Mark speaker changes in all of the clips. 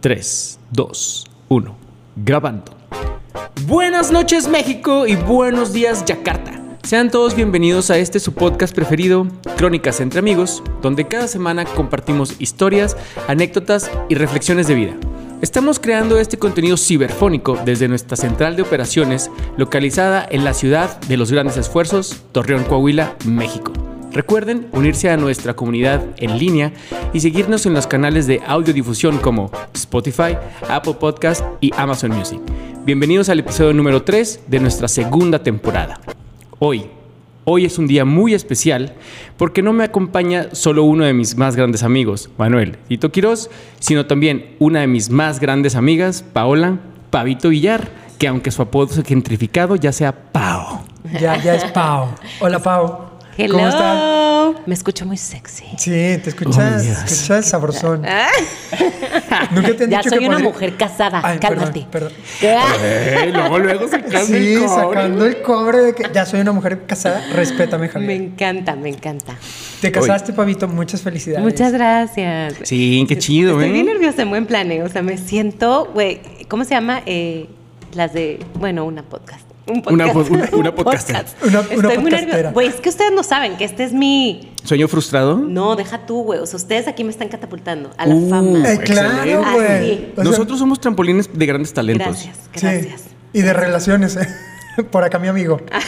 Speaker 1: 3, 2, 1. Grabando. Buenas noches México y buenos días Yakarta. Sean todos bienvenidos a este su podcast preferido, Crónicas entre Amigos, donde cada semana compartimos historias, anécdotas y reflexiones de vida. Estamos creando este contenido ciberfónico desde nuestra central de operaciones localizada en la ciudad de los grandes esfuerzos, Torreón, Coahuila, México. Recuerden unirse a nuestra comunidad en línea y seguirnos en los canales de audiodifusión como Spotify, Apple Podcast y Amazon Music. Bienvenidos al episodio número 3 de nuestra segunda temporada. Hoy, hoy es un día muy especial porque no me acompaña solo uno de mis más grandes amigos, Manuel Tito Quirós, sino también una de mis más grandes amigas, Paola Pavito Villar, que aunque su apodo sea gentrificado, ya sea Pao.
Speaker 2: Ya, ya es Pau. Hola, Pau.
Speaker 3: Hello.
Speaker 2: ¿Cómo estás?
Speaker 3: Me escucho muy sexy.
Speaker 2: Sí, te
Speaker 1: Oh,
Speaker 2: escuchas,
Speaker 1: Dios.
Speaker 2: te escuchas sabrosón. ¿Ah? Nunca te han
Speaker 3: ya
Speaker 2: dicho
Speaker 3: soy
Speaker 2: que
Speaker 3: una
Speaker 2: podría-
Speaker 3: mujer casada.
Speaker 2: Ay,
Speaker 3: Cálmate. Ah,
Speaker 2: Perdón,
Speaker 1: Eh, luego, luego
Speaker 2: perdón.
Speaker 1: sacando
Speaker 2: Sí,
Speaker 1: el cobre.
Speaker 2: sacando el cobre de que ya soy una mujer casada, respétame, Javier.
Speaker 3: me encanta, me encanta.
Speaker 2: Te casaste, Pavito, muchas felicidades.
Speaker 3: Muchas gracias.
Speaker 1: Sí, qué chido,
Speaker 3: Estoy
Speaker 1: ¿eh?
Speaker 3: bien nerviosa, en buen plan. eh. O sea, me siento, güey, ¿cómo se llama? Eh, las de, bueno, una podcast. Un podcast.
Speaker 1: Una po- una- una podcaster.
Speaker 2: Una- una
Speaker 3: Estoy muy
Speaker 2: podcastera.
Speaker 3: nerviosa. Güey, es que ustedes no saben que este es mi...
Speaker 1: ¿Sueño frustrado?
Speaker 3: No, deja tú, güey. O sea, ustedes aquí me están catapultando a la
Speaker 1: Uh,
Speaker 3: fama.
Speaker 2: Eh,
Speaker 1: Excelente.
Speaker 2: claro, güey.
Speaker 3: Así.
Speaker 2: O sea,
Speaker 1: Nosotros somos trampolines de grandes talentos.
Speaker 3: Gracias,
Speaker 2: sí.
Speaker 3: gracias.
Speaker 2: Y de relaciones, ¿eh? Por acá mi amigo.
Speaker 1: Ah.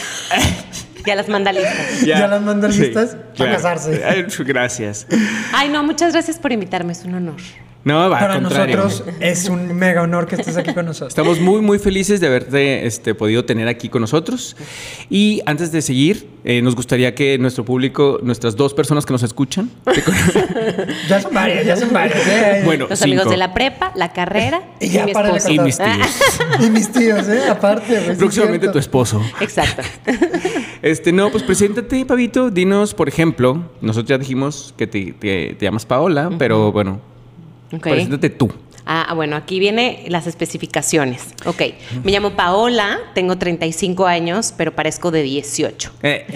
Speaker 3: Ya las manda listas.
Speaker 2: Ya las mandan listas para casarse.
Speaker 1: Ay, Gracias.
Speaker 3: Ay, no, muchas gracias por invitarme. Es un honor.
Speaker 1: No, va,
Speaker 2: Para
Speaker 1: al contrario.
Speaker 2: nosotros es un mega honor que estés aquí con nosotros.
Speaker 1: Estamos muy, muy felices de haberte este, podido tener aquí con nosotros. Y antes de seguir, eh, nos gustaría que nuestro público, nuestras dos personas que nos escuchan, te con-
Speaker 2: Ya son varias, ya son varias. ¿eh?
Speaker 1: bueno,
Speaker 3: Los
Speaker 1: cinco,
Speaker 3: amigos de la prepa, la carrera
Speaker 2: Y
Speaker 3: y,
Speaker 2: ya
Speaker 3: mi
Speaker 2: para de
Speaker 3: esposo.
Speaker 1: y mis tíos.
Speaker 2: Y mis tíos, ¿eh? Aparte, güey, sí
Speaker 1: Próximamente
Speaker 2: es
Speaker 1: tu
Speaker 2: cierto.
Speaker 1: esposo.
Speaker 3: Exacto.
Speaker 1: Este, no, pues preséntate, Pavito. Dinos, por ejemplo, nosotros ya dijimos que te, te- te llamas Paola, pero bueno,
Speaker 3: Ok.
Speaker 1: preséntate tú.
Speaker 3: Ah, ah, bueno, aquí vienen las especificaciones. Ok. Me llamo Paola, tengo 35 años, pero parezco de 18.
Speaker 1: Eh,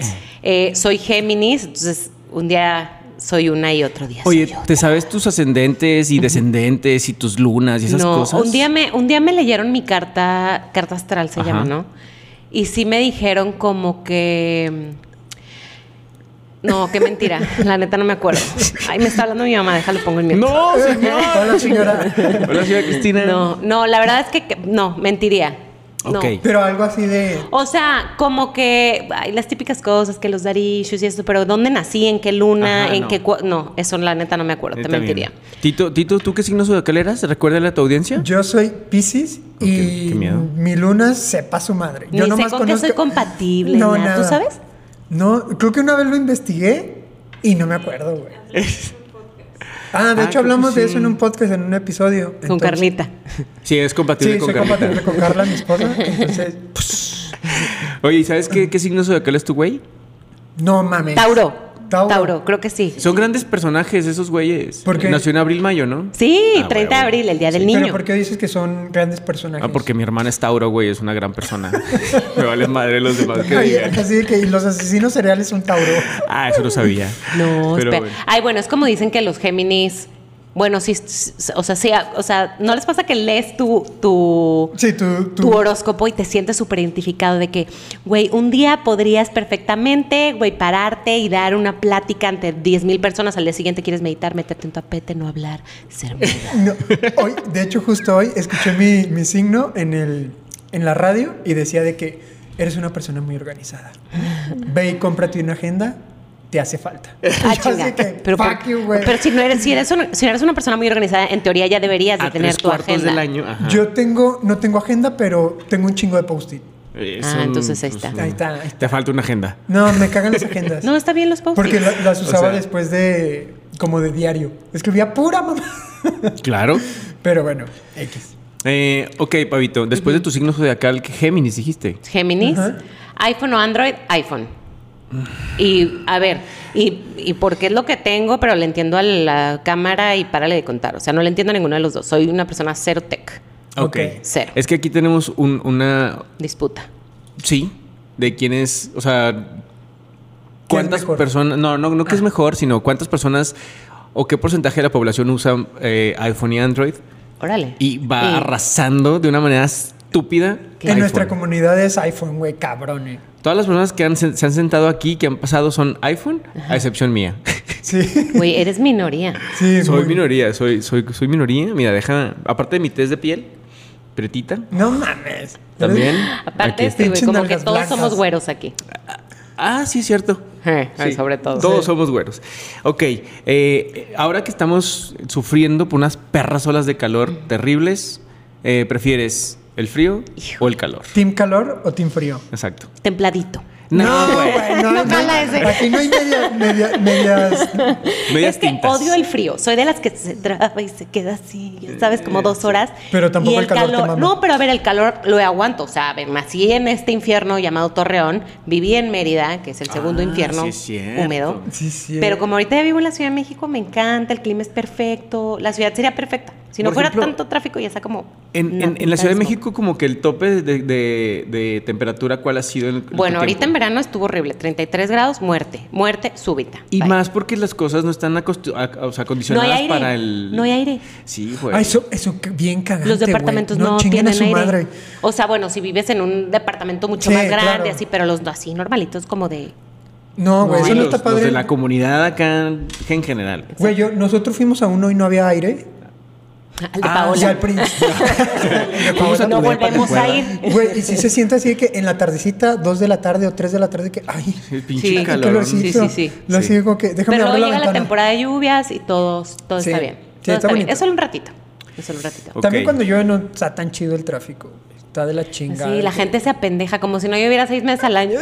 Speaker 3: Eh, soy Géminis, entonces un día soy una y otro día
Speaker 1: Oye,
Speaker 3: soy otra.
Speaker 1: ¿te sabes tus ascendentes y descendentes y tus lunas y esas
Speaker 3: no,
Speaker 1: cosas?
Speaker 3: Un día, me, un día me leyeron mi carta, carta astral se
Speaker 1: Ajá.
Speaker 3: llama, ¿no? Y sí me dijeron como que... No, qué mentira. La neta no me acuerdo. Ay, me está hablando mi mamá, déjalo pongo en mi
Speaker 1: ¡No, señor!
Speaker 2: Hola, señora.
Speaker 1: Hola, señora Cristina.
Speaker 3: No, no, la verdad es que que- no, mentiría. No.
Speaker 1: Ok.
Speaker 2: Pero algo así de.
Speaker 3: O sea, como que hay las típicas cosas que los darishus y eso, pero ¿dónde nací? ¿En qué luna?
Speaker 1: Ajá,
Speaker 3: ¿En
Speaker 1: no.
Speaker 3: qué cua- No, eso la neta no me acuerdo,
Speaker 1: Eh,
Speaker 3: te
Speaker 1: también.
Speaker 3: mentiría.
Speaker 1: Tito, Tito, ¿tú qué signo zodiacal eras? Recuérdale a tu audiencia.
Speaker 2: Yo soy Pisces y
Speaker 1: qué- qué miedo.
Speaker 2: mi luna sepa su madre.
Speaker 3: Ni
Speaker 2: Yo
Speaker 3: sé
Speaker 2: nomás
Speaker 3: con qué soy compatible, nada. ¿Tú sabes?
Speaker 2: No, creo que una vez lo investigué y no me acuerdo, güey. Ah, de
Speaker 1: Ah,
Speaker 2: hecho
Speaker 1: creo
Speaker 2: hablamos
Speaker 1: que
Speaker 2: de
Speaker 1: sí.
Speaker 2: eso en un podcast, en un episodio.
Speaker 3: Con
Speaker 2: Entonces-
Speaker 3: Carlita.
Speaker 1: Sí, es compatible
Speaker 2: Sí,
Speaker 1: con
Speaker 2: soy
Speaker 1: Carlita.
Speaker 2: compatible con Carla, mi esposa. Entonces, pues,
Speaker 1: Oye, ¿y sabes qué, qué signo zodiacal es tu güey?
Speaker 2: no mames.
Speaker 3: Tauro.
Speaker 2: Tauro.
Speaker 3: Tauro. creo que sí.
Speaker 1: Son grandes personajes esos güeyes.
Speaker 2: ¿Por qué?
Speaker 1: Nació en abril-mayo, ¿no?
Speaker 3: Sí,
Speaker 1: Ah,
Speaker 3: 30 de
Speaker 1: huevo.
Speaker 3: abril, el Día del
Speaker 2: Pero
Speaker 3: Niño.
Speaker 2: ¿por qué dices que son grandes personajes?
Speaker 1: Ah, porque mi hermana es Tauro, güey, es una gran persona. Me vale madre los demás que
Speaker 2: Ay,
Speaker 1: digan.
Speaker 2: Así de que los asesinos cereales son Tauro.
Speaker 1: Ah, eso no sabía.
Speaker 3: No,
Speaker 1: Pero
Speaker 3: espera.
Speaker 1: bueno.
Speaker 3: Ay, bueno, es como dicen que los Géminis... Bueno, sí, s- s- o sea, sí, a- o sea, ¿no les pasa que lees tu, tu,
Speaker 2: Sí, tú. tú-
Speaker 3: tu horóscopo y te sientes súper identificado de que, güey, un día podrías perfectamente, güey, pararte y dar una plática ante 10 mil personas, al día siguiente quieres meditar, meterte en tu apete, no hablar, ser muda.
Speaker 2: No, hoy, de hecho, justo hoy escuché mi, mi signo en, el, en la radio y decía de que eres una persona muy organizada. Ve y cómprate una agenda, te hace falta.
Speaker 3: Ah,
Speaker 2: Yo así
Speaker 3: chinga.
Speaker 2: que,
Speaker 3: Pero, por-
Speaker 2: fuck you, güey.
Speaker 3: pero si, no eres, si, eres una, si no eres una persona muy organizada, en teoría ya deberías de
Speaker 1: a
Speaker 3: tener
Speaker 1: tres
Speaker 3: tu
Speaker 1: cuartos
Speaker 3: agenda.
Speaker 1: del año. ajá.
Speaker 2: Yo tengo, no tengo agenda, pero tengo un chingo de post-it.
Speaker 1: Eh,
Speaker 3: Ah,
Speaker 1: son-
Speaker 3: entonces ahí está.
Speaker 1: pues,
Speaker 2: Ahí está, ahí está.
Speaker 1: Te falta una agenda.
Speaker 2: No, me cagan las agendas.
Speaker 3: Mm. No, está bien los post
Speaker 2: porque la- las
Speaker 1: O
Speaker 2: usaba
Speaker 1: sea-
Speaker 2: después de, como de diario. Escribía pura mamá.
Speaker 1: Claro.
Speaker 2: Pero bueno, X.
Speaker 1: Eh, ok, Pavito, después de tu signo zodiacal, ¿qué Géminis dijiste?
Speaker 3: Géminis,
Speaker 2: Ajá.
Speaker 3: iPhone o Android, iPhone. Y a ver, y, y porque es lo que tengo, pero le entiendo a la cámara y párale de contar. O sea, no le entiendo a ninguno de los dos. Soy una persona cero tech.
Speaker 2: Ok.
Speaker 3: Cero.
Speaker 1: Es que aquí tenemos un- una.
Speaker 3: Disputa.
Speaker 1: Sí, de quién es. O sea. ¿Cuántas
Speaker 2: mejor? Ah.
Speaker 1: personas.? No, no, no que es mejor, sino cuántas personas o qué porcentaje de la población usa eh, iPhone y Android
Speaker 3: Órale.
Speaker 1: Y va
Speaker 3: Sí.
Speaker 1: arrasando de una manera estúpida.
Speaker 2: En nuestra
Speaker 1: iPhone.
Speaker 2: comunidad es iPhone, güey, cabrón. eh.
Speaker 1: Todas las personas que han sen- se han sentado aquí, que han pasado, son iPhone, a excepción mía.
Speaker 2: Sí.
Speaker 3: Güey, eres minoría.
Speaker 2: sí
Speaker 1: soy
Speaker 2: muy-
Speaker 1: minoría, soy, soy, soy minoría. Mira, deja, aparte de mi test de piel, pretita,
Speaker 2: No mames.
Speaker 1: también.
Speaker 3: Aparte,
Speaker 1: aquí.
Speaker 3: sí, güey,
Speaker 2: Pinches
Speaker 3: como que
Speaker 2: nalgas
Speaker 3: todos
Speaker 2: blancas.
Speaker 3: somos güeros aquí.
Speaker 1: Ah, sí, es cierto.
Speaker 3: Eh,
Speaker 1: Sí,
Speaker 3: Sobre todo.
Speaker 1: Todos somos güeros. Ok, eh, ahora que estamos sufriendo por unas perras olas de calor terribles, eh, ¿prefieres el frío o el calor?
Speaker 2: ¿Team calor o team frío?
Speaker 1: Exacto.
Speaker 3: Templadito.
Speaker 2: no,
Speaker 3: No jala ese.
Speaker 2: Aquí no hay media- media- medias.
Speaker 1: Medias
Speaker 3: es que
Speaker 1: tintas.
Speaker 3: odio el frío. Soy de las que se traba y se queda así,
Speaker 1: Eh,
Speaker 3: ya sabes, como dos horas.
Speaker 2: Pero tampoco
Speaker 3: Y
Speaker 2: el calor te mama.
Speaker 3: No, pero a ver, el calor lo aguanto. O sea, a ver, nací en este infierno llamado Torreón. Viví en Mérida, que es el segundo
Speaker 1: Ah,
Speaker 3: infierno
Speaker 1: sí es cierto.
Speaker 3: húmedo.
Speaker 2: Sí, sí.
Speaker 3: Pero como ahorita ya vivo en la Ciudad de México, me encanta, el clima es perfecto, la ciudad sería perfecta. Si no
Speaker 1: Por
Speaker 3: fuera
Speaker 1: ejemplo,
Speaker 3: tanto tráfico, ya está como...
Speaker 1: En,
Speaker 3: una
Speaker 1: en- en la
Speaker 3: puta
Speaker 1: Ciudad de
Speaker 3: desmo-
Speaker 1: México, como que el tope de, de- de temperatura, ¿cuál ha sido? En el- en
Speaker 3: Bueno,
Speaker 1: tu
Speaker 3: ahorita
Speaker 1: tiempo?
Speaker 3: en verano estuvo horrible, 33 grados, muerte, muerte súbita.
Speaker 1: Y
Speaker 3: Bye.
Speaker 1: más porque las cosas no están acostu- a- o sea, acondicionadas
Speaker 3: No hay aire,
Speaker 1: para el.
Speaker 3: no hay aire.
Speaker 1: Sí, güey.
Speaker 2: Ah, eso, eso que- bien cagante.
Speaker 3: Los
Speaker 2: güey.
Speaker 3: departamentos no,
Speaker 2: chinguen
Speaker 3: tienen
Speaker 2: a su
Speaker 3: aire.
Speaker 2: madre.
Speaker 3: O sea, bueno, si vives en un departamento mucho
Speaker 2: Sí,
Speaker 3: más grande,
Speaker 2: claro.
Speaker 3: así, pero los así normalitos como de...
Speaker 2: No, güey,
Speaker 3: No,
Speaker 2: eso no
Speaker 1: los,
Speaker 2: está
Speaker 1: los
Speaker 2: padre.
Speaker 1: de la comunidad acá en en general.
Speaker 2: Güey, yo, nosotros fuimos a uno y no había aire.
Speaker 3: Al de
Speaker 1: Ah,
Speaker 2: O
Speaker 3: Paola.
Speaker 2: sea, al principio.
Speaker 1: Vamos a
Speaker 3: "Pues no
Speaker 1: tu depa,
Speaker 3: volvemos
Speaker 1: ¿te
Speaker 3: a
Speaker 1: acuerdas?
Speaker 3: ir.
Speaker 2: Güey, y si se siente así de que en la tardecita, dos de la tarde o tres de la tarde, que ay,
Speaker 1: El pinche
Speaker 3: Sí,
Speaker 2: qué
Speaker 1: calor.
Speaker 3: sí,
Speaker 2: calorcito.
Speaker 3: sí, sí.
Speaker 2: Lo
Speaker 1: Sí.
Speaker 2: sigo como que déjame
Speaker 3: Pero luego
Speaker 2: abrir la
Speaker 3: llega la
Speaker 2: ventana.
Speaker 3: temporada de lluvias y todo, todo
Speaker 2: Sí.
Speaker 3: está bien.
Speaker 2: Sí,
Speaker 3: Todo
Speaker 2: está
Speaker 3: está bien.
Speaker 2: bonito.
Speaker 3: Es solo un ratito. Es solo un ratito.
Speaker 1: Ok.
Speaker 2: También cuando llueve no está tan chido el tráfico. Está de la chingada.
Speaker 3: Sí, la gente se apendeja como si no lloviera seis meses al año.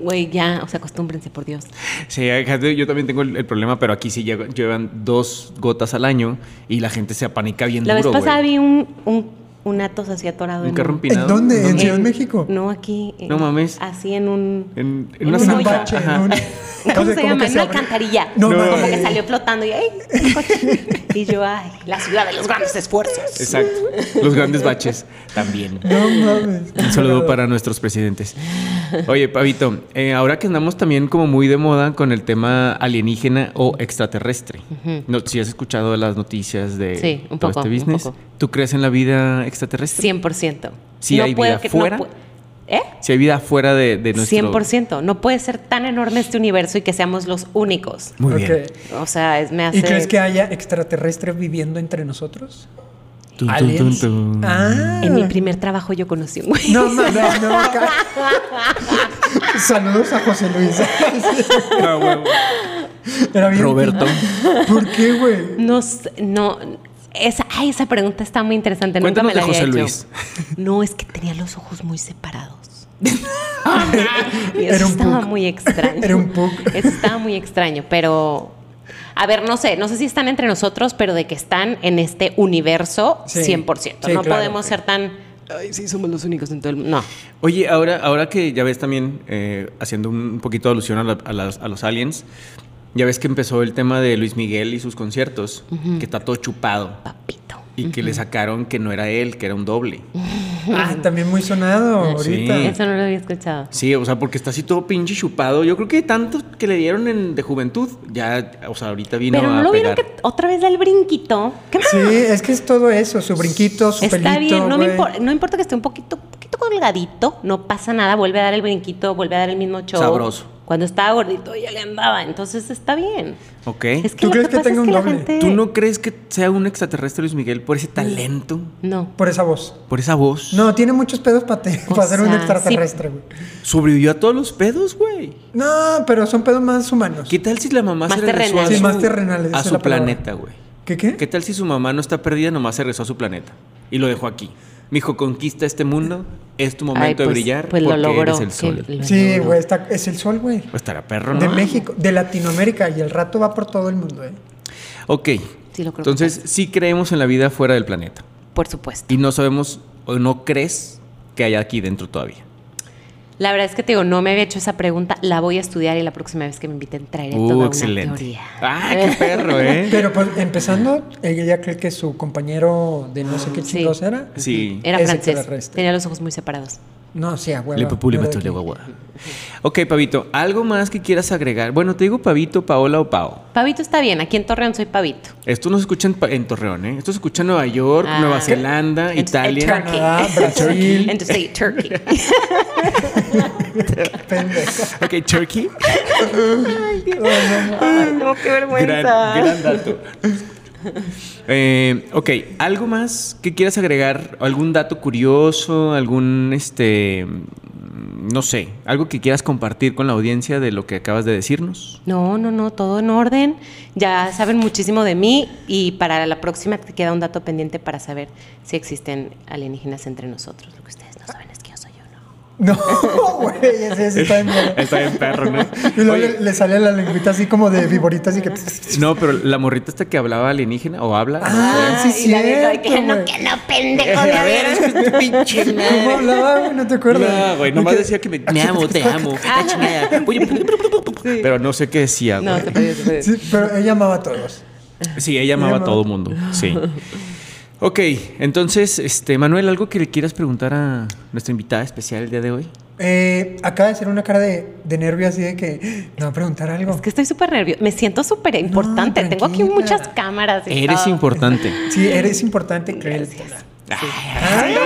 Speaker 3: Güey, ya, o sea, acostúmbrense, por Dios.
Speaker 1: Sí, fíjate, yo también tengo el, el problema, pero aquí sí lle- llevan dos gotas al año y la gente se apanica bien
Speaker 3: La vez
Speaker 1: duro,
Speaker 3: pasada
Speaker 1: güey.
Speaker 3: vi un, un, un atos así atorado.
Speaker 1: Un carro
Speaker 2: ¿En
Speaker 1: empinado.
Speaker 2: dónde? ¿En
Speaker 1: ¿Dónde?
Speaker 2: Ciudad de México?
Speaker 3: No, aquí.
Speaker 1: No mames.
Speaker 3: Así en un.
Speaker 1: En, en
Speaker 3: en
Speaker 1: una
Speaker 3: un
Speaker 2: en un
Speaker 1: zanja.
Speaker 3: hoyo.
Speaker 2: bache, en
Speaker 1: Ajá.
Speaker 2: un-
Speaker 3: ¿Cómo
Speaker 2: o sea,
Speaker 3: se
Speaker 2: como
Speaker 3: llama?
Speaker 2: que
Speaker 3: En una
Speaker 2: abre.
Speaker 3: alcantarilla.
Speaker 2: No,
Speaker 1: No,
Speaker 3: Como que
Speaker 2: mames.
Speaker 3: salió flotando y ¡ay! el coche. Y yo, ¡ay! La ciudad de los grandes esfuerzos.
Speaker 1: Exacto. Los grandes baches también.
Speaker 2: No mames.
Speaker 1: Un saludo para nuestros presidentes. Oye, Pavito, eh, ahora que andamos también como muy de moda con el tema alienígena o extraterrestre. no, si has escuchado las noticias de
Speaker 3: Sí, un
Speaker 1: todo
Speaker 3: poco,
Speaker 1: este
Speaker 3: un
Speaker 1: business,
Speaker 3: poco.
Speaker 1: ¿tú crees en la vida extraterrestre?
Speaker 3: 100%.
Speaker 1: Si hay vida fuera.
Speaker 3: pu- ¿Eh?
Speaker 1: Si hay vida fuera de, de nuestro...
Speaker 3: 100%. No puede ser tan enorme este universo y que seamos los únicos.
Speaker 1: Muy
Speaker 2: Ok.
Speaker 1: bien.
Speaker 3: O sea, es, me hace.
Speaker 2: ¿Y crees que haya extraterrestres viviendo entre nosotros?
Speaker 1: Tun, tun,
Speaker 2: Aliens.
Speaker 1: tun, tun.
Speaker 2: Ah.
Speaker 3: En mi primer trabajo yo conocí un güey.
Speaker 2: No mames, no. ca- Saludos a José Luis.
Speaker 1: Ah, huevo.
Speaker 2: Era bien-
Speaker 1: Roberto.
Speaker 2: ¿Por qué, güey?
Speaker 3: No, s- no. Esa, ay, esa pregunta está muy interesante.
Speaker 1: Cuéntanos
Speaker 3: Nunca me la
Speaker 1: de
Speaker 3: había
Speaker 1: José
Speaker 3: hecho. No, es que tenía los ojos muy separados. y eso
Speaker 2: Era un
Speaker 3: estaba
Speaker 2: pug.
Speaker 3: muy extraño.
Speaker 2: Era un pug.
Speaker 3: Eso estaba muy extraño, pero. A ver, no sé, no sé si están entre nosotros, pero de que están en este universo,
Speaker 2: Sí.
Speaker 3: 100%.
Speaker 2: Sí,
Speaker 3: no
Speaker 2: claro.
Speaker 3: podemos ser tan. Ay, sí, somos los únicos en todo el mundo. No.
Speaker 1: Oye, ahora, ahora que ya ves también, eh, haciendo un poquito de alusión a, la- a las- a los aliens, ya ves que empezó el tema de Luis Miguel y sus conciertos, que está todo chupado.
Speaker 3: Papito.
Speaker 1: Y que le sacaron que no era él, que era un doble.
Speaker 2: Ah, también muy sonado ahorita.
Speaker 1: Sí.
Speaker 3: Eso no lo había escuchado.
Speaker 1: Sí, o sea, porque está así todo pinche chupado. Yo creo que tanto que le dieron en, de juventud, ya, o sea, ahorita vino
Speaker 3: pero no
Speaker 1: a
Speaker 3: lo vieron
Speaker 1: pegar.
Speaker 3: que otra vez da el brinquito. ¿Qué
Speaker 2: Sí, es que es todo eso, su brinquito, su
Speaker 3: Está
Speaker 2: pelito,
Speaker 3: bien, no, me
Speaker 2: güey.
Speaker 3: impor- no importa que esté un poquito, poquito colgadito, no pasa nada, vuelve a dar el brinquito, vuelve a dar el mismo show.
Speaker 1: Sabroso.
Speaker 3: Cuando estaba gordito ya le andaba, entonces está bien.
Speaker 1: Ok.
Speaker 3: Es
Speaker 2: ¿Tú
Speaker 3: que lo
Speaker 2: crees
Speaker 3: que
Speaker 2: que tenga
Speaker 3: pasa es
Speaker 2: un
Speaker 3: que la
Speaker 2: doble?
Speaker 3: gente...
Speaker 1: ¿Tú no crees que sea un extraterrestre Luis Miguel por ese talento,
Speaker 3: No.
Speaker 2: Por esa voz.
Speaker 1: por esa voz?
Speaker 2: No, tiene muchos pedos para
Speaker 3: O
Speaker 2: ser un
Speaker 3: sea,
Speaker 2: extraterrestre, güey.
Speaker 1: Sobrevivió a todos los pedos, güey.
Speaker 2: No, pero son pedos más humanos.
Speaker 1: ¿Qué tal si la mamá
Speaker 3: Más
Speaker 1: se regresó a
Speaker 3: terrenales.
Speaker 1: su,
Speaker 2: Sí, más terrenales, esa
Speaker 1: a
Speaker 2: es
Speaker 1: su
Speaker 2: la palabra.
Speaker 1: planeta, güey?
Speaker 2: ¿Qué qué?
Speaker 1: ¿Qué tal si su mamá no está perdida, nomás se regresó a su planeta y lo dejó aquí? Mijo, conquista este mundo, es tu momento
Speaker 3: Ay,
Speaker 1: de
Speaker 3: pues-
Speaker 1: brillar
Speaker 3: Pues lo
Speaker 1: porque
Speaker 3: logró.
Speaker 1: eres el
Speaker 3: que
Speaker 1: sol.
Speaker 3: lo
Speaker 2: Sí,
Speaker 3: logró.
Speaker 2: güey, está- es el sol, güey.
Speaker 1: Pues estará perro, ¿no?
Speaker 2: De México, de Latinoamérica y el rato va por todo el mundo, eh.
Speaker 1: Ok.
Speaker 3: Sí, lo creo que
Speaker 1: Entonces, sí creemos en la vida fuera del planeta.
Speaker 3: Por supuesto.
Speaker 1: Y no sabemos o no crees que haya aquí dentro todavía.
Speaker 3: La verdad es que te digo, no me había hecho esa pregunta, la voy a estudiar y la próxima vez que me inviten traeré
Speaker 1: Uh,
Speaker 3: toda una
Speaker 1: excelente.
Speaker 3: teoría.
Speaker 1: Ah, qué perro, ¿eh?
Speaker 2: Pero pues empezando, ella ya cree que su compañero de no sé qué
Speaker 3: Sí.
Speaker 2: chingos era.
Speaker 1: Sí.
Speaker 3: Era
Speaker 2: Ese
Speaker 3: francés,
Speaker 2: extraterrestre.
Speaker 3: tenía los ojos muy separados.
Speaker 2: No, sí, a huevo.
Speaker 1: Le populi
Speaker 2: Yo de
Speaker 1: matule
Speaker 2: aquí.
Speaker 1: guagua. Ok, Pavito, ¿algo más que quieras agregar? Bueno, te digo Pavito, Paola o Pao.
Speaker 3: Pavito está bien, aquí en Torreón soy Pavito.
Speaker 1: Esto no se escucha en, Pa- en Torreón, ¿eh? Esto se escucha en Nueva York,
Speaker 3: Ah.
Speaker 1: Nueva Zelanda,
Speaker 3: Entonces,
Speaker 1: Italia.
Speaker 3: en Turkey.
Speaker 2: Canadá, Ah, Brasil.
Speaker 3: Entonces, sí, Turkey.
Speaker 2: Pendejo.
Speaker 1: Ok, Turkey.
Speaker 3: Ay, no, qué
Speaker 1: Gran,
Speaker 3: vergüenza.
Speaker 1: gran dato. Eh, ok, ¿algo más que quieras agregar? ¿Algún dato curioso? ¿Algún, este, mm, no sé, algo que quieras compartir con la audiencia de lo que acabas de decirnos?
Speaker 3: No, no, no, todo en orden. Ya saben muchísimo de mí y para la próxima te queda un dato pendiente para saber si existen alienígenas entre nosotros. Lo que ustedes no saben es que yo soy uno.
Speaker 2: No, güey, ese, ese está en
Speaker 1: Está bien perro, ¿no?
Speaker 2: Y luego
Speaker 1: Oye,
Speaker 2: le, le sale la lengüita así como de viborita, así que.
Speaker 1: no, pero la morrita esta que hablaba alienígena o habla.
Speaker 2: Ah, sí,
Speaker 3: y la vieja de
Speaker 2: cierto,
Speaker 3: que no,
Speaker 2: güey.
Speaker 3: que no, pendejo.
Speaker 1: A
Speaker 3: de a
Speaker 1: ver,
Speaker 3: veras.
Speaker 1: es que pinche
Speaker 2: ¿Cómo hablaba, güey? No te acuerdas.
Speaker 1: No, güey,
Speaker 2: Y
Speaker 1: nomás
Speaker 2: que-
Speaker 1: decía que me, me amo, te
Speaker 3: Ah.
Speaker 1: amo. la chingada. Oye, Pero no sé qué decía,
Speaker 3: No,
Speaker 1: güey.
Speaker 3: se perdió, se perdió.
Speaker 2: Sí, pero ella amaba a todos.
Speaker 1: Sí, ella amaba a
Speaker 2: amaba.
Speaker 1: todo mundo. Sí. Ok, entonces, este, Manuel, ¿algo que le quieras preguntar a nuestra invitada especial el día de hoy?
Speaker 2: Eh, acaba de hacer una cara de, de nervio así de que. No, va a preguntar algo.
Speaker 3: Es que estoy súper nerviosa. Me siento súper importante. Tengo aquí
Speaker 2: tranquila.
Speaker 3: muchas cámaras. y
Speaker 1: Eres
Speaker 3: todo.
Speaker 1: importante.
Speaker 2: Sí, eres importante, créetela. Ay,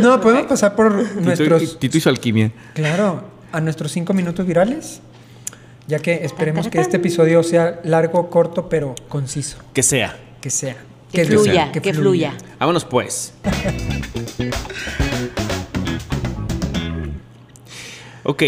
Speaker 2: No, podemos pasar por
Speaker 1: Tito,
Speaker 2: nuestros.
Speaker 1: Tito y su alquimia.
Speaker 2: Claro, a nuestros cinco minutos virales. Ya que esperemos que este episodio sea largo, corto, pero conciso.
Speaker 1: Que sea.
Speaker 2: Que sea.
Speaker 3: Que
Speaker 1: fluya,
Speaker 3: fluya, que fluya.
Speaker 1: Vámonos pues. Ok.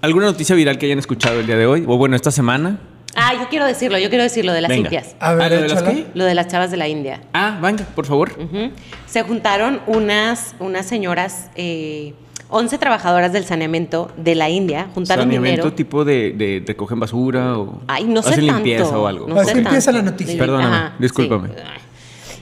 Speaker 1: ¿Alguna noticia viral que hayan escuchado el día de hoy? O bueno, esta semana.
Speaker 3: Ah, yo quiero decirlo, yo quiero decir lo de las
Speaker 1: Venga.
Speaker 3: indias.
Speaker 2: A ver,
Speaker 1: Ah, ¿lo de las
Speaker 2: échala.
Speaker 1: qué?
Speaker 3: Lo de las chavas de la India.
Speaker 1: Ah, venga, por favor.
Speaker 3: Ujú. Se juntaron unas, unas señoras, eh, 11 trabajadoras del saneamiento de la India, juntaron
Speaker 1: Saneamiento
Speaker 3: dinero.
Speaker 1: tipo de, de recogen basura o
Speaker 3: Ay, no sé
Speaker 1: hacen
Speaker 3: tanto.
Speaker 1: limpieza o algo.
Speaker 3: no
Speaker 2: Así
Speaker 3: sé
Speaker 2: empieza
Speaker 3: tanto.
Speaker 2: la noticia.
Speaker 1: Perdóname,
Speaker 3: Ajá,
Speaker 1: discúlpame.
Speaker 3: sí.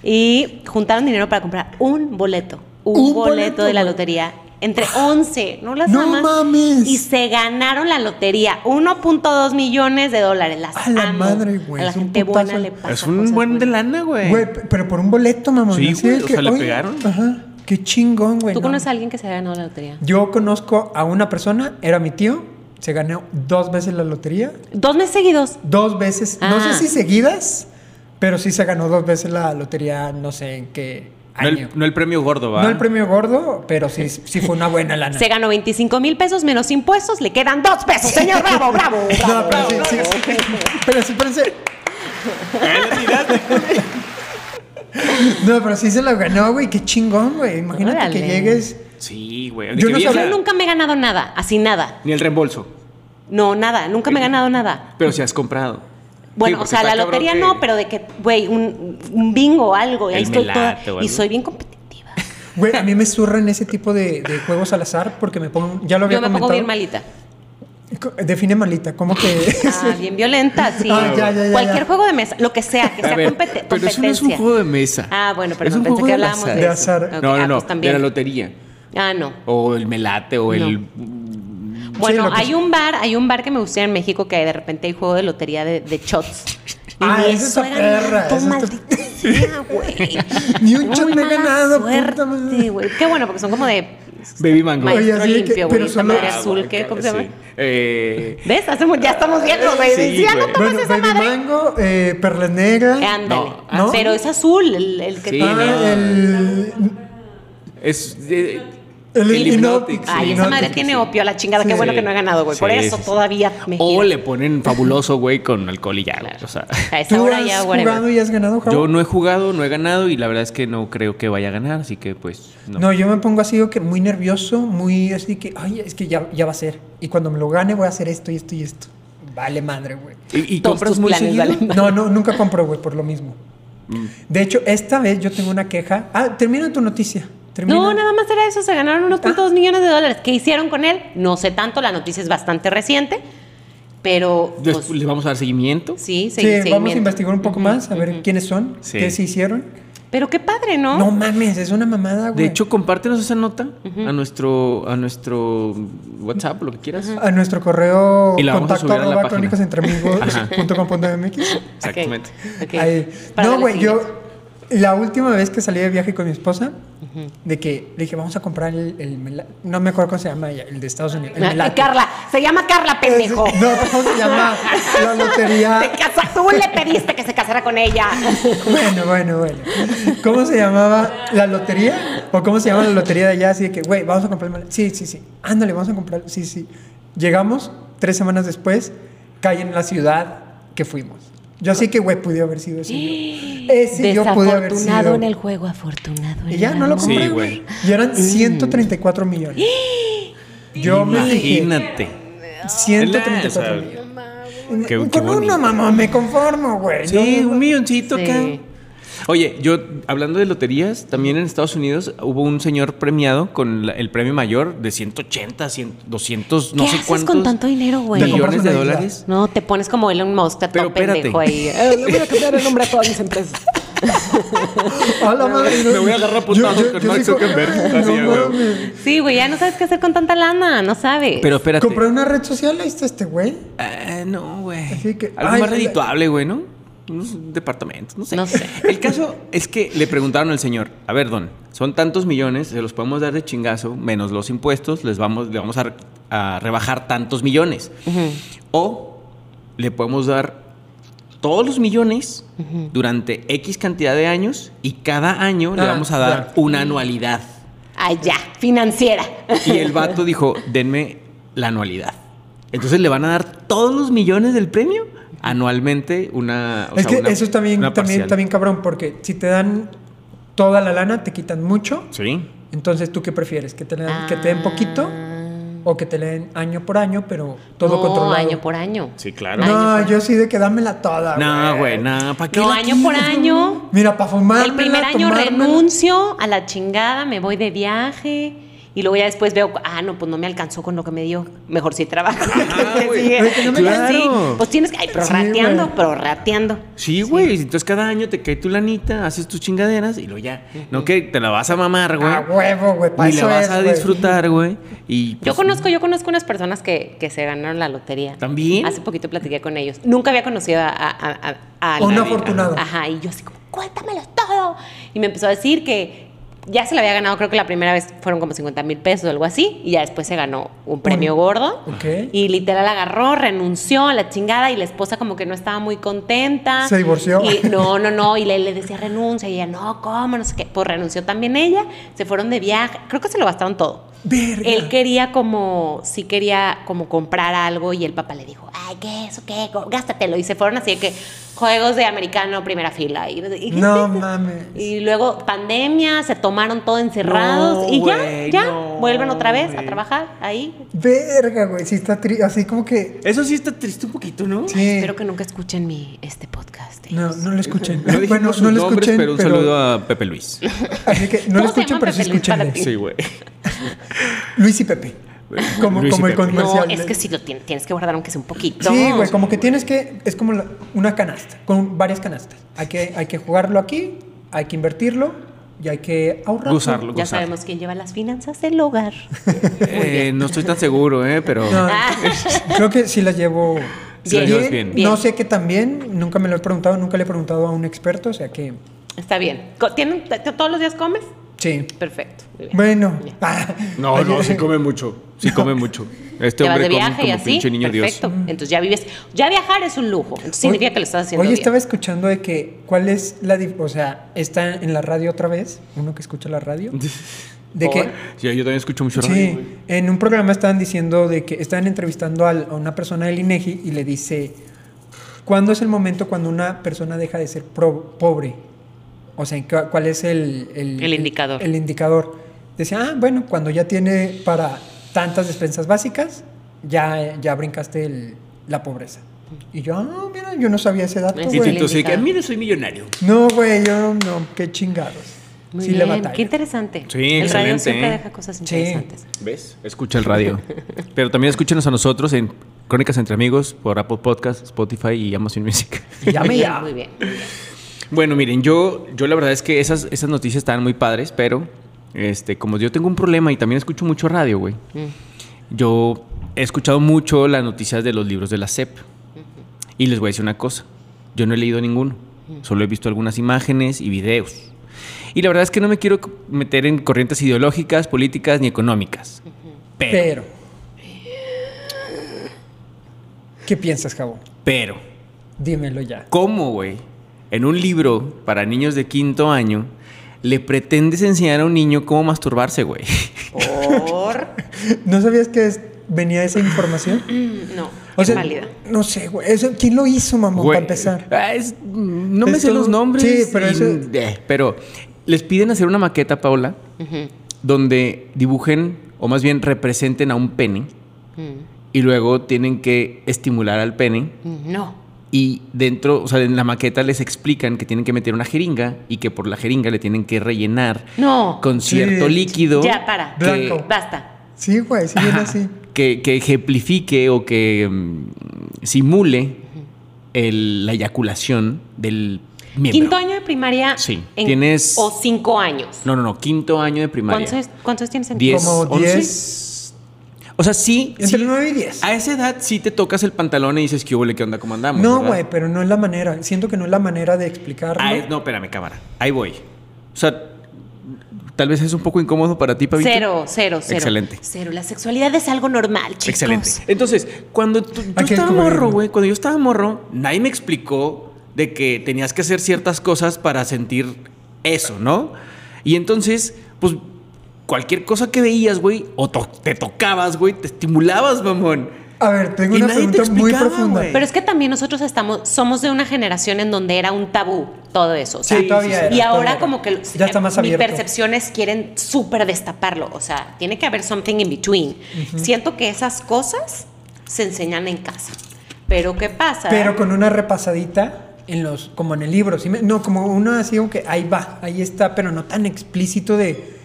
Speaker 3: Y juntaron dinero para comprar un boleto, un,
Speaker 2: Un
Speaker 3: boleto,
Speaker 2: boleto,
Speaker 3: de la
Speaker 2: güey.
Speaker 3: lotería. Entre 11, no las
Speaker 2: ¡No
Speaker 3: amas.
Speaker 2: mames!
Speaker 3: Y se ganaron la lotería, 1.2 millones de dólares. Las
Speaker 2: A la
Speaker 3: amo.
Speaker 2: madre, güey,
Speaker 3: A la
Speaker 2: es un
Speaker 3: gente
Speaker 2: putazo.
Speaker 3: buena le pasa.
Speaker 1: Es un
Speaker 3: cosas
Speaker 1: buen de
Speaker 3: buenas.
Speaker 1: lana, güey.
Speaker 2: Güey, p- pero por un boleto, mamón.
Speaker 1: Sí,
Speaker 2: así
Speaker 1: güey,
Speaker 2: de
Speaker 1: o sea, le
Speaker 2: oye,
Speaker 1: pegaron.
Speaker 2: Ajá. Qué chingón, güey.
Speaker 3: ¿Tú
Speaker 2: no.
Speaker 3: conoces a alguien que se haya ganado la lotería?
Speaker 2: Yo conozco a una persona, era mi tío, se ganó dos veces la lotería.
Speaker 3: Dos meses seguidos.
Speaker 2: Dos veces, no
Speaker 3: Ah.
Speaker 2: sé si seguidas, pero sí se ganó dos veces la lotería, no sé en qué
Speaker 1: No
Speaker 2: año.
Speaker 1: el, no el premio gordo,
Speaker 2: No
Speaker 1: va.
Speaker 2: el premio gordo, pero sí, sí fue una buena
Speaker 1: Ah,
Speaker 2: lana.
Speaker 3: Se ganó 25 mil pesos menos impuestos, le quedan dos pesos, señor. Bravo, bravo.
Speaker 2: no, pero
Speaker 3: bravo, bravo,
Speaker 2: sí, sí, sí. Pero sí, pero sí. No, pero sí se la ganó, güey. Qué chingón, güey. Imagínate que
Speaker 3: Órale.
Speaker 2: llegues.
Speaker 1: Sí, güey.
Speaker 2: Yo
Speaker 1: Ni
Speaker 2: no
Speaker 1: que
Speaker 3: bravo.
Speaker 1: viera,
Speaker 3: Yo nunca me he ganado nada, así nada.
Speaker 1: Ni el reembolso.
Speaker 3: No, nada, nunca me he ganado nada.
Speaker 1: Pero si has comprado. Sí,
Speaker 3: Bueno, o
Speaker 1: porque
Speaker 3: sea,
Speaker 1: está
Speaker 3: la
Speaker 1: cabrón
Speaker 3: lotería
Speaker 1: que-
Speaker 3: no, pero de que, güey, un, un bingo o algo, y ahí
Speaker 1: El
Speaker 3: estoy
Speaker 1: melate o
Speaker 3: toda.
Speaker 1: algo.
Speaker 3: Y soy bien competitiva.
Speaker 2: Güey, a mí me surran ese tipo de, de juegos al azar porque me pongo. Ya lo había
Speaker 3: Yo me pongo
Speaker 2: comentado.
Speaker 3: bien malita.
Speaker 2: Co- eh, Define malita, ¿cómo que.?
Speaker 3: Ah, bien violenta, sí.
Speaker 2: Ah, ya, ya, ya,
Speaker 3: Cualquier
Speaker 2: ya.
Speaker 3: juego de mesa, lo que sea, que
Speaker 1: A
Speaker 3: sea
Speaker 1: ver,
Speaker 3: compete- competencia.
Speaker 1: pero eso no es un juego de mesa.
Speaker 3: Ah, bueno,
Speaker 1: Es
Speaker 3: perdón,
Speaker 1: un
Speaker 3: pensé
Speaker 1: juego
Speaker 3: que
Speaker 1: de
Speaker 3: hablábamos de,
Speaker 1: azar.
Speaker 2: De azar.
Speaker 3: eso. Ok,
Speaker 1: no,
Speaker 3: ah,
Speaker 1: no, no.
Speaker 3: pues también.
Speaker 1: De la lotería.
Speaker 3: Ah, no.
Speaker 1: O el melate o el.
Speaker 3: Bueno,
Speaker 2: lo que
Speaker 3: hay
Speaker 2: sea.
Speaker 3: un bar, hay un bar que me gusta en México que de repente hay juego de lotería de, de shots.
Speaker 2: Ah,
Speaker 3: Y
Speaker 2: esa
Speaker 3: eso
Speaker 2: está
Speaker 3: era
Speaker 2: perra,
Speaker 3: todo
Speaker 2: esa está-
Speaker 3: maldita sea, güey.
Speaker 2: Ni un shot
Speaker 3: Muy
Speaker 2: me he
Speaker 3: mala
Speaker 2: ganado, puta
Speaker 3: Suerte,
Speaker 2: madre.
Speaker 3: güey. Qué bueno, porque son como de
Speaker 1: Baby mango.
Speaker 2: Oye,
Speaker 3: maestro
Speaker 2: así de que- pero
Speaker 3: limpio, güey. esta
Speaker 2: solo-
Speaker 3: madre
Speaker 2: Ah,
Speaker 3: azul, ¿qué? ¿Cómo se llama?
Speaker 1: Sí. Eh,
Speaker 3: ¿Ves? Hacemos, ya estamos viejos, güey.
Speaker 1: Sí,
Speaker 3: ya no
Speaker 1: güey.
Speaker 3: tomas
Speaker 2: Bueno,
Speaker 3: esa
Speaker 2: Baby
Speaker 3: madre.
Speaker 2: Mango, eh, Perla Negra.
Speaker 3: Ándale.
Speaker 1: No, ah,
Speaker 2: ¿no?
Speaker 3: Pero es azul el, el que
Speaker 1: Sí,
Speaker 2: ah,
Speaker 1: no.
Speaker 2: el.
Speaker 1: Es eh,
Speaker 2: El
Speaker 1: Hypnotic,
Speaker 2: Hypnotic,
Speaker 1: sí.
Speaker 3: Ay,
Speaker 2: Ah, Sí,
Speaker 3: esa
Speaker 2: no,
Speaker 3: madre
Speaker 2: sí,
Speaker 3: tiene opio, la chingada. Qué
Speaker 2: Sí.
Speaker 3: bueno que no he ganado, güey. Por
Speaker 1: Sí,
Speaker 3: eso
Speaker 1: sí, sí.
Speaker 3: todavía me
Speaker 1: O
Speaker 3: gira.
Speaker 1: le ponen fabuloso, güey, con alcohol y ya, güey, O sea,
Speaker 3: A esa
Speaker 2: ¿Tú
Speaker 3: hora
Speaker 2: has
Speaker 3: ya, whatever.
Speaker 2: jugado y has ganado, Javo?
Speaker 1: yo no he jugado, no he ganado y la verdad es que no creo que vaya a ganar, así que pues no.
Speaker 2: No. yo me pongo así, o que muy nervioso, muy así que, ay, es que ya, ya va a ser. Y cuando me lo gane, voy a hacer esto y esto y esto. Vale, madre, güey.
Speaker 1: ¿Y, y
Speaker 3: Todos
Speaker 1: compras
Speaker 3: tus
Speaker 1: muy
Speaker 3: planes
Speaker 1: seguido?
Speaker 3: valen.
Speaker 2: No, no, nunca compro, güey, por lo mismo.
Speaker 1: Mm.
Speaker 2: De hecho, esta vez yo tengo una queja. Ah, termina tu noticia. Termina.
Speaker 3: No, nada más era eso, se ganaron 1.2 millones de dólares. ¿Qué hicieron con él? No sé tanto, la noticia es bastante reciente, pero
Speaker 1: Des-
Speaker 3: pues,
Speaker 1: ¿Le vamos a dar seguimiento?
Speaker 3: sí,
Speaker 2: Sí,
Speaker 3: segui-
Speaker 2: vamos a
Speaker 3: seguimiento.
Speaker 2: investigar un poco más, a ver quiénes son,
Speaker 1: Sí.
Speaker 2: qué se hicieron.
Speaker 3: Pero qué padre, ¿no?
Speaker 2: No mames, es una mamada, güey.
Speaker 1: De hecho, compártenos esa nota a nuestro a nuestro WhatsApp, lo que quieras.
Speaker 2: a nuestro correo
Speaker 1: Y la vamos a
Speaker 2: contacto
Speaker 1: subir a la
Speaker 2: arroba
Speaker 1: página.
Speaker 2: crónicasentreamigos punto com punto MX.
Speaker 1: Exactamente.
Speaker 3: Ok, ok.
Speaker 2: Ahí.
Speaker 3: Para
Speaker 2: No,
Speaker 3: darle
Speaker 2: güey, yo.
Speaker 3: seguimiento.
Speaker 2: La última vez que salí de viaje con mi esposa, de que le dije, vamos a comprar el, el mela- no me acuerdo cómo se llama ella, el de Estados Unidos. El
Speaker 3: Ah,
Speaker 2: melate.
Speaker 3: Carla, se llama Carla, pendejo.
Speaker 2: No, pues, ¿cómo se llama? La lotería.
Speaker 3: Te casa- tú le pediste que se casara con ella.
Speaker 2: Bueno, bueno, bueno. ¿Cómo se llamaba la lotería? ¿O cómo se llama la lotería de allá? Así de que, güey, vamos a comprar el mala- Sí, sí, sí. Ándale, vamos a comprar. Sí, sí. Llegamos, tres semanas después, cae en la ciudad que fuimos. Yo sí que, güey, pude haber sido ese. yo. Ese yo pude haber
Speaker 3: Desafortunado
Speaker 2: sido.
Speaker 3: en el juego, afortunado en
Speaker 2: Y ya
Speaker 3: el
Speaker 2: no lo
Speaker 3: amor.
Speaker 1: Sí,
Speaker 2: compré,
Speaker 1: güey. Mm.
Speaker 2: güey. y eran 134 millones. Yo me fijé.
Speaker 1: Imagínate.
Speaker 2: 134
Speaker 1: Nah, o sea,
Speaker 2: millones.
Speaker 1: qué-
Speaker 2: Con
Speaker 1: qué bonito.
Speaker 2: una mamá me conformo, güey.
Speaker 1: Sí,
Speaker 2: No, no,
Speaker 1: un milloncito
Speaker 3: Sí.
Speaker 1: acá. Oye, yo hablando de loterías, también en Estados Unidos hubo un señor premiado con la- el premio mayor de 180, 100, 200, no
Speaker 3: ¿Qué
Speaker 1: sé
Speaker 3: haces
Speaker 1: cuántos
Speaker 3: con tanto dinero, güey?
Speaker 2: Te compras
Speaker 1: millones
Speaker 2: una
Speaker 1: de
Speaker 2: isla.
Speaker 1: dólares.
Speaker 3: No, te pones como Elon Musk, te
Speaker 1: Pero
Speaker 3: todo pendejo ahí.
Speaker 1: espérate.
Speaker 3: Eh, le voy a cambiar el nombre a todas mis empresas.
Speaker 2: A la madre,
Speaker 1: Me voy a agarrar a putazos con Mark
Speaker 2: digo,
Speaker 1: Zuckerberg,
Speaker 2: "Ay,
Speaker 1: así, a
Speaker 2: no
Speaker 1: huevo".
Speaker 2: mames.
Speaker 3: Sí, güey, ya no sabes qué hacer con tanta lana, no sabes.
Speaker 1: Pero espérate.
Speaker 2: Compré una red social, ahí está este güey.
Speaker 1: Ah, no, güey.
Speaker 2: Así que-
Speaker 1: Algo
Speaker 2: ay,
Speaker 1: más
Speaker 2: la-
Speaker 1: redituable, güey, ¿no? Unos departamentos, no sé.
Speaker 3: No sé.
Speaker 1: El caso es que le preguntaron al señor, a ver, don, son tantos millones, se los podemos dar de chingazo, menos los impuestos, les vamos, le vamos a, re- a rebajar tantos millones. O le podemos dar todos los millones durante X cantidad de años y cada año le
Speaker 2: Ah,
Speaker 1: vamos a dar
Speaker 2: claro.
Speaker 1: una anualidad.
Speaker 3: Allá, financiera.
Speaker 1: Y el vato dijo, denme la anualidad. Entonces le van a dar todos los millones del premio anualmente una... o
Speaker 2: es
Speaker 1: sea,
Speaker 2: que
Speaker 1: una-
Speaker 2: eso es también,
Speaker 1: una
Speaker 2: también,
Speaker 1: parcial.
Speaker 2: también cabrón, porque si te dan toda la lana, te quitan mucho.
Speaker 1: Sí.
Speaker 2: Entonces, ¿tú qué prefieres? ¿Que te, den- que te den poquito o que te le den año por año, pero todo
Speaker 3: Ah. no,
Speaker 2: controlado?
Speaker 3: año por año.
Speaker 1: Sí, claro.
Speaker 3: año
Speaker 2: No,
Speaker 3: por-
Speaker 2: yo sí de que dámela toda.
Speaker 1: No, güey, no. ¿Para qué?
Speaker 3: No,
Speaker 1: la
Speaker 3: año por
Speaker 1: quieres,
Speaker 3: año.
Speaker 2: Mira, para fumar.
Speaker 3: El primer año renuncio a la chingada, me voy de viaje y luego ya después veo, ah, no, pues no me alcanzó con lo que me dio. Mejor sí trabajo.
Speaker 1: Ajá, güey.
Speaker 3: Sí,
Speaker 2: Güey, que no me
Speaker 3: pues
Speaker 1: alcanzó.
Speaker 3: sí, pues tienes que, ay, prorrateando,
Speaker 2: Sí, güey.
Speaker 3: prorrateando.
Speaker 1: Sí, güey. Entonces cada año te cae tu lanita, haces tus chingaderas y luego ya. No que te la vas a mamar, güey.
Speaker 2: A huevo, güey, pa'
Speaker 1: Y la
Speaker 2: eso
Speaker 1: vas
Speaker 2: es,
Speaker 1: a
Speaker 2: güey.
Speaker 1: disfrutar, güey. Y
Speaker 3: Yo
Speaker 1: pues,
Speaker 3: conozco, yo conozco unas personas que, que se ganaron la lotería.
Speaker 1: ¿También?
Speaker 3: Hace poquito platiqué con ellos. Nunca había conocido a, a- a- a- a
Speaker 2: Un
Speaker 3: nadie.
Speaker 2: afortunado.
Speaker 3: Ajá, y yo así como, cuéntamelo todo. Y me empezó a decir que ya se le había ganado, creo que la primera vez fueron como 50 mil pesos o algo así, y ya después se ganó un premio gordo.
Speaker 2: Ok.
Speaker 3: Y literal agarró, renunció a la chingada y la esposa como que no estaba muy contenta.
Speaker 2: Se divorció.
Speaker 3: Y, no, no, no, y le, le decía renuncia y ella, no, ¿cómo? No sé qué. Pues renunció también ella, se fueron de viaje, creo que se lo gastaron todo.
Speaker 2: Verga.
Speaker 3: Él quería como, sí quería como comprar algo y el papá le dijo, ay, ¿qué eso? ¿Qué? Go- Gástatelo. Y se fueron así de que juegos de americano, primera fila. Y, y-
Speaker 2: No mames.
Speaker 3: y luego pandemia, se tomaron todo encerrados
Speaker 1: No,
Speaker 3: y ya,
Speaker 1: güey,
Speaker 3: ya,
Speaker 1: no,
Speaker 3: vuelven otra vez
Speaker 1: güey.
Speaker 3: a trabajar ahí.
Speaker 2: Verga, güey. Sí, está tri- así como que.
Speaker 1: Eso sí está triste un poquito, ¿no?
Speaker 2: Sí.
Speaker 3: Espero que nunca escuchen mi, este podcast.
Speaker 2: No,
Speaker 3: ellos.
Speaker 2: no lo escuchen.
Speaker 1: No dijimos
Speaker 2: bueno,
Speaker 1: sus
Speaker 2: no lo
Speaker 1: nombres,
Speaker 2: escuchen.
Speaker 1: pero un saludo a Pepe Luis.
Speaker 2: Así que no lo
Speaker 3: ¿Cómo se
Speaker 2: escuchen,
Speaker 3: llama
Speaker 2: pero sí
Speaker 3: Pepe Luis para
Speaker 2: escuchen.
Speaker 3: ti?
Speaker 1: Sí, güey.
Speaker 2: Luis y Pepe. Como,
Speaker 1: Luis y
Speaker 2: como el
Speaker 1: Pepe.
Speaker 3: No,
Speaker 2: comercial. ¿eh?
Speaker 3: es que si lo tienes, tienes que guardar aunque sea un poquito.
Speaker 2: Sí, güey, como que tienes que. Es como la- una canasta, con varias canastas. Hay que, hay que jugarlo aquí, hay que invertirlo y hay que ahorrarlo.
Speaker 1: Gozarlo.
Speaker 3: Ya
Speaker 1: gozar.
Speaker 3: sabemos quién lleva las finanzas del hogar.
Speaker 1: Eh, no estoy tan seguro, ¿eh? Pero...
Speaker 2: No,
Speaker 3: Ah.
Speaker 2: Creo que sí las llevo.
Speaker 1: Sí las
Speaker 2: bien.
Speaker 1: llevas bien.
Speaker 3: Bien.
Speaker 2: No sé que también, nunca me lo he preguntado, nunca le he preguntado a un experto, o sea que.
Speaker 3: Está bien. Co- ¿Tienen, t- ¿Todos los días comes?
Speaker 2: Sí.
Speaker 3: Perfecto. muy bien.
Speaker 2: Bueno.
Speaker 3: Bien.
Speaker 2: Ah,
Speaker 1: No,
Speaker 2: ayer-
Speaker 1: no, sí come mucho. Sí come mucho. Este
Speaker 3: Te vas
Speaker 1: hombre
Speaker 3: de
Speaker 1: come
Speaker 3: viaje y
Speaker 1: como
Speaker 3: así.
Speaker 1: pinche niño
Speaker 3: perfecto.
Speaker 1: Dios.
Speaker 3: Entonces ya vives. Ya viajar es un lujo. Entonces significa
Speaker 2: Hoy-
Speaker 3: que lo estás haciendo.
Speaker 2: Hoy
Speaker 3: bien.
Speaker 2: estaba escuchando de que cuál es la, dif- o sea, está en la radio otra vez, uno que escucha la radio, de
Speaker 3: ¿Por?
Speaker 2: que
Speaker 1: Sí, yo también escucho mucho radio, güey.
Speaker 2: sí, en un programa estaban diciendo de que estaban entrevistando al- a una persona del INEGI y le dice, ¿cuándo es el momento cuando una persona deja de ser pro- pobre? O sea, ¿en cua- ¿cuál es el,
Speaker 3: El indicador.
Speaker 2: El, indicador. Decía, ah, bueno, cuando ya tiene para tantas despensas básicas, ya, ya brincaste el- la pobreza. Y yo, ah, mira, yo no sabía ese dato.
Speaker 3: Es
Speaker 1: Y
Speaker 2: güey.
Speaker 1: tú,
Speaker 3: Bueno,
Speaker 1: tú sí que,
Speaker 3: indicado.
Speaker 1: mire, soy millonario.
Speaker 2: No, güey, yo no, qué chingados.
Speaker 3: Muy
Speaker 2: sí le
Speaker 3: bien.
Speaker 2: batalla.
Speaker 3: Qué interesante.
Speaker 1: Sí,
Speaker 3: El radio
Speaker 1: excelente,
Speaker 3: siempre
Speaker 1: ¿eh?
Speaker 3: deja cosas interesantes.
Speaker 1: ¿Ves? Escucha el radio. Pero también escúchenos a nosotros en Crónicas entre Amigos por Apple Podcast, Spotify y Amazon Music.
Speaker 2: Ya me
Speaker 3: Muy bien,
Speaker 2: ya.
Speaker 3: Muy bien.
Speaker 1: Bueno, miren, yo, yo la verdad es que esas, esas noticias estaban muy padres, pero este, como yo tengo un problema y también escucho mucho radio, güey, yo he escuchado mucho las noticias de los libros de la SEP. Y les voy a decir una cosa, yo no he leído ninguno. Solo he visto algunas imágenes y videos. Y la verdad es que no me quiero c- meter en corrientes ideológicas, políticas ni económicas. Pero,
Speaker 2: Pero. ¿Qué piensas, Jabo?
Speaker 1: pero,
Speaker 2: Dímelo ya.
Speaker 1: ¿cómo, güey? En un libro para niños de quinto año, le pretendes enseñar a un niño cómo masturbarse, güey.
Speaker 3: Por.
Speaker 2: ¿No sabías que es- venía esa información?
Speaker 3: Mm, no,
Speaker 2: O
Speaker 3: es
Speaker 2: sea,
Speaker 3: válida.
Speaker 2: no sé, güey. Eso- ¿Quién lo hizo, mamón,
Speaker 1: Güey,
Speaker 2: para empezar?
Speaker 1: ah, es- no me
Speaker 2: Es
Speaker 1: sé
Speaker 2: todo-
Speaker 1: los nombres.
Speaker 2: sí, pero eso-
Speaker 1: eh, pero les piden hacer una maqueta, Paola,
Speaker 3: Ujú,
Speaker 1: donde dibujen o más bien representen a un pene
Speaker 3: mm,
Speaker 1: y luego tienen que estimular al pene
Speaker 3: mm, No.
Speaker 1: y dentro, o sea, en la maqueta les explican que tienen que meter una jeringa y que por la jeringa le tienen que rellenar
Speaker 3: No.
Speaker 1: con
Speaker 2: Sí.
Speaker 1: cierto líquido
Speaker 3: Ya, para.
Speaker 1: que-
Speaker 2: Blanco.
Speaker 3: Basta.
Speaker 2: Sí, güey, sí viene
Speaker 1: Ajá.
Speaker 2: así.
Speaker 1: que, que ejemplifique o que mm, simule el- la eyaculación del miembro.
Speaker 3: Quinto año de primaria.
Speaker 1: Sí,
Speaker 3: en-
Speaker 1: tienes-
Speaker 3: O cinco años.
Speaker 1: No, no, no, quinto año de primaria.
Speaker 3: ¿Cuántos, ¿Cuántos tienes en
Speaker 1: Diez,
Speaker 2: Como
Speaker 1: once.
Speaker 2: 10.
Speaker 1: O sea, sí,
Speaker 2: Entre
Speaker 1: sí,
Speaker 2: 9 y 10.
Speaker 1: a esa edad sí te tocas el pantalón y dices, ¿qué huele? ¿Qué onda? ¿Cómo andamos?
Speaker 2: No,
Speaker 1: verdad?
Speaker 2: güey, pero no es la manera. Siento que no es la manera de explicarlo.
Speaker 1: Ah, es- no, espérame, cámara. Ahí voy. O sea, tal vez es un poco incómodo para ti, Pavito.
Speaker 3: Cero, cero, cero.
Speaker 1: Excelente.
Speaker 3: Cero. La sexualidad es algo normal, chicos.
Speaker 1: Excelente. Entonces, cuando tú- yo
Speaker 2: Aquí es
Speaker 1: estaba
Speaker 2: como
Speaker 1: morro,
Speaker 2: el-
Speaker 1: güey, cuando yo estaba morro, nadie me explicó de que tenías que hacer ciertas cosas para sentir eso, ¿no? Y entonces, pues cualquier cosa que veías, güey, o to- te tocabas, güey, te estimulabas, mamón.
Speaker 2: A ver, tengo
Speaker 1: Y
Speaker 2: una
Speaker 1: nadie te
Speaker 2: pregunta muy
Speaker 1: explicaba,
Speaker 2: profunda.
Speaker 1: güey.
Speaker 3: Pero es que también nosotros estamos, somos de una generación en donde era un tabú todo eso. o sea,
Speaker 2: Sí, todavía era,
Speaker 3: Y
Speaker 2: todavía
Speaker 3: ahora
Speaker 2: era.
Speaker 3: como que
Speaker 2: Ya está más
Speaker 3: mis
Speaker 2: abierto.
Speaker 3: percepciones quieren súper destaparlo. O sea, tiene que haber something in between. Siento que esas cosas se enseñan en casa. Pero ¿qué pasa?
Speaker 2: Pero con una repasadita en los, como en el libro. ¿sí me- no, como una así, aunque ahí va, ahí está, pero no tan explícito de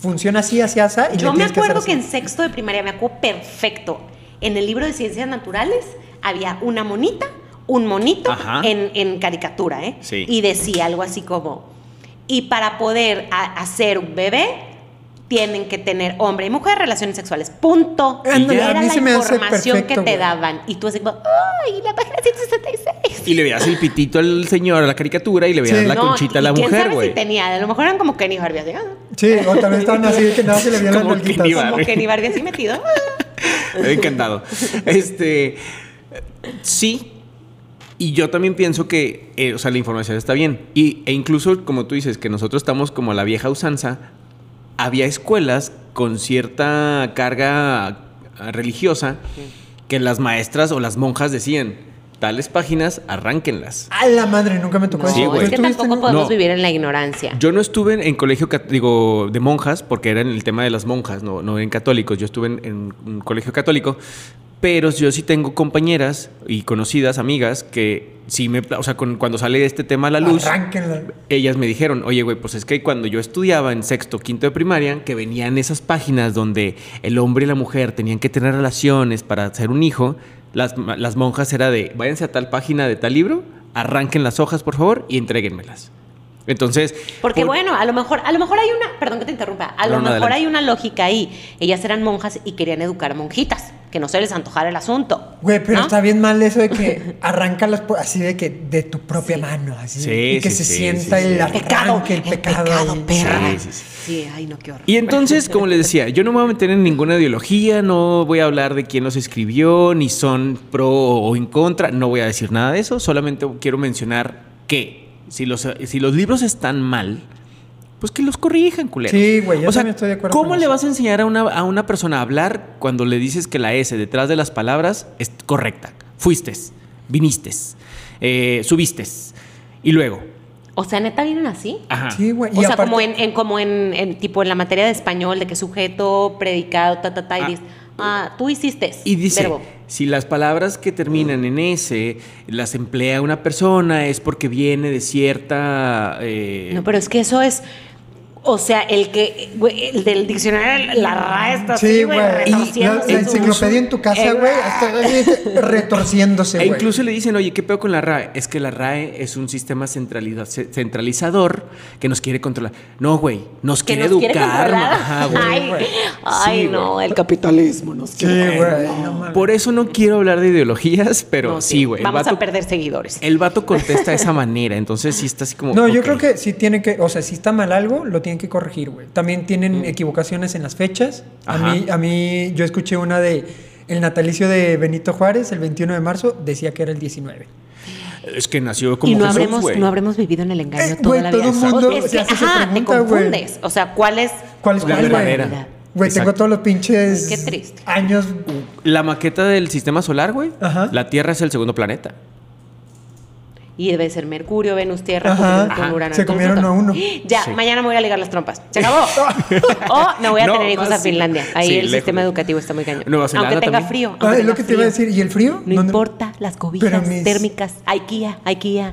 Speaker 2: funciona así, así, así. y
Speaker 3: Yo
Speaker 2: le
Speaker 3: me
Speaker 2: tienes hacer
Speaker 3: acuerdo que, en
Speaker 2: así.
Speaker 3: sexto de primaria, me acuerdo perfecto, en el libro de ciencias naturales había una monita, un monito
Speaker 1: Ajá.
Speaker 3: en, en caricatura, ¿eh?
Speaker 1: Sí.
Speaker 3: Y decía algo así como, y para poder a- hacer un bebé, tienen que tener hombre y mujer relaciones sexuales. Punto.
Speaker 2: Ándale,
Speaker 3: Y
Speaker 2: a
Speaker 3: era
Speaker 2: mí
Speaker 3: la
Speaker 2: se me hace
Speaker 3: información que te
Speaker 2: perfecto, güey.
Speaker 3: daban. Y tú así como, ¡ay, la página 176!
Speaker 1: Y le veías el pitito al señor a la caricatura y le veías
Speaker 2: Sí.
Speaker 1: la
Speaker 3: No,
Speaker 1: conchita a
Speaker 3: y
Speaker 1: la
Speaker 3: quién
Speaker 1: mujer,
Speaker 3: sabe si
Speaker 1: güey.
Speaker 3: tenía, a lo mejor eran como Kenny Barbie, así, ah,
Speaker 2: Sí, o también estaban así de que nada se le vieron las
Speaker 1: Como que ni
Speaker 2: nalguitas.
Speaker 1: va.
Speaker 3: como
Speaker 1: Barbie.
Speaker 3: Kenny Barbie así metido.
Speaker 1: Me había encantado. Este. eh, Sí. Y yo también pienso que, eh, o sea, la información está bien. Y, e incluso, como tú dices, que nosotros estamos como a la vieja usanza, había escuelas con cierta carga ah, religiosa que las maestras o las monjas decían, tales páginas, arránquenlas.
Speaker 2: A la madre, nunca me tocó
Speaker 3: No,
Speaker 1: Sí,
Speaker 2: eso.
Speaker 1: güey.
Speaker 3: es que
Speaker 2: ¿Tú estuviste
Speaker 3: tampoco
Speaker 2: en-
Speaker 3: podemos
Speaker 1: No.
Speaker 3: vivir en la ignorancia.
Speaker 1: Yo no estuve en, en colegio cat- digo, de monjas, porque era en el tema de las monjas, no, no en católicos. Yo estuve en, en un colegio católico, pero yo sí tengo compañeras y conocidas, amigas, que sí me. pla- O sea, con- cuando sale este tema a la luz.
Speaker 2: Arránquenla.
Speaker 1: Ellas me dijeron, oye, güey, pues es que cuando yo estudiaba en sexto, quinto de primaria, que venían esas páginas donde el hombre y la mujer tenían que tener relaciones para hacer un hijo, las, ma- las monjas era de, váyanse a tal página de tal libro, arranquen las hojas, por favor, y entréguenmelas. Entonces...
Speaker 3: Porque
Speaker 1: por-
Speaker 3: bueno, a lo mejor, a lo mejor hay una, perdón que te interrumpa, a
Speaker 1: No,
Speaker 3: lo
Speaker 1: no,
Speaker 3: mejor
Speaker 1: adelante.
Speaker 3: hay una lógica ahí. Ellas eran monjas y querían educar a monjitas, que no se les antojara el asunto.
Speaker 2: Güey, pero
Speaker 3: ¿no?
Speaker 2: está bien mal eso de que arrancarlas por- así de que de tu propia mano, así.
Speaker 1: Sí,
Speaker 2: y que
Speaker 1: sí,
Speaker 2: se
Speaker 1: sí,
Speaker 2: sienta
Speaker 1: sí, sí.
Speaker 2: el
Speaker 3: El pecado,
Speaker 2: arranque, el pecado. ahí.
Speaker 3: perra.
Speaker 1: Sí,
Speaker 3: Sí,
Speaker 1: sí,
Speaker 3: ay, no, qué horror.
Speaker 1: Y entonces, como les decía, yo no me voy a meter en ninguna ideología, no voy a hablar de quién los escribió, ni son pro o en contra, no voy a decir nada de eso, solamente quiero mencionar que si los, si los libros están mal, pues que los corrijan, culeros.
Speaker 2: Sí, güey, yo también estoy de acuerdo
Speaker 1: ¿Cómo
Speaker 2: con
Speaker 1: le
Speaker 2: eso.
Speaker 1: vas a enseñar a una, a una persona a hablar cuando le dices que la S detrás de las palabras es correcta? Fuiste, viniste, eh, subiste. Y luego,
Speaker 3: O sea, neta vienen así.
Speaker 1: ajá.
Speaker 2: Sí, güey. y
Speaker 3: O sea,
Speaker 2: aparte-
Speaker 3: como en, en- como en, en- tipo en la materia de español, de que sujeto, predicado, ta, ta, ta, y
Speaker 1: Ah.
Speaker 3: dices, ah, tú hiciste.
Speaker 1: Y dice,
Speaker 3: verbo.
Speaker 1: si las palabras que terminan en S las emplea una persona es porque viene de cierta... eh,
Speaker 3: No, pero es que eso es. O sea, el que, güey, el del diccionario, la RAE está así,
Speaker 2: Sí,
Speaker 3: güey,
Speaker 2: güey. Y La,
Speaker 3: retorciéndose
Speaker 2: la
Speaker 3: en su-
Speaker 2: enciclopedia en tu casa,
Speaker 3: Eh,
Speaker 2: güey, hasta retorciéndose,
Speaker 1: E
Speaker 2: güey.
Speaker 1: incluso le dicen, oye, ¿qué pedo con la RAE? Es que la RAE es un sistema centraliza- ce- centralizador que nos quiere controlar. No, güey, nos
Speaker 3: Que
Speaker 1: quiere
Speaker 3: nos quiere
Speaker 1: educar.
Speaker 3: controlar.
Speaker 1: ajá, güey.
Speaker 3: Ay,
Speaker 2: güey.
Speaker 3: ay,
Speaker 1: Sí,
Speaker 3: no, el cap-
Speaker 4: Capitalismo, nos
Speaker 2: Sí,
Speaker 4: quiere-
Speaker 2: güey. no mames.
Speaker 1: Por eso no quiero hablar de ideologías, pero
Speaker 3: no,
Speaker 1: sí, güey. el
Speaker 3: Vamos
Speaker 1: vato-
Speaker 3: a perder seguidores.
Speaker 1: El vato contesta de esa manera, entonces sí está así como.
Speaker 2: No, yo
Speaker 1: ok.
Speaker 2: creo que sí tiene que, o sea, si está mal algo, lo tienen que corregir, güey. También tienen equivocaciones en las fechas.
Speaker 1: Mm.
Speaker 2: A
Speaker 1: Ajá.
Speaker 2: mí, a mí, yo escuché una de el natalicio de Benito Juárez, el 21 de marzo, decía que era el 19.
Speaker 1: Es que nació como
Speaker 3: Y no
Speaker 1: Jesús,
Speaker 3: habremos,
Speaker 1: güey.
Speaker 3: no habremos vivido en el engaño
Speaker 2: Eh,
Speaker 3: toda
Speaker 2: güey,
Speaker 3: la
Speaker 2: todo
Speaker 3: vida.
Speaker 2: el mundo
Speaker 3: es
Speaker 2: se
Speaker 3: que,
Speaker 2: hace esa
Speaker 3: ajá,
Speaker 2: pregunta,
Speaker 3: te
Speaker 2: güey.
Speaker 3: confundes. O sea, ¿cuál es
Speaker 2: ¿Cuál es
Speaker 1: La
Speaker 2: cuál, güey?
Speaker 1: verdadera.
Speaker 2: Güey, tengo
Speaker 1: Exacto. Mm.
Speaker 2: todos los pinches
Speaker 3: Qué triste.
Speaker 2: años.
Speaker 1: La maqueta del sistema solar, güey.
Speaker 2: Ajá.
Speaker 1: La Tierra es el segundo planeta.
Speaker 3: Y debe ser Mercurio, Venus, Tierra,
Speaker 2: Ajá.
Speaker 3: Júpiter, Plutón,
Speaker 1: Ajá.
Speaker 3: Urano.
Speaker 2: Se
Speaker 3: Entonces,
Speaker 2: comieron a uno.
Speaker 3: Ya,
Speaker 1: Sí.
Speaker 3: mañana me voy a ligar las trompas. Se acabó. o me voy a
Speaker 1: No,
Speaker 3: tener hijos
Speaker 1: más
Speaker 3: a Finlandia. Ahí
Speaker 1: sí,
Speaker 3: el
Speaker 1: lejos.
Speaker 3: sistema educativo está muy cañón.
Speaker 1: Nueva Zelanda
Speaker 3: aunque tenga
Speaker 1: también.
Speaker 3: frío.
Speaker 2: Ah,
Speaker 3: aunque
Speaker 2: es lo
Speaker 3: tenga
Speaker 2: que te iba a
Speaker 3: frío.
Speaker 2: decir. ¿Y el frío?
Speaker 3: No
Speaker 2: ¿Dónde-
Speaker 3: importa las cobijas
Speaker 2: mis-
Speaker 3: térmicas. IKEA, IKEA.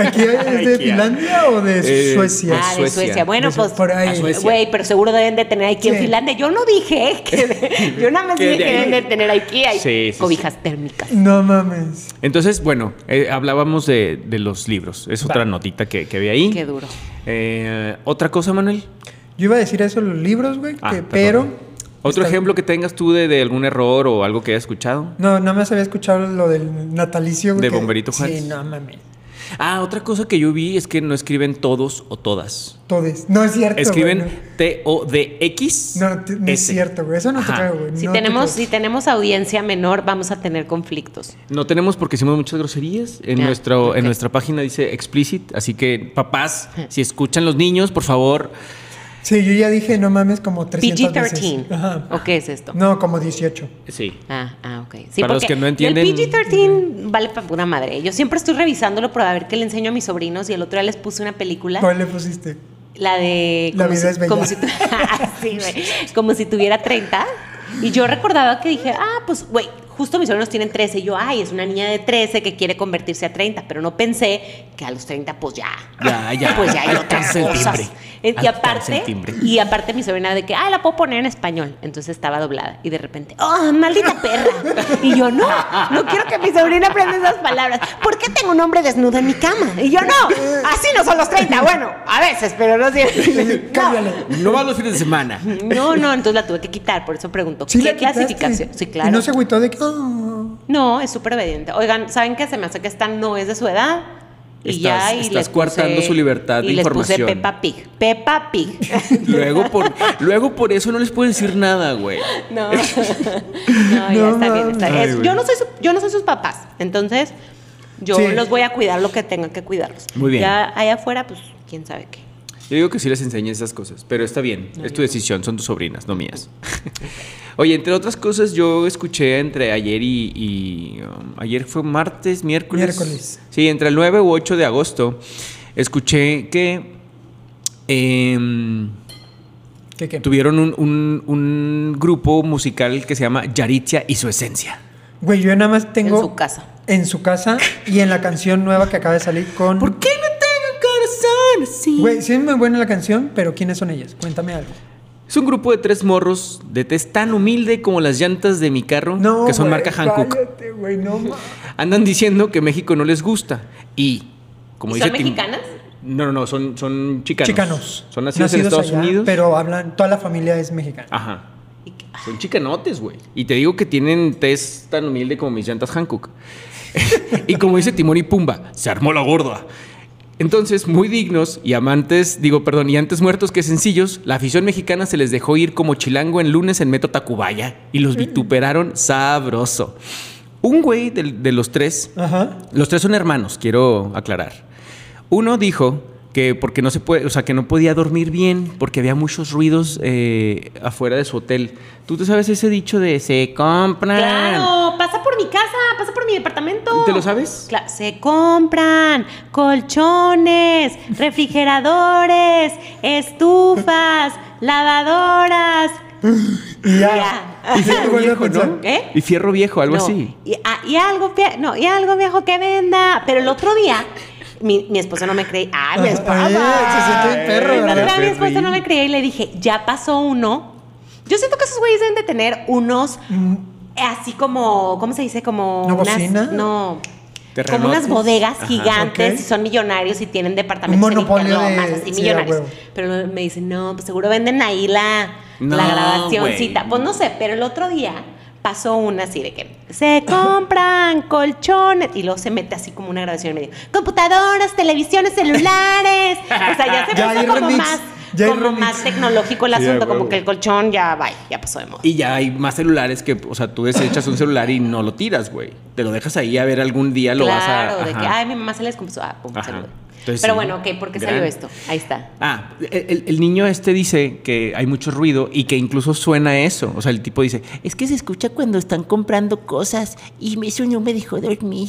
Speaker 2: ¿Aquí es de
Speaker 1: Ikea.
Speaker 2: Finlandia o de
Speaker 1: Eh,
Speaker 2: Suecia?
Speaker 3: Ah, de Suecia.
Speaker 1: Suecia.
Speaker 3: Bueno,
Speaker 2: De Su-
Speaker 3: pues.
Speaker 2: por ahí. A
Speaker 1: Suecia.
Speaker 3: Güey, pero seguro deben de tener aquí en
Speaker 2: Sí.
Speaker 3: Finlandia. Yo no dije que. de- yo nada más
Speaker 1: Que
Speaker 3: dije
Speaker 1: de
Speaker 3: que
Speaker 1: ahí.
Speaker 3: deben de tener aquí hay
Speaker 1: Sí, sí,
Speaker 3: cobijas térmicas.
Speaker 2: No mames.
Speaker 1: Entonces, bueno, eh, hablábamos de, de los libros. Es otra notita que, que vi ahí.
Speaker 3: Qué duro.
Speaker 1: Eh, Otra cosa, Manuel.
Speaker 2: Yo iba a decir eso en los libros, güey,
Speaker 1: Ah,
Speaker 2: que-
Speaker 1: perdón.
Speaker 2: pero...
Speaker 1: Otro
Speaker 2: está-
Speaker 1: ejemplo que tengas tú de, de algún error o algo que hayas escuchado.
Speaker 2: No, nada más había escuchado lo del natalicio. güey,
Speaker 1: De
Speaker 2: que-
Speaker 1: Bomberito Juárez.
Speaker 2: Sí, no mames.
Speaker 1: Ah, otra cosa que yo vi es que no escriben todos o todas.
Speaker 2: Todes. No es cierto.
Speaker 1: Escriben
Speaker 2: güey,
Speaker 1: T-O-D-X.
Speaker 2: No, no, te- no es
Speaker 1: S.
Speaker 2: cierto, güey. Eso no te
Speaker 1: Ajá.
Speaker 2: creo, güey.
Speaker 3: Si,
Speaker 2: no te
Speaker 3: tenemos,
Speaker 2: creo.
Speaker 3: si tenemos audiencia menor, vamos a tener conflictos.
Speaker 1: No tenemos porque hicimos muchas groserías. En,
Speaker 3: Ah,
Speaker 1: nuestro,
Speaker 3: ok.
Speaker 1: en nuestra página dice explicit. Así que, papás, si escuchan los niños, por favor.
Speaker 2: Sí, yo ya dije, no mames, como 300 veces.
Speaker 3: PG-13.
Speaker 2: Ajá.
Speaker 3: ¿O qué es esto?
Speaker 2: No, como 18.
Speaker 1: Sí.
Speaker 3: Ah, ah, ok. Sí,
Speaker 1: Para los
Speaker 3: porque
Speaker 1: que no entienden-
Speaker 3: El PG-13 vale para pura madre. Yo siempre estoy revisándolo para ver qué le enseño a mis sobrinos y el otro día les puse una película.
Speaker 2: ¿Cuál le pusiste?
Speaker 3: La de.
Speaker 2: La
Speaker 3: como
Speaker 2: vida
Speaker 3: si-
Speaker 2: es bella.
Speaker 3: Como si, tu- Sí, güey. Como si tuviera 30. Y yo recordaba que dije, ah, pues, güey, justo mis sobrinos tienen 13. Y yo, ay, es una niña de 13 que quiere convertirse a 30. Pero no pensé que a los 30, pues ya.
Speaker 1: Ya, ya.
Speaker 3: Pues ya hay otras
Speaker 1: Alcanza el
Speaker 3: cosas.
Speaker 1: timbre.
Speaker 3: Eh, Y
Speaker 1: Alcanza
Speaker 3: aparte,
Speaker 1: el timbre.
Speaker 3: y aparte mi sobrina de que, ah, la puedo poner en español. Entonces estaba doblada. Y de repente, oh, maldita perra. Y yo, no, no quiero que mi sobrina aprenda esas palabras. ¿Por qué tengo un hombre desnudo en mi cama? Y yo, no, así no son los 30. Bueno, a veces, pero no siempre.
Speaker 2: Cámbiale.
Speaker 1: No va los fines de semana.
Speaker 3: No, no, entonces la tuve que quitar. Por eso pregunto,
Speaker 2: Sí,
Speaker 3: ¿qué
Speaker 2: la quitaste.
Speaker 3: clasificación? Sí, claro.
Speaker 2: Y no se agüitó de que. "Ah".
Speaker 3: No, es súper obediente. Oigan, ¿saben qué? Se me hace que esta no es de su edad. Y
Speaker 1: Estás-
Speaker 3: ya, y
Speaker 1: estás
Speaker 3: les puse-
Speaker 1: coartando su libertad de
Speaker 3: y les
Speaker 1: información.
Speaker 3: puse Peppa Pig. Peppa Pig.
Speaker 1: Luego por, luego por eso no les puedo decir nada, güey.
Speaker 3: No. no, ya está bien. Está bien.
Speaker 1: Ay,
Speaker 3: Es-
Speaker 1: güey.
Speaker 3: yo, no soy su- yo no soy sus papás. Entonces, yo
Speaker 2: Sí.
Speaker 3: los voy a cuidar lo que tengan que cuidarlos.
Speaker 1: Muy bien.
Speaker 3: Ya allá afuera, pues, quién sabe qué.
Speaker 1: Yo digo que sí les enseñé esas cosas, pero está bien, es tu decisión, son tus sobrinas, no mías. Oye, entre otras cosas, yo escuché entre ayer y... y, um, ayer fue martes, miércoles.
Speaker 2: Miércoles.
Speaker 1: Sí, entre el 9 u 8 de agosto, escuché que em,
Speaker 2: ¿Qué, qué?
Speaker 1: tuvieron un, un- un grupo musical que se llama Yaritia y su esencia.
Speaker 2: Güey, yo nada más tengo.
Speaker 3: En su casa.
Speaker 2: En su casa y en la canción nueva que acaba de salir con.
Speaker 1: ¿Por qué no tengo corazón así?
Speaker 2: Güey, sí es muy buena la canción, pero ¿quiénes son ellas? Cuéntame algo.
Speaker 1: Es un grupo de tres morros de tez tan humilde como las llantas de mi carro,
Speaker 2: No,
Speaker 1: que son
Speaker 2: güey,
Speaker 1: marca Hankook.
Speaker 2: cállate, güey, no ma-
Speaker 1: Andan diciendo que México no les gusta. Y, como
Speaker 3: ¿Y
Speaker 1: dice
Speaker 3: son
Speaker 1: Tim-
Speaker 3: mexicanas?
Speaker 1: No, no, no, son, son chicanos.
Speaker 2: Chicanos.
Speaker 1: Son nacidos, en Estados
Speaker 2: allá,
Speaker 1: Unidos. Ah.
Speaker 2: Pero hablan, toda la familia es mexicana.
Speaker 1: Ajá.
Speaker 3: Y que-
Speaker 1: Son chicanotes, güey. Y te digo que tienen test tan humilde como mis llantas Hankook. y como dice Timón y Pumba, se armó la gorda. Entonces, muy dignos y amantes, digo, perdón, y antes muertos que sencillos, la afición mexicana se les dejó ir como chilango en lunes en Metro Tacubaya y los vituperaron sabroso. Un güey del- de los tres
Speaker 2: Ajá.
Speaker 1: los tres son hermanos, quiero aclarar. Uno dijo que porque no se puede, o sea, que no podía dormir bien porque había muchos ruidos eh, afuera de su hotel. ¿Tú te sabes ese dicho de se compran?
Speaker 3: Claro, pasa por mi casa, pasa por mi departamento.
Speaker 1: Ah. ¿Te lo sabes?
Speaker 3: Cla- se compran colchones, refrigeradores, estufas, lavadoras.
Speaker 2: Y ya.
Speaker 1: Ah.
Speaker 3: Ya.
Speaker 2: Y se vuelve a
Speaker 1: Viejo,
Speaker 2: pensar.
Speaker 1: ¿no?
Speaker 3: ¿Eh?
Speaker 1: Y fierro viejo, algo
Speaker 3: No,
Speaker 1: así.
Speaker 3: Y, ah, y algo, vie- no, y algo viejo que venda. Pero el otro día mi, mi esposa no me creía. ¡Ah, mi
Speaker 2: Ajá,
Speaker 3: esposa!
Speaker 2: oye, se siente bien perro,
Speaker 3: Mi
Speaker 2: ¿verdad?
Speaker 3: verdad, mi
Speaker 1: Qué
Speaker 3: esposa no me
Speaker 1: rico.
Speaker 3: creía y le dije, ya pasó uno. Yo siento que esos güeyes deben de tener unos, así como, ¿cómo se dice?
Speaker 2: Mm.
Speaker 3: Como
Speaker 2: ¿Una
Speaker 3: unas-
Speaker 2: bocina?
Speaker 3: no.
Speaker 1: Terrenotes.
Speaker 3: Como unas bodegas
Speaker 1: Ajá.
Speaker 3: gigantes
Speaker 2: Ok.
Speaker 3: y son millonarios y tienen departamentos
Speaker 2: Un monopolio
Speaker 3: en Interlomas,
Speaker 2: de-
Speaker 3: así
Speaker 2: sí, a
Speaker 3: millonarios.
Speaker 2: huevo.
Speaker 3: pero me dicen, no, pues seguro venden ahí la,
Speaker 1: No,
Speaker 3: la grabacioncita.
Speaker 1: güey.
Speaker 3: Pues no sé, pero el otro día pasó una así de que se compran colchones y luego se mete así como una grabación en medio. Computadoras, televisiones, celulares. O sea, ya se
Speaker 2: Ya hay
Speaker 3: puso como
Speaker 2: remix,
Speaker 3: más,
Speaker 2: ya hay
Speaker 3: como
Speaker 2: remix.
Speaker 3: más tecnológico el
Speaker 1: Sí, a
Speaker 3: asunto, como
Speaker 1: huevo.
Speaker 3: que el colchón ya, bye, ya pasó de moda.
Speaker 1: Y ya hay más celulares que, o sea, tú desechas un celular y no lo tiras, güey. Te lo dejas ahí a ver algún día lo vas a.
Speaker 3: claro, de
Speaker 1: ajá.
Speaker 3: que, ay, mi mamá se les descompuso. Ah, pum,
Speaker 1: Ajá.
Speaker 3: celular.
Speaker 1: Entonces, sí.
Speaker 3: Pero bueno, ok, ¿por qué salió
Speaker 1: Gran.
Speaker 3: esto? Ahí está.
Speaker 1: Ah, el, el niño este dice que hay mucho ruido y que incluso suena eso. O sea, el tipo dice, es que se escucha cuando están comprando cosas y me- eso no me dejó dormir.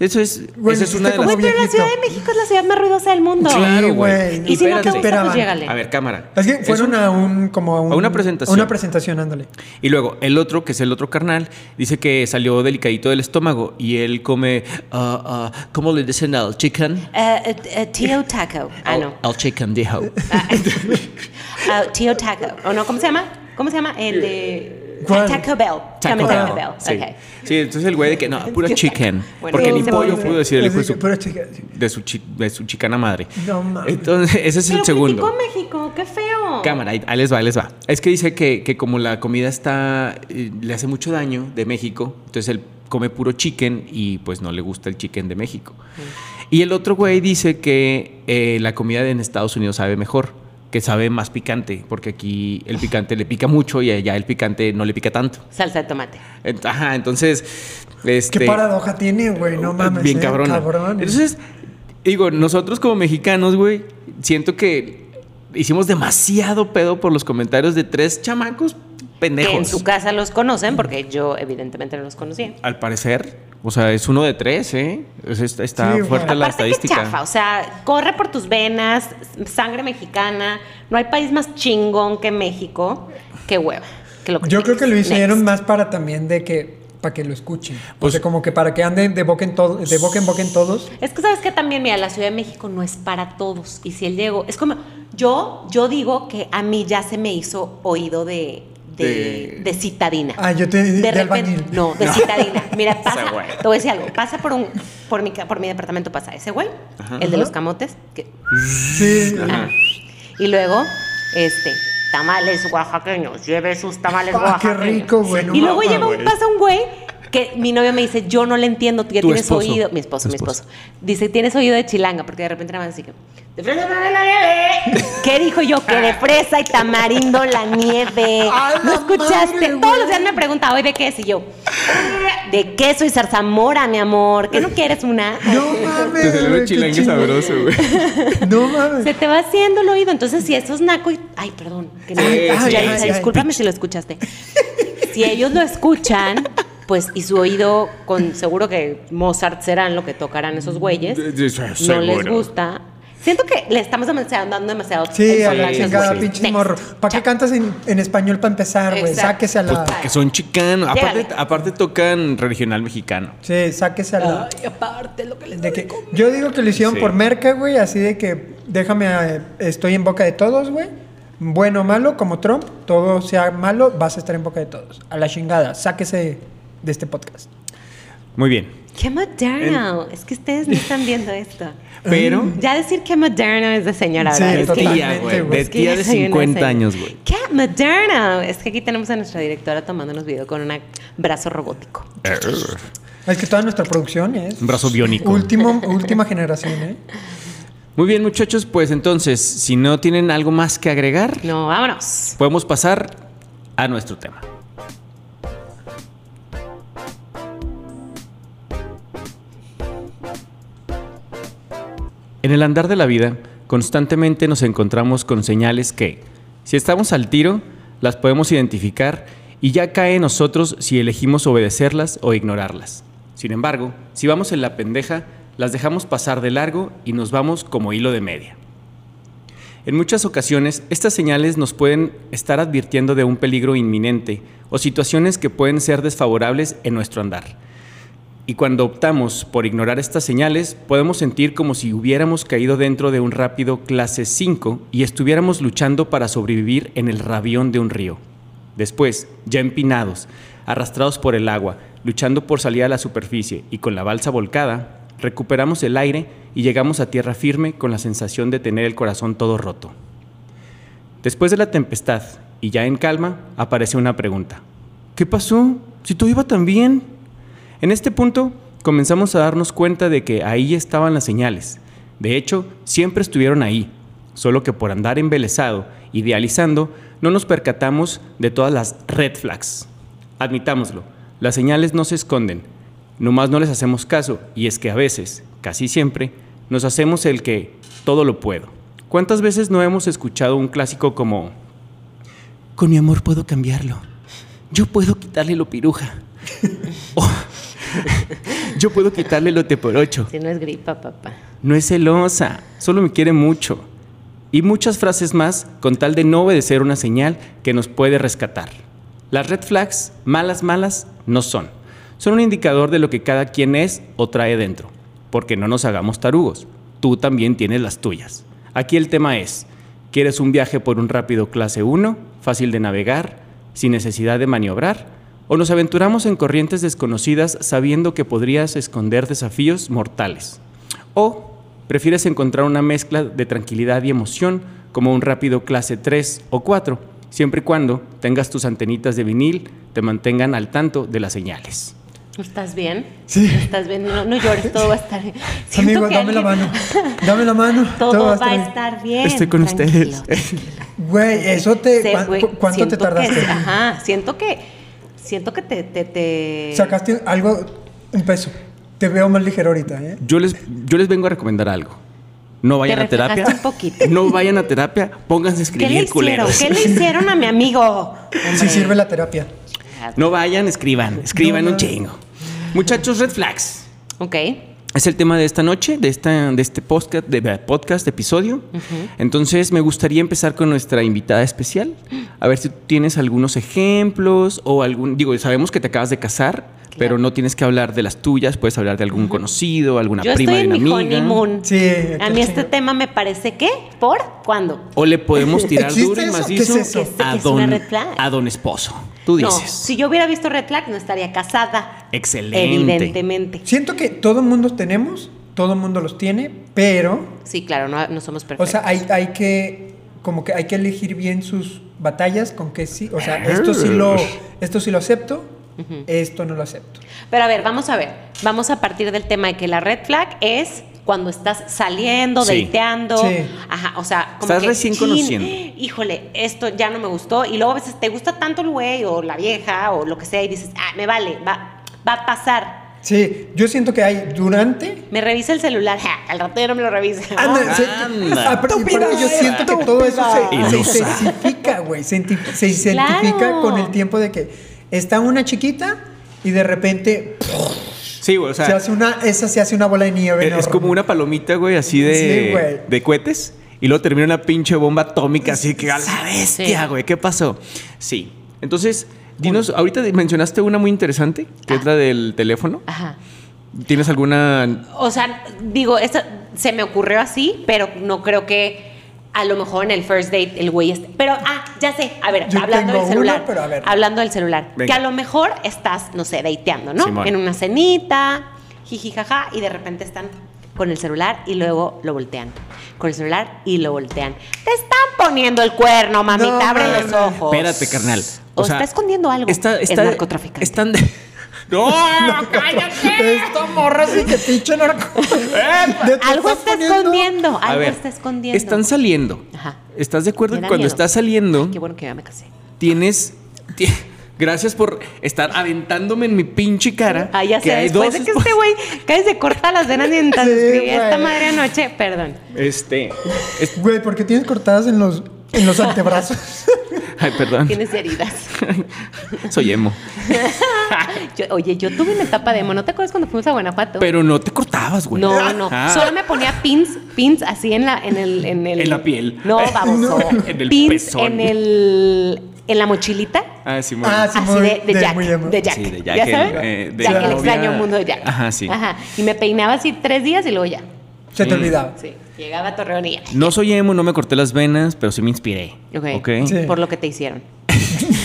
Speaker 1: Eso es,
Speaker 2: Güey,
Speaker 1: esa es una de
Speaker 2: como
Speaker 1: las...
Speaker 3: Güey, pero la
Speaker 2: viejito.
Speaker 3: Ciudad de México es la ciudad más ruidosa del mundo.
Speaker 1: Claro, güey.
Speaker 2: güey.
Speaker 3: Y si no te
Speaker 1: Espérate.
Speaker 3: gusta, pues
Speaker 2: Esperaban.
Speaker 3: llégale.
Speaker 1: A ver, cámara.
Speaker 2: Es que fueron
Speaker 1: una
Speaker 2: a un como a, un-
Speaker 1: a una presentación.
Speaker 2: a una presentación, ándale.
Speaker 1: Y luego el otro, que es el otro carnal, dice que salió delicadito del estómago y él come, ah, ah, ¿cómo le dicen al chicken?
Speaker 3: Eh, eh, eh, Tío Taco. Ah, no.
Speaker 1: Al chicken dijo.
Speaker 3: Ah, ah, Tío Taco. ¿O no? ¿Cómo se llama? ¿Cómo se llama? El de.
Speaker 2: ¿Cuál?
Speaker 3: Taco Bell. Taco, Taco Bell.
Speaker 1: Sí.
Speaker 3: Ok.
Speaker 1: Sí, entonces el güey de que no, pura chicken.
Speaker 3: Bueno,
Speaker 1: porque ni
Speaker 3: se
Speaker 1: pollo
Speaker 3: me-
Speaker 1: pudo decir el hijo de
Speaker 2: Así que,
Speaker 1: su,
Speaker 2: pero chica,
Speaker 1: de su, chi- de su chicana madre.
Speaker 2: No mames.
Speaker 1: Entonces, ese es
Speaker 3: Pero
Speaker 1: el segundo.
Speaker 3: criticó México, qué feo.
Speaker 1: Cámara, ahí, ahí les va, ahí les va. Es que dice que, que como la comida está, eh, le hace mucho daño de México, entonces él come puro chicken y pues no le gusta el chicken de México.
Speaker 3: Mm.
Speaker 1: Y el otro güey dice que eh, la comida de en Estados Unidos sabe mejor, que sabe más picante, porque aquí el picante le pica mucho y allá el picante no le pica tanto.
Speaker 3: Salsa de tomate.
Speaker 1: Ent- Ajá, entonces, este... oh,
Speaker 2: Qué paradoja tiene, güey, no mames.
Speaker 1: Bien
Speaker 2: eh,
Speaker 1: cabrona.
Speaker 2: cabrón.
Speaker 1: Entonces, digo, nosotros como mexicanos, güey, siento que hicimos demasiado pedo por los comentarios de tres chamacos pendejos.
Speaker 3: Que en su casa los conocen, porque yo evidentemente no los conocía.
Speaker 1: Al parecer, o sea, es uno de tres, ¿eh? Es- está está
Speaker 2: Sí, güey.
Speaker 1: fuerte la
Speaker 3: Aparte que
Speaker 1: estadística.
Speaker 3: chafa, o sea, corre por tus venas, sangre mexicana, no hay país más chingón que México, qué hueva. Que lo
Speaker 2: Yo creo que lo
Speaker 3: critiques.
Speaker 2: hicieron
Speaker 3: Next.
Speaker 2: más para también de que para que lo escuchen.
Speaker 1: Pues-
Speaker 2: o sea, como que para que anden de boca en todo, de boca en boca en todos.
Speaker 3: Es que sabes que también, mira, la Ciudad de México no es para todos. Y si él llegó, es como, yo, yo digo que a mí ya se me hizo oído de, de,
Speaker 1: De-
Speaker 3: de citadina.
Speaker 2: Ah, yo te
Speaker 3: de
Speaker 2: de
Speaker 3: repente,
Speaker 2: albañil.
Speaker 3: no, de citadina. Mira, pasa,
Speaker 1: Ese güey.
Speaker 3: te voy a decir algo, pasa por un, por mi, ca- por mi departamento pasa ese güey,
Speaker 1: Ajá.
Speaker 3: el de
Speaker 2: Ajá.
Speaker 3: los camotes, que
Speaker 2: Sí.
Speaker 1: Ajá.
Speaker 3: Y luego, este, tamales oaxaqueños. Lleve sus tamales
Speaker 2: Ah,
Speaker 3: oaxaqueños.
Speaker 2: qué rico, güey. no
Speaker 3: Y luego
Speaker 2: mames.
Speaker 3: lleva un, pasa un güey que mi novio me dice, yo no le entiendo, tú ya
Speaker 1: Tu
Speaker 3: tienes
Speaker 1: esposo.
Speaker 3: oído. Mi esposo,
Speaker 1: Tu
Speaker 3: mi
Speaker 1: esposo.
Speaker 3: esposo. Dice, tienes oído de chilanga, porque de repente nada más así que. "De fresa para la nieve". ¿Qué dijo yo? Que de fresa y tamarindo la nieve.
Speaker 2: ¡A
Speaker 3: ¿No
Speaker 2: la
Speaker 3: escuchaste?
Speaker 2: madre,
Speaker 3: Todos
Speaker 2: güey!
Speaker 3: los días me pregunta, hoy de qué es. Y yo, de queso y zarzamora, mi amor. ¿Que no quieres una?
Speaker 2: No mames.
Speaker 1: Te salió un
Speaker 2: güey, qué
Speaker 1: chilangue
Speaker 2: chingón.
Speaker 1: sabroso, güey.
Speaker 2: No mames.
Speaker 3: Se te va haciendo el oído. Entonces, si esos naco y. Ay, perdón. Que no-
Speaker 1: Sí,
Speaker 3: ya
Speaker 1: sí,
Speaker 3: dije,
Speaker 1: ay, ay,
Speaker 3: discúlpame si lo escuchaste. Si ellos lo escuchan, pues, y su oído, con seguro que Mozart serán lo que tocarán esos güeyes.
Speaker 1: De- de-
Speaker 3: No les
Speaker 1: seguro.
Speaker 3: gusta. Siento que le estamos demasiado, dando demasiado.
Speaker 2: Sí, a
Speaker 3: enfoque
Speaker 2: la
Speaker 1: Sí,
Speaker 3: esos
Speaker 2: chingada,
Speaker 1: sí.
Speaker 3: güeyes.
Speaker 2: pinche
Speaker 3: Next.
Speaker 2: morro. ¿Para qué
Speaker 3: Chao.
Speaker 2: cantas en, en español para empezar, güey?
Speaker 3: Exacto.
Speaker 2: Sáquese a
Speaker 1: Pues
Speaker 2: la.
Speaker 1: porque son chicanos. Aparte,
Speaker 3: Llégale.
Speaker 1: aparte tocan regional mexicano.
Speaker 2: Sí, sáquese a la.
Speaker 3: Ay, aparte, lo que les
Speaker 2: De que, yo digo que lo hicieron
Speaker 1: Sí.
Speaker 2: por merca, güey, así de que déjame, eh, estoy en boca de todos, güey. Bueno o malo, como Trump, todo sea malo, vas a estar en boca de todos. A la chingada, sáquese de este podcast.
Speaker 1: Muy bien.
Speaker 3: Qué moderno. Es que ustedes no están viendo esto.
Speaker 1: Pero...
Speaker 3: Ya decir que moderno es de señora,
Speaker 2: Sí,
Speaker 3: ¿verdad?
Speaker 1: De
Speaker 3: Es que-
Speaker 1: tía,
Speaker 2: totalmente,
Speaker 1: güey.
Speaker 2: güey.
Speaker 1: De
Speaker 3: Es que
Speaker 1: tía
Speaker 3: yo
Speaker 1: de
Speaker 3: soy una
Speaker 1: 50
Speaker 3: señora.
Speaker 1: años, güey.
Speaker 3: ¡Qué moderno! Es que aquí tenemos a nuestra directora tomándonos video con un brazo robótico.
Speaker 2: Es que toda nuestra producción es.
Speaker 1: Un brazo biónico.
Speaker 2: Último, última generación, ¿eh?
Speaker 1: Muy bien, muchachos, pues entonces, si no tienen algo más que agregar,
Speaker 3: No, vámonos.
Speaker 1: podemos pasar a nuestro tema. En el andar de la vida, constantemente nos encontramos con señales que, si estamos al tiro, las podemos identificar y ya cae en nosotros si elegimos obedecerlas o ignorarlas. Sin embargo, si vamos en la pendeja, las dejamos pasar de largo y nos vamos como hilo de media. En muchas ocasiones, estas señales nos pueden estar advirtiendo de un peligro inminente o situaciones que pueden ser desfavorables en nuestro andar. Y cuando optamos por ignorar estas señales, podemos sentir como si hubiéramos caído dentro de un rápido clase 5 y estuviéramos luchando para sobrevivir en el rabión de un río. Después, ya empinados, arrastrados por el agua, luchando por salir a la superficie y con la balsa volcada, recuperamos el aire y llegamos a tierra firme con la sensación de tener el corazón todo roto. Después de la tempestad, y ya en calma, aparece una pregunta. ¿Qué pasó? Si todo iba tan bien. En este punto, comenzamos a darnos cuenta de que ahí estaban las señales. De hecho, siempre estuvieron ahí, solo que por andar embelesado, idealizando, no nos percatamos de todas las red flags. Admitámoslo, las señales no se esconden, nomás no les hacemos caso, y es que a veces, casi siempre, nos hacemos el que todo lo puedo. ¿Cuántas veces no hemos escuchado un clásico como con mi amor puedo cambiarlo. Yo puedo quitarle lo piruja. O, yo puedo quitarle lo te por ocho.
Speaker 3: Si no es gripa, papá.
Speaker 1: No es celosa, solo me quiere mucho. Y muchas frases más con tal de no obedecer una señal que nos puede rescatar. Las red flags, malas, malas, no son. Son un indicador de lo que cada quien es o trae dentro. Porque no nos hagamos tarugos. Tú también tienes las tuyas. Aquí el tema es, ¿Quieres un viaje por un rápido clase 1, fácil de navegar, sin necesidad de maniobrar? ¿O nos aventuramos en corrientes desconocidas sabiendo que podrías esconder desafíos mortales? ¿O prefieres encontrar una mezcla de tranquilidad y emoción como un rápido clase 3 o 4, siempre y cuando tengas tus antenitas de vinil, te mantengan al tanto de las señales?
Speaker 3: ¿Estás bien?
Speaker 2: Sí.
Speaker 3: ¿Estás bien? No, no llores, todo va a estar bien. Siento
Speaker 2: Amigo,
Speaker 3: que
Speaker 2: dame la
Speaker 3: alguien-
Speaker 2: mano. Dame la mano.
Speaker 3: Todo,
Speaker 2: todo
Speaker 3: va,
Speaker 2: estar
Speaker 3: a
Speaker 2: bien.
Speaker 3: estar bien.
Speaker 1: Estoy con
Speaker 3: tranquilo.
Speaker 1: ustedes.
Speaker 2: Güey, eso te.
Speaker 3: Se-
Speaker 2: ¿cuán-
Speaker 3: güey,
Speaker 2: cu- ¿Cuánto te
Speaker 3: siento que-
Speaker 2: tardaste?
Speaker 3: ajá, eh. siento que siento que te te, te-
Speaker 2: Sacaste algo, un peso. Te veo más ligero ahorita, ¿eh?
Speaker 1: Yo les, yo les vengo a recomendar algo. No vayan a
Speaker 3: reflejaste
Speaker 1: terapia.
Speaker 3: un poquito.
Speaker 1: No vayan a terapia, pónganse a
Speaker 3: ¿Qué le
Speaker 1: escribir
Speaker 3: hicieron?
Speaker 1: culeros.
Speaker 3: ¿Qué le hicieron a mi amigo?
Speaker 2: Sí sirve la terapia.
Speaker 1: No vayan, escriban, escriban
Speaker 2: No,
Speaker 1: un
Speaker 2: no.
Speaker 1: chingo. Muchachos, red flags.
Speaker 3: Ok.
Speaker 1: Es el tema de esta noche, de, esta, de este podcast, de de podcast episodio. Entonces, me gustaría empezar con nuestra invitada especial. A ver si tú tienes algunos ejemplos o algún. Digo, sabemos que te acabas de casar, pero no tienes que hablar de las tuyas, puedes hablar de algún conocido, alguna
Speaker 3: Yo
Speaker 1: prima
Speaker 3: estoy en
Speaker 1: de
Speaker 3: mi
Speaker 1: una amiga.
Speaker 3: honeymoon.
Speaker 2: Sí,
Speaker 3: A mí este tema me parece que por cuándo.
Speaker 1: O le podemos tirar
Speaker 2: ¿Existe
Speaker 1: duro y
Speaker 2: eso?
Speaker 1: macizo
Speaker 2: ¿Qué es eso?
Speaker 1: a,
Speaker 3: ¿Qué es una
Speaker 1: don,
Speaker 3: red flag?
Speaker 1: a don esposo. Tú
Speaker 3: No,
Speaker 1: dices.
Speaker 3: si yo hubiera visto Red Flag no estaría casada.
Speaker 1: Excelente.
Speaker 3: Evidentemente.
Speaker 2: Siento que todo el mundo tenemos, todo el mundo los tiene, pero,
Speaker 3: Sí, claro, no, no somos
Speaker 2: o
Speaker 3: perfectos.
Speaker 2: sea, hay, hay que, como que hay que elegir bien sus batallas con que sí, o sea, esto sí lo, esto sí lo acepto, esto no lo acepto.
Speaker 3: Pero a ver, vamos a ver. Vamos a partir del tema de que la red flag es cuando estás saliendo,
Speaker 1: Sí.
Speaker 3: dateando.
Speaker 2: Sí.
Speaker 3: Ajá, o sea, como
Speaker 1: Estás
Speaker 3: que,
Speaker 1: recién
Speaker 3: chin,
Speaker 1: conociendo.
Speaker 3: Híjole, esto ya no me gustó. Y luego a veces te gusta tanto el güey o la vieja o lo que sea y dices, ah, me vale, va, va a pasar.
Speaker 2: Sí, yo siento que hay durante.
Speaker 3: Me revisa el celular, ja, al rato ya no me lo revisa.
Speaker 2: Anda, se-
Speaker 1: Ah, Anda.
Speaker 2: a partir- aparte yo siento que todo eso
Speaker 1: Estúpida.
Speaker 2: se, se
Speaker 1: Ilusa.
Speaker 2: intensifica, güey. Se, inti- se identifica
Speaker 3: Claro.
Speaker 2: con el tiempo de que está una chiquita y de repente
Speaker 1: Sí, güey, o sea,
Speaker 2: se hace una, esa se hace una bola de nieve.
Speaker 1: Es, es
Speaker 2: enorme.
Speaker 1: como una palomita, güey, así
Speaker 2: Sí, güey.
Speaker 1: de, de cohetes. Y luego termina una pinche bomba atómica, así que a la bestia,
Speaker 3: Sí.
Speaker 1: güey. ¿Qué pasó? Sí. Entonces, dinos, ahorita mencionaste una muy interesante, que es la del teléfono.
Speaker 3: Ajá.
Speaker 1: ¿Tienes alguna.
Speaker 3: O sea, digo, esto se me ocurrió así, pero no creo que a lo mejor en el first date el güey esté. Pero, ah, ya sé. A ver,
Speaker 2: Yo
Speaker 3: hablando
Speaker 2: tengo
Speaker 3: del celular.
Speaker 2: uno, pero a ver.
Speaker 3: Hablando del celular.
Speaker 1: Venga.
Speaker 3: Que a lo mejor estás, no sé, dateando, ¿no?
Speaker 1: Simón.
Speaker 3: En una cenita, jiji, jaja, y de repente están con el celular y luego lo voltean. Con el celular y lo voltean. Te están poniendo el cuerno, mamita.
Speaker 2: No,
Speaker 3: abre
Speaker 2: mames.
Speaker 3: los ojos.
Speaker 1: Espérate, carnal.
Speaker 3: O, está escondiendo algo.
Speaker 1: Está,
Speaker 3: es
Speaker 1: está-
Speaker 3: narcotraficante.
Speaker 1: Están de- ¡No! ¡Cállate!
Speaker 2: Esta morra sí que pinche narco. De- te
Speaker 3: algo
Speaker 2: estás
Speaker 3: está
Speaker 2: poniendo-
Speaker 3: escondiendo.
Speaker 1: A
Speaker 3: Algo
Speaker 1: ver,
Speaker 3: está escondiendo.
Speaker 1: Están saliendo.
Speaker 3: Ajá.
Speaker 1: ¿Estás de acuerdo
Speaker 3: Me
Speaker 1: que
Speaker 3: da
Speaker 1: cuando
Speaker 3: miedo.
Speaker 1: estás saliendo,
Speaker 3: Qué bueno que ya me casé.
Speaker 1: tienes. ti- Gracias por estar aventándome en mi pinche cara.
Speaker 3: Ah, ya sé, después de que
Speaker 1: esposas.
Speaker 3: este güey cae se corta las venas mientras
Speaker 2: Sí,
Speaker 3: escribía esta
Speaker 2: güey.
Speaker 3: madre anoche, perdón.
Speaker 1: Este. es-
Speaker 2: Güey, porque tienes cortadas en los, en los antebrazos.
Speaker 1: ay, perdón.
Speaker 3: Tienes heridas.
Speaker 1: Soy emo.
Speaker 3: Yo- oye, yo tuve una etapa de emo, ¿no te acuerdas cuando fuimos a Guanajuato?
Speaker 1: Pero no te cortabas, güey.
Speaker 3: no, no,
Speaker 1: Ah.
Speaker 3: solo me ponía pins, pins así en la en el en el
Speaker 1: En la piel.
Speaker 3: No, baboso.
Speaker 1: En el
Speaker 3: pins
Speaker 1: pezón.
Speaker 3: en el en la mochilita.
Speaker 1: Ah, Simón.
Speaker 2: Ah, sí.
Speaker 3: Así
Speaker 2: muy-
Speaker 3: de, de
Speaker 2: de
Speaker 3: Jack,
Speaker 2: muy emo.
Speaker 3: de Jack.
Speaker 1: Sí, de
Speaker 3: ¿Ya
Speaker 1: Jack,
Speaker 3: saben?
Speaker 1: el, eh, de
Speaker 3: Jack,
Speaker 1: la
Speaker 3: el extraño
Speaker 1: novia.
Speaker 3: mundo de Jack.
Speaker 1: Ajá, sí.
Speaker 3: Ajá. Y me peinaba así tres días y luego ya.
Speaker 2: Se te
Speaker 1: Sí.
Speaker 2: olvidaba.
Speaker 3: Sí. Llegaba a Torreón y ya.
Speaker 1: No soy emo, no me corté las venas, pero sí me inspiré.
Speaker 3: Ok.
Speaker 1: Ok.
Speaker 2: Sí.
Speaker 3: Por lo que te hicieron.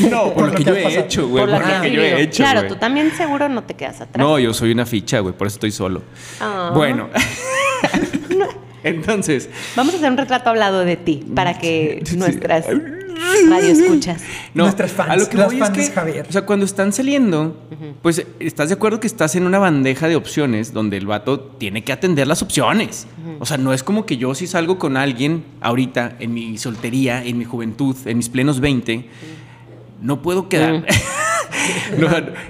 Speaker 1: No, por, lo que, yo he hecho, güey. Por,
Speaker 3: lo
Speaker 1: lo
Speaker 3: has
Speaker 1: que Ah, yo
Speaker 3: vivido.
Speaker 1: he hecho.
Speaker 3: Claro,
Speaker 1: güey.
Speaker 3: tú también seguro no te quedas atrás.
Speaker 1: No, yo soy una ficha, güey, por eso estoy solo.
Speaker 3: Ah.
Speaker 1: Bueno. Entonces,
Speaker 3: Vamos a hacer un retrato hablado de ti para que
Speaker 1: Sí.
Speaker 3: nuestras radio escuchas.
Speaker 1: no,
Speaker 2: Nuestras fans,
Speaker 1: a lo que
Speaker 2: las
Speaker 1: voy es
Speaker 2: fans de
Speaker 1: que,
Speaker 2: Javier.
Speaker 1: o sea, cuando están saliendo, pues estás de acuerdo que estás en una bandeja de opciones donde el vato tiene que atender las opciones. O sea, no es como que yo si salgo con alguien ahorita en mi soltería, en mi juventud, en mis plenos 20, no puedo quedar. No,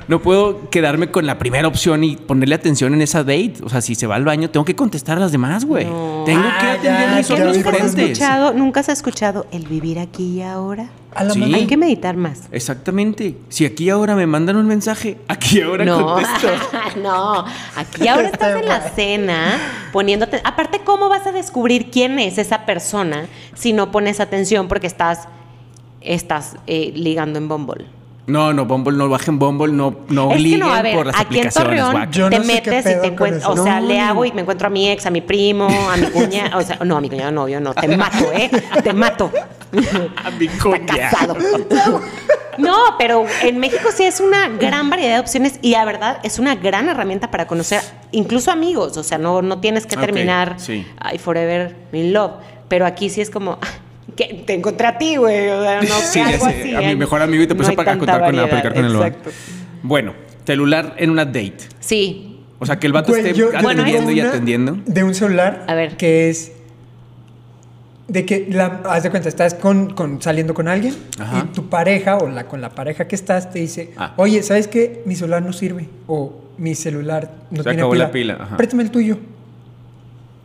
Speaker 1: no puedo quedarme con la primera opción y ponerle atención en esa date. O sea, si se va al baño, tengo que contestar a las demás, güey.
Speaker 3: No.
Speaker 1: Tengo
Speaker 2: Ah,
Speaker 1: que
Speaker 2: ya,
Speaker 1: atender
Speaker 2: ya
Speaker 1: mis
Speaker 2: vi
Speaker 3: ¿Qué
Speaker 1: otros
Speaker 2: por
Speaker 3: nunca has
Speaker 2: dónde.
Speaker 1: frentes.
Speaker 3: escuchado? ¿Nunca has escuchado el vivir aquí y ahora?
Speaker 2: A la
Speaker 1: Sí.
Speaker 2: madre.
Speaker 3: Hay que meditar más.
Speaker 1: Exactamente. Si aquí ahora me mandan un mensaje, aquí ahora
Speaker 3: No,
Speaker 1: contesto.
Speaker 3: no. Aquí ahora estás en la cena poniéndote. Aparte, ¿cómo vas a descubrir quién es esa persona si no pones atención porque estás, estás eh, ligando en Bumble?
Speaker 1: No, no, Bumble, no bajen Bumble, no, no
Speaker 3: es que
Speaker 1: obliguen
Speaker 3: no, a ver,
Speaker 1: por las
Speaker 3: aquí en
Speaker 1: aplicaciones.
Speaker 3: Torreón
Speaker 1: guaca.
Speaker 2: Yo
Speaker 3: te
Speaker 2: no sé qué
Speaker 3: metes y
Speaker 2: pedo
Speaker 3: te
Speaker 2: con
Speaker 3: encuentras,
Speaker 2: eso.
Speaker 3: o sea,
Speaker 2: No.
Speaker 3: le hago y me encuentro a mi ex, a mi primo, a mi cuñada, o sea, no, a mi cuñado novio, no, te mato, ¿eh? Te mato.
Speaker 1: A Ah, mi
Speaker 3: Está
Speaker 1: coña.
Speaker 3: casado. No, pero en México sí es una gran variedad de opciones y la verdad es una gran herramienta para conocer incluso amigos, o sea, no, no tienes que
Speaker 1: Ok,
Speaker 3: terminar
Speaker 1: sí.
Speaker 3: ay, forever in love, pero aquí sí es como que te encontré a ti, güey, o sea, no
Speaker 1: Sí,
Speaker 3: algo
Speaker 1: ya sé,
Speaker 3: así,
Speaker 1: a mi
Speaker 3: ay,
Speaker 1: mejor amigo y te
Speaker 3: no
Speaker 1: puse
Speaker 3: hay
Speaker 1: para
Speaker 3: tanta
Speaker 1: contar con la, para
Speaker 3: variedad,
Speaker 1: contar con el
Speaker 3: exacto.
Speaker 1: Bueno, celular en una date.
Speaker 3: Sí,
Speaker 1: O sea, que el vato
Speaker 2: Güey,
Speaker 1: esté
Speaker 2: yo- yo
Speaker 1: atendiendo
Speaker 3: Bueno,
Speaker 2: tengo
Speaker 1: y
Speaker 2: una
Speaker 1: atendiendo.
Speaker 2: De un celular.
Speaker 3: A ver.
Speaker 2: Que es. De que, la, haz de cuenta, estás con, con- saliendo con alguien
Speaker 1: Ajá.
Speaker 2: y tu pareja o la, con la pareja que estás te dice,
Speaker 1: Ah.
Speaker 2: oye, ¿sabes qué? Mi celular no sirve o mi celular no
Speaker 1: Se
Speaker 2: tiene
Speaker 1: acabó
Speaker 2: pila.
Speaker 1: la pila, ajá.
Speaker 2: Préstame el tuyo.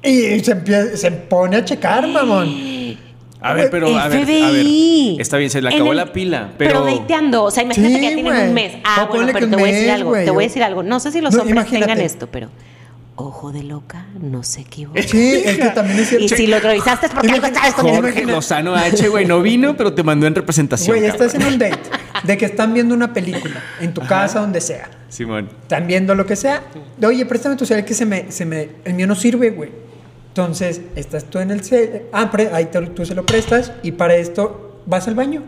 Speaker 2: Y se, empie- se pone a checar, mamón.
Speaker 1: A ver, pero a ver, a ver.
Speaker 3: FBI.
Speaker 1: Está bien, se le
Speaker 3: En
Speaker 1: acabó
Speaker 3: el-
Speaker 1: la pila,
Speaker 3: Pero
Speaker 1: pero
Speaker 3: dateando, o sea, imagínate
Speaker 2: Sí,
Speaker 3: que ya tienen
Speaker 2: güey.
Speaker 3: un mes. Ah,
Speaker 2: O
Speaker 3: bueno,
Speaker 2: ponle
Speaker 3: pero
Speaker 2: que
Speaker 3: te
Speaker 2: un
Speaker 3: voy a decir
Speaker 2: mes,
Speaker 3: algo,
Speaker 2: güey,
Speaker 3: te voy
Speaker 2: o-
Speaker 3: a decir algo. No sé si los
Speaker 2: No,
Speaker 3: hombres tengan
Speaker 2: imagínate.
Speaker 3: esto, pero ojo de loca, no se equivoca.
Speaker 2: Sí, es que también es
Speaker 3: Y
Speaker 2: cierto.
Speaker 3: si lo revisaste es porque algo sabes con el
Speaker 1: Jorge Lozano H, güey, no vino, pero te mandó en representación.
Speaker 2: Güey,
Speaker 1: cabrón.
Speaker 2: estás en un date de que están viendo una película en tu casa, donde sea.
Speaker 1: Simón.
Speaker 2: están viendo lo que sea. De, Oye, préstame tu celular que se me, se me, el mío no sirve, güey. Entonces, estás tú en el celular, ah, pre- ahí te- tú se lo prestas y para esto vas al baño.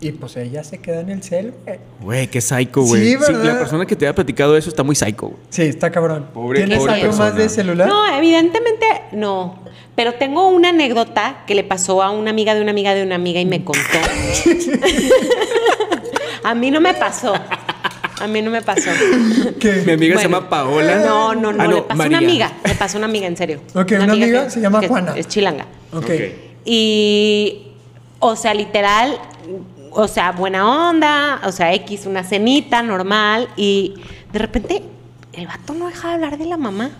Speaker 2: Y pues ella se queda en el cel. güey.
Speaker 1: Güey, qué psycho, güey.
Speaker 2: Sí,
Speaker 1: Sí,
Speaker 2: ¿verdad?
Speaker 1: la persona que te había platicado eso está muy psycho, güey.
Speaker 2: Sí, está cabrón.
Speaker 1: Pobre-
Speaker 2: ¿Tienes
Speaker 3: pobre
Speaker 2: algo más
Speaker 1: persona.
Speaker 2: de celular?
Speaker 3: No, evidentemente no. Pero tengo una anécdota que le pasó a una amiga de una amiga de una amiga y me contó. a mí no me pasó. A mí no me pasó.
Speaker 2: ¿Qué?
Speaker 1: Mi amiga se
Speaker 3: Bueno.
Speaker 1: llama Paola.
Speaker 3: No, no, no.
Speaker 1: Ah,
Speaker 3: le pasó
Speaker 1: María.
Speaker 3: una amiga. Le pasó una amiga, en serio.
Speaker 2: Ok, una amiga se llama
Speaker 3: que
Speaker 2: Juana.
Speaker 3: Es chilanga.
Speaker 2: Ok.
Speaker 1: Ok.
Speaker 3: Y, o sea, literal, o sea, buena onda, o sea, X, una cenita normal. Y de repente, el vato no deja de hablar de la mamá.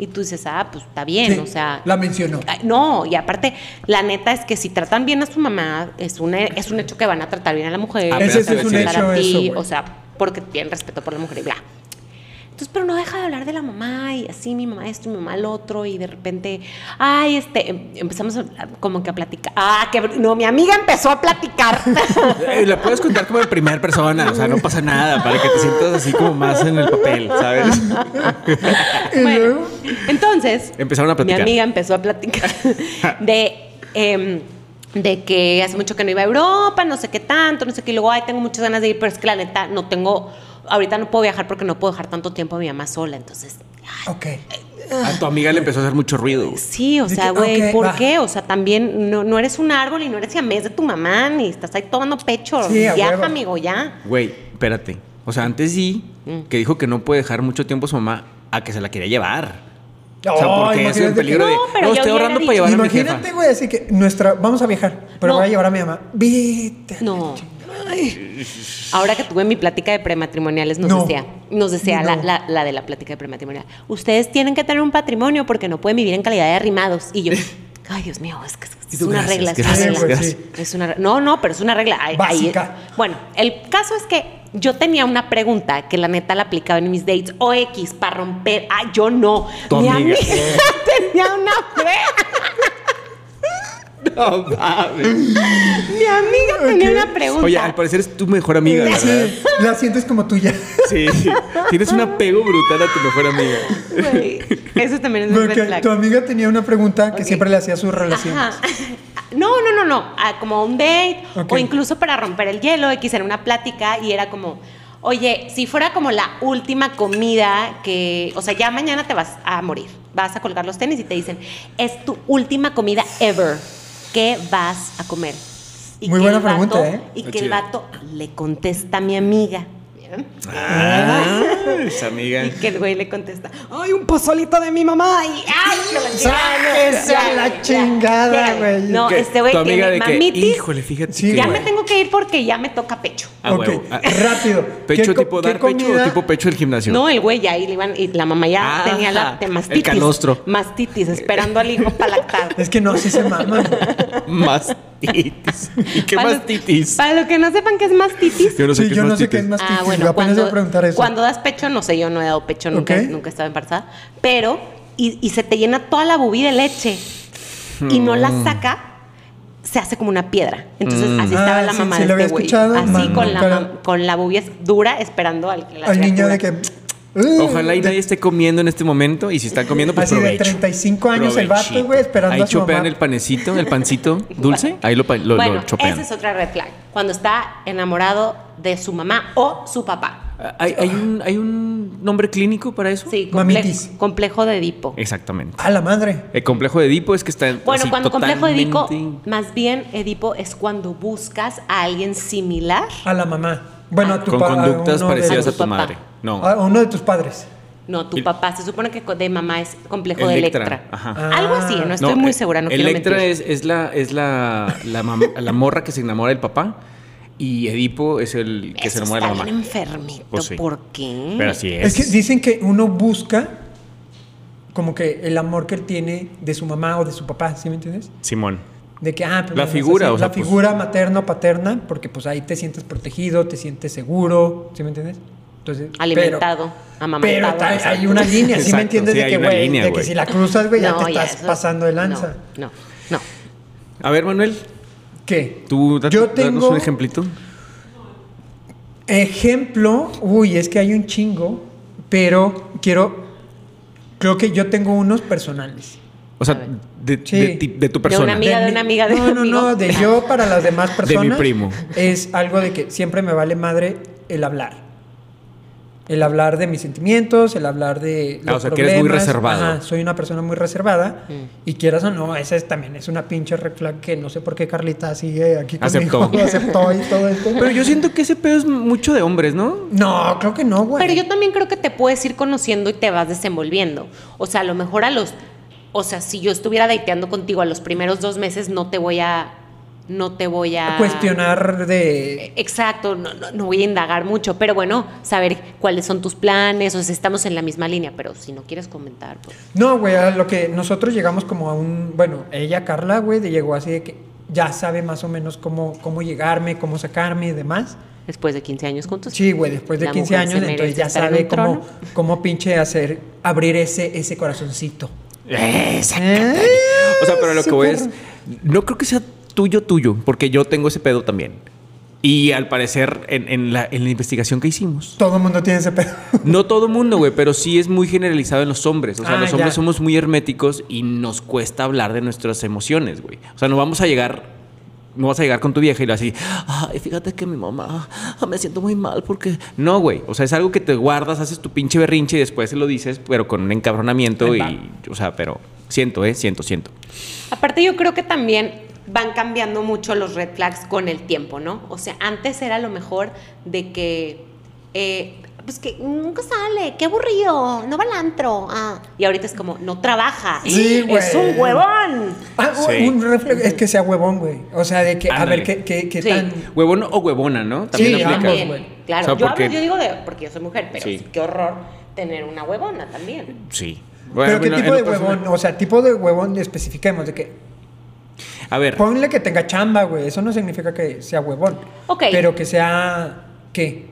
Speaker 3: Y tú dices, ah, pues está bien,
Speaker 2: Sí,
Speaker 3: o sea.
Speaker 2: La mencionó.
Speaker 3: Ay, No, y aparte, la neta es que si tratan bien a su mamá, es un, he- es un hecho que van a tratar bien a la mujer.
Speaker 1: Ah, Ese
Speaker 3: te van
Speaker 1: es un
Speaker 3: a tratar a
Speaker 2: hecho,
Speaker 3: Eh, ti,
Speaker 2: eso, güey.
Speaker 3: O sea, porque tienen respeto por la mujer y bla. Entonces, pero no deja de hablar de la mamá y así, mi mamá esto, mi mamá el otro, y de repente, ay, este, em- empezamos a- a- como que a platicar. Ah, que br- no, mi amiga empezó a platicar.
Speaker 1: Eh, La puedes contar como en primera persona, o sea, no pasa nada, para que te sientas así como más en el papel, ¿sabes?
Speaker 3: Bueno, entonces.
Speaker 1: Empezaron a platicar.
Speaker 3: Mi amiga empezó a platicar de. em, de que hace mucho que no iba a Europa, no sé qué tanto, no sé qué, y luego, ay, tengo muchas ganas de ir, pero es que la neta no tengo, ahorita no puedo viajar porque no puedo dejar tanto tiempo a mi mamá sola, entonces,
Speaker 2: Ok.
Speaker 1: A tu amiga le empezó a hacer mucho ruido. güey.
Speaker 3: sí, o
Speaker 2: De
Speaker 3: sea,
Speaker 2: que,
Speaker 3: güey,
Speaker 2: ok,
Speaker 3: ¿por
Speaker 2: va.
Speaker 3: qué? O sea, también no, no eres un árbol y no eres siamés de tu mamá, ni estás ahí tomando pecho,
Speaker 2: Sí, a
Speaker 3: viaja,
Speaker 2: huevo.
Speaker 3: amigo, ya.
Speaker 1: Güey, espérate. O sea, antes sí,
Speaker 3: Mm.
Speaker 1: que dijo que no puede dejar mucho tiempo a su mamá a que se la quería llevar. O sea,
Speaker 2: Oh,
Speaker 1: porque es
Speaker 2: imagínate
Speaker 1: un peligro
Speaker 2: que-
Speaker 1: de.
Speaker 3: No, pero
Speaker 1: No,
Speaker 3: ya
Speaker 1: estoy
Speaker 3: hubiera
Speaker 1: ahorrando para
Speaker 3: dicho.
Speaker 1: llevar a mi jefa.
Speaker 2: Imagínate, güey, así que nuestra, vamos a viajar, pero
Speaker 3: No.
Speaker 2: voy a llevar a mi mamá. Vete. a la
Speaker 3: No.
Speaker 2: chingada.
Speaker 3: Ahora que tuve mi plática de prematrimoniales, nos
Speaker 2: No.
Speaker 3: decía, nos decía la,
Speaker 2: No.
Speaker 3: la- la de la plática de prematrimonial, ustedes tienen que tener un patrimonio porque no pueden vivir en calidad de arrimados. Y yo, ay, Dios mío, es que es,
Speaker 1: Y tú,
Speaker 3: una
Speaker 1: gracias,
Speaker 3: regla. es una
Speaker 1: gracias,
Speaker 3: regla.
Speaker 2: gracias.
Speaker 3: Es una re- no, no, pero es una regla. Ay, ay,
Speaker 2: Básica.
Speaker 3: bueno, el caso es que yo tenía una pregunta que la neta la aplicaba en mis dates o X para romper. Ah, yo no.
Speaker 1: Tu
Speaker 3: Mi
Speaker 1: amiga.
Speaker 3: amiga tenía una pre-
Speaker 1: No mames.
Speaker 3: Mi amiga tenía una pregunta.
Speaker 1: Oye, al parecer es tu mejor amiga, ¿verdad?
Speaker 2: Sí, la sientes como tuya.
Speaker 1: Sí. Tienes un apego brutal a tu mejor amiga.
Speaker 3: Güey, Eso también es un red
Speaker 2: Porque
Speaker 3: flag.
Speaker 2: tu amiga tenía una pregunta que
Speaker 3: Ok.
Speaker 2: siempre le hacía a sus relaciones.
Speaker 3: Ajá. No, no, no, no. Ah, como un date
Speaker 2: Ok.
Speaker 3: o incluso para romper el hielo, X era una plática y era como, oye, si fuera como la última comida que, o sea, ya mañana te vas a morir, vas a colgar los tenis y te dicen, es tu última comida ever, ¿qué vas a comer?
Speaker 2: Muy
Speaker 3: que
Speaker 2: buena
Speaker 3: el vato-
Speaker 2: pregunta, ¿eh?
Speaker 3: Y
Speaker 1: Está
Speaker 3: que el
Speaker 1: chida.
Speaker 3: vato le contesta a mi amiga. ¿Vieron?
Speaker 1: Ah, esa amiga.
Speaker 3: Y que el güey le contesta, ¡ay, un pozolito de mi mamá! Y, ¡ay, que la chingada!
Speaker 2: ¡Sáquese a la
Speaker 3: Ya,
Speaker 2: chingada,
Speaker 3: ya,
Speaker 2: güey!
Speaker 3: No,
Speaker 1: Que
Speaker 3: este güey
Speaker 1: Tu amiga
Speaker 3: tiene
Speaker 1: de que,
Speaker 3: mamitis.
Speaker 1: híjole, fíjate.
Speaker 2: Sí,
Speaker 1: que-
Speaker 3: ya
Speaker 2: güey.
Speaker 3: me tengo que ir porque ya me toca pecho.
Speaker 1: Ah,
Speaker 2: ok,
Speaker 1: huevo. Ah.
Speaker 2: rápido.
Speaker 1: ¿Pecho
Speaker 2: ¿Qué co-
Speaker 1: tipo
Speaker 2: qué
Speaker 1: dar pecho o
Speaker 2: comida-
Speaker 1: tipo pecho del gimnasio?
Speaker 3: No, el güey ya ahí le iban, y la mamá ya
Speaker 1: Ah,
Speaker 3: tenía la
Speaker 1: el
Speaker 3: te- mastitis.
Speaker 1: calostro.
Speaker 3: Mastitis, esperando al hijo para lactar.
Speaker 2: Es que no, sí se mama.
Speaker 1: Mastitis. ¿Y qué
Speaker 3: Para los-
Speaker 1: mastitis?
Speaker 3: Para los que no sepan qué es mastitis.
Speaker 1: Yo no sé
Speaker 2: sí,
Speaker 1: qué
Speaker 2: yo
Speaker 1: es
Speaker 2: no sé qué es
Speaker 1: mastitis.
Speaker 2: más
Speaker 3: Ah,
Speaker 2: apenas
Speaker 3: bueno,
Speaker 2: iba
Speaker 3: cuando,
Speaker 2: a preguntar eso.
Speaker 3: cuando das pecho, no sé, yo no he dado pecho, nunca,
Speaker 2: Ok.
Speaker 3: nunca estaba embarazada, pero, y, y se te llena toda la bubí de leche y no
Speaker 2: Hmm.
Speaker 3: la saca, se hace como una piedra. Entonces, así
Speaker 2: Ah,
Speaker 3: estaba la
Speaker 2: sí,
Speaker 3: mamá
Speaker 2: sí,
Speaker 3: de
Speaker 2: lo
Speaker 3: este
Speaker 2: había
Speaker 3: güey.
Speaker 2: escuchado,
Speaker 3: Así
Speaker 2: man,
Speaker 3: con la,
Speaker 2: nunca-
Speaker 3: mam- con la bubí es dura, esperando al, que la
Speaker 2: Al niño de que.
Speaker 3: criatura-
Speaker 2: "Uh",
Speaker 1: Ojalá y nadie esté comiendo en este momento. Y si están comiendo, pues
Speaker 2: Así de
Speaker 1: provecho.
Speaker 2: 35 años el
Speaker 1: Provechito.
Speaker 2: vato, güey, esperando
Speaker 1: Ahí
Speaker 2: a su
Speaker 1: chopean
Speaker 2: mamá.
Speaker 1: el panecito, el pancito dulce. Ahí lo, pa- lo, lo
Speaker 3: bueno,
Speaker 1: chopean.
Speaker 3: esa es otra red flag. Cuando está enamorado de su mamá o su papá.
Speaker 1: Ah, ¿Hay, hay un, ¿Hay un nombre clínico para eso?
Speaker 3: Sí, comple-
Speaker 2: Mamitis.
Speaker 3: complejo de Edipo.
Speaker 1: Exactamente.
Speaker 2: A la madre.
Speaker 1: El complejo de Edipo es que está en-
Speaker 3: Bueno,
Speaker 1: así
Speaker 3: cuando complejo Edipo,
Speaker 1: totalmente-
Speaker 3: más bien Edipo es cuando buscas a alguien similar.
Speaker 2: A la mamá. Bueno, a tu
Speaker 1: Con
Speaker 2: pa- a
Speaker 1: conductas
Speaker 2: uno de- Ah,
Speaker 1: parecidas
Speaker 3: tu
Speaker 1: a tu
Speaker 3: papá.
Speaker 1: madre. No.
Speaker 2: A uno de tus padres.
Speaker 3: No, tu
Speaker 1: El-
Speaker 3: papá. Se supone que co- de mamá es complejo
Speaker 1: Electra,
Speaker 3: de Electra.
Speaker 1: ajá.
Speaker 3: Algo así, no estoy
Speaker 1: No,
Speaker 3: muy
Speaker 1: eh,
Speaker 3: segura, no quiero
Speaker 1: Electra
Speaker 3: mentir.
Speaker 1: es, es la, es la, la, mam- la morra que se enamora del papá y Edipo es el que se
Speaker 3: Eso
Speaker 1: enamora de la
Speaker 3: está
Speaker 1: mamá.
Speaker 3: bien enfermito,
Speaker 1: Pues sí.
Speaker 3: ¿por qué?
Speaker 1: Pero así es.
Speaker 2: Es que dicen que uno busca como que el amor que él tiene de su mamá o de su papá, ¿sí me entiendes?
Speaker 1: Simón.
Speaker 2: De que, ah, pues,
Speaker 1: La
Speaker 2: bueno,
Speaker 1: figura,
Speaker 2: así,
Speaker 1: o sea,
Speaker 2: La
Speaker 1: pues-
Speaker 2: figura materno paterna, porque pues ahí te sientes protegido, te sientes seguro, ¿sí me entiendes? Entonces, pero-
Speaker 3: Alimentado,
Speaker 2: Pero
Speaker 3: amamantado.
Speaker 2: hay, hay
Speaker 3: Exacto.
Speaker 2: una línea, ¿sí
Speaker 1: Exacto,
Speaker 2: me entiendes?
Speaker 1: sí,
Speaker 2: de
Speaker 1: hay
Speaker 2: que,
Speaker 1: una
Speaker 2: güey,
Speaker 1: línea,
Speaker 2: de que
Speaker 1: güey.
Speaker 2: si la cruzas, güey, ya
Speaker 3: No,
Speaker 2: te
Speaker 3: ya,
Speaker 2: estás
Speaker 3: eso-
Speaker 2: pasando de lanza.
Speaker 3: No, no, no.
Speaker 1: A ver, Manuel,
Speaker 2: ¿Qué?
Speaker 1: tú da-
Speaker 2: Yo
Speaker 1: danos
Speaker 2: tengo
Speaker 1: un ejemplito.
Speaker 2: ejemplo, uy, es que hay un chingo, pero quiero, creo que yo tengo unos personales.
Speaker 1: O sea,
Speaker 3: A ver.
Speaker 1: de,
Speaker 2: Sí.
Speaker 1: de ti- de tu persona.
Speaker 3: amiga. de
Speaker 2: mi-
Speaker 3: una amiga de
Speaker 2: No,
Speaker 3: un
Speaker 2: no,
Speaker 3: amigo.
Speaker 2: no, de yo para las demás
Speaker 1: mi
Speaker 2: personas.
Speaker 1: primo.
Speaker 2: Es algo de que siempre me vale madre el hablar. El hablar de mis sentimientos, el hablar de.
Speaker 1: Ah,
Speaker 2: los
Speaker 1: o sea, que eres muy
Speaker 2: problemas.
Speaker 1: reservado.
Speaker 2: Ajá, soy una persona muy reservada.
Speaker 3: Mm.
Speaker 2: Y quieras o no, esa es, también es una pinche red flag que no sé por qué Carlita sigue aquí
Speaker 1: Aceptó.
Speaker 2: conmigo. Aceptó y todo esto.
Speaker 1: Pero yo siento que ese pedo es mucho de hombres, ¿no?
Speaker 2: No, creo que no, güey.
Speaker 3: Pero yo también creo que te puedes ir conociendo y te vas desenvolviendo. O sea, a lo mejor a los. O sea, si yo estuviera dateando contigo a los primeros dos meses, no te voy a. No te voy a. Eh,
Speaker 2: Cuestionar de.
Speaker 3: Exacto, no, no, no voy a indagar mucho, pero bueno, saber cuáles son tus planes, o si estamos en la misma línea, pero si no quieres comentar, pues.
Speaker 2: No, güey, a lo que nosotros llegamos como a un, bueno, ella, Carla, güey, de- llegó así de que ya sabe más o menos cómo, cómo llegarme, cómo sacarme y demás.
Speaker 3: Después de 15 años juntos.
Speaker 2: Sí, güey, después de
Speaker 3: La
Speaker 2: 15
Speaker 3: mujer
Speaker 2: años,
Speaker 3: se merece
Speaker 2: entonces ya
Speaker 3: estar en
Speaker 2: sabe
Speaker 3: un
Speaker 2: cómo,
Speaker 3: trono.
Speaker 2: cómo pinche hacer, abrir ese, ese corazoncito. ¿Eh?
Speaker 1: O sea, pero lo que voy es.
Speaker 2: Súper.
Speaker 1: No creo que sea tuyo, tuyo, porque yo tengo ese pedo también. Y al parecer, en, en la, en la investigación que hicimos,
Speaker 2: Todo el mundo tiene ese pedo.
Speaker 1: no todo el mundo, güey, pero sí es muy generalizado en los hombres. O sea,
Speaker 2: Ah,
Speaker 1: los hombres
Speaker 2: ya.
Speaker 1: somos muy herméticos y nos cuesta hablar de nuestras emociones, güey. O sea, no vamos a llegar. No vas a llegar con tu vieja y le vas a decir, ay, fíjate que mi mamá, ah, me siento muy mal porque. No, güey. O sea, es algo que te guardas, haces tu pinche berrinche y después se lo dices, pero con un encabronamiento
Speaker 2: Ahí
Speaker 1: y. O sea, pero. Siento, ¿eh? Siento, siento.
Speaker 3: Aparte, yo creo que también van cambiando mucho los red flags con el tiempo, ¿no? O sea, antes era lo mejor de que. eh, pues que nunca sale, qué aburrido, no va al antro. ah. Y ahorita es como, no trabaja.
Speaker 2: Sí, güey.
Speaker 3: Es un huevón.
Speaker 2: Ah, u-
Speaker 1: Sí.
Speaker 2: un reflejo, es que sea huevón, güey. O sea, de que,
Speaker 1: Ándale.
Speaker 2: a ver, qué, qué, qué
Speaker 3: Sí.
Speaker 2: tan...
Speaker 1: Huevón o huevona, ¿no? También
Speaker 2: Sí,
Speaker 1: aplica.
Speaker 2: ambos,
Speaker 3: También,
Speaker 2: güey.
Speaker 3: Claro,
Speaker 1: O sea,
Speaker 3: yo,
Speaker 1: porque-
Speaker 3: hablo- yo digo de, porque yo soy mujer, pero
Speaker 1: Sí.
Speaker 3: qué horror tener una huevona también.
Speaker 1: Sí.
Speaker 2: Pero qué
Speaker 1: bueno,
Speaker 2: tipo
Speaker 1: en
Speaker 2: de
Speaker 1: otras-
Speaker 2: huevón, o sea, tipo de huevón especifiquemos, de que
Speaker 1: A ver,
Speaker 2: Ponle que tenga chamba, güey. Eso no significa que sea huevón.
Speaker 3: Ok.
Speaker 2: Pero que sea. ¿Qué?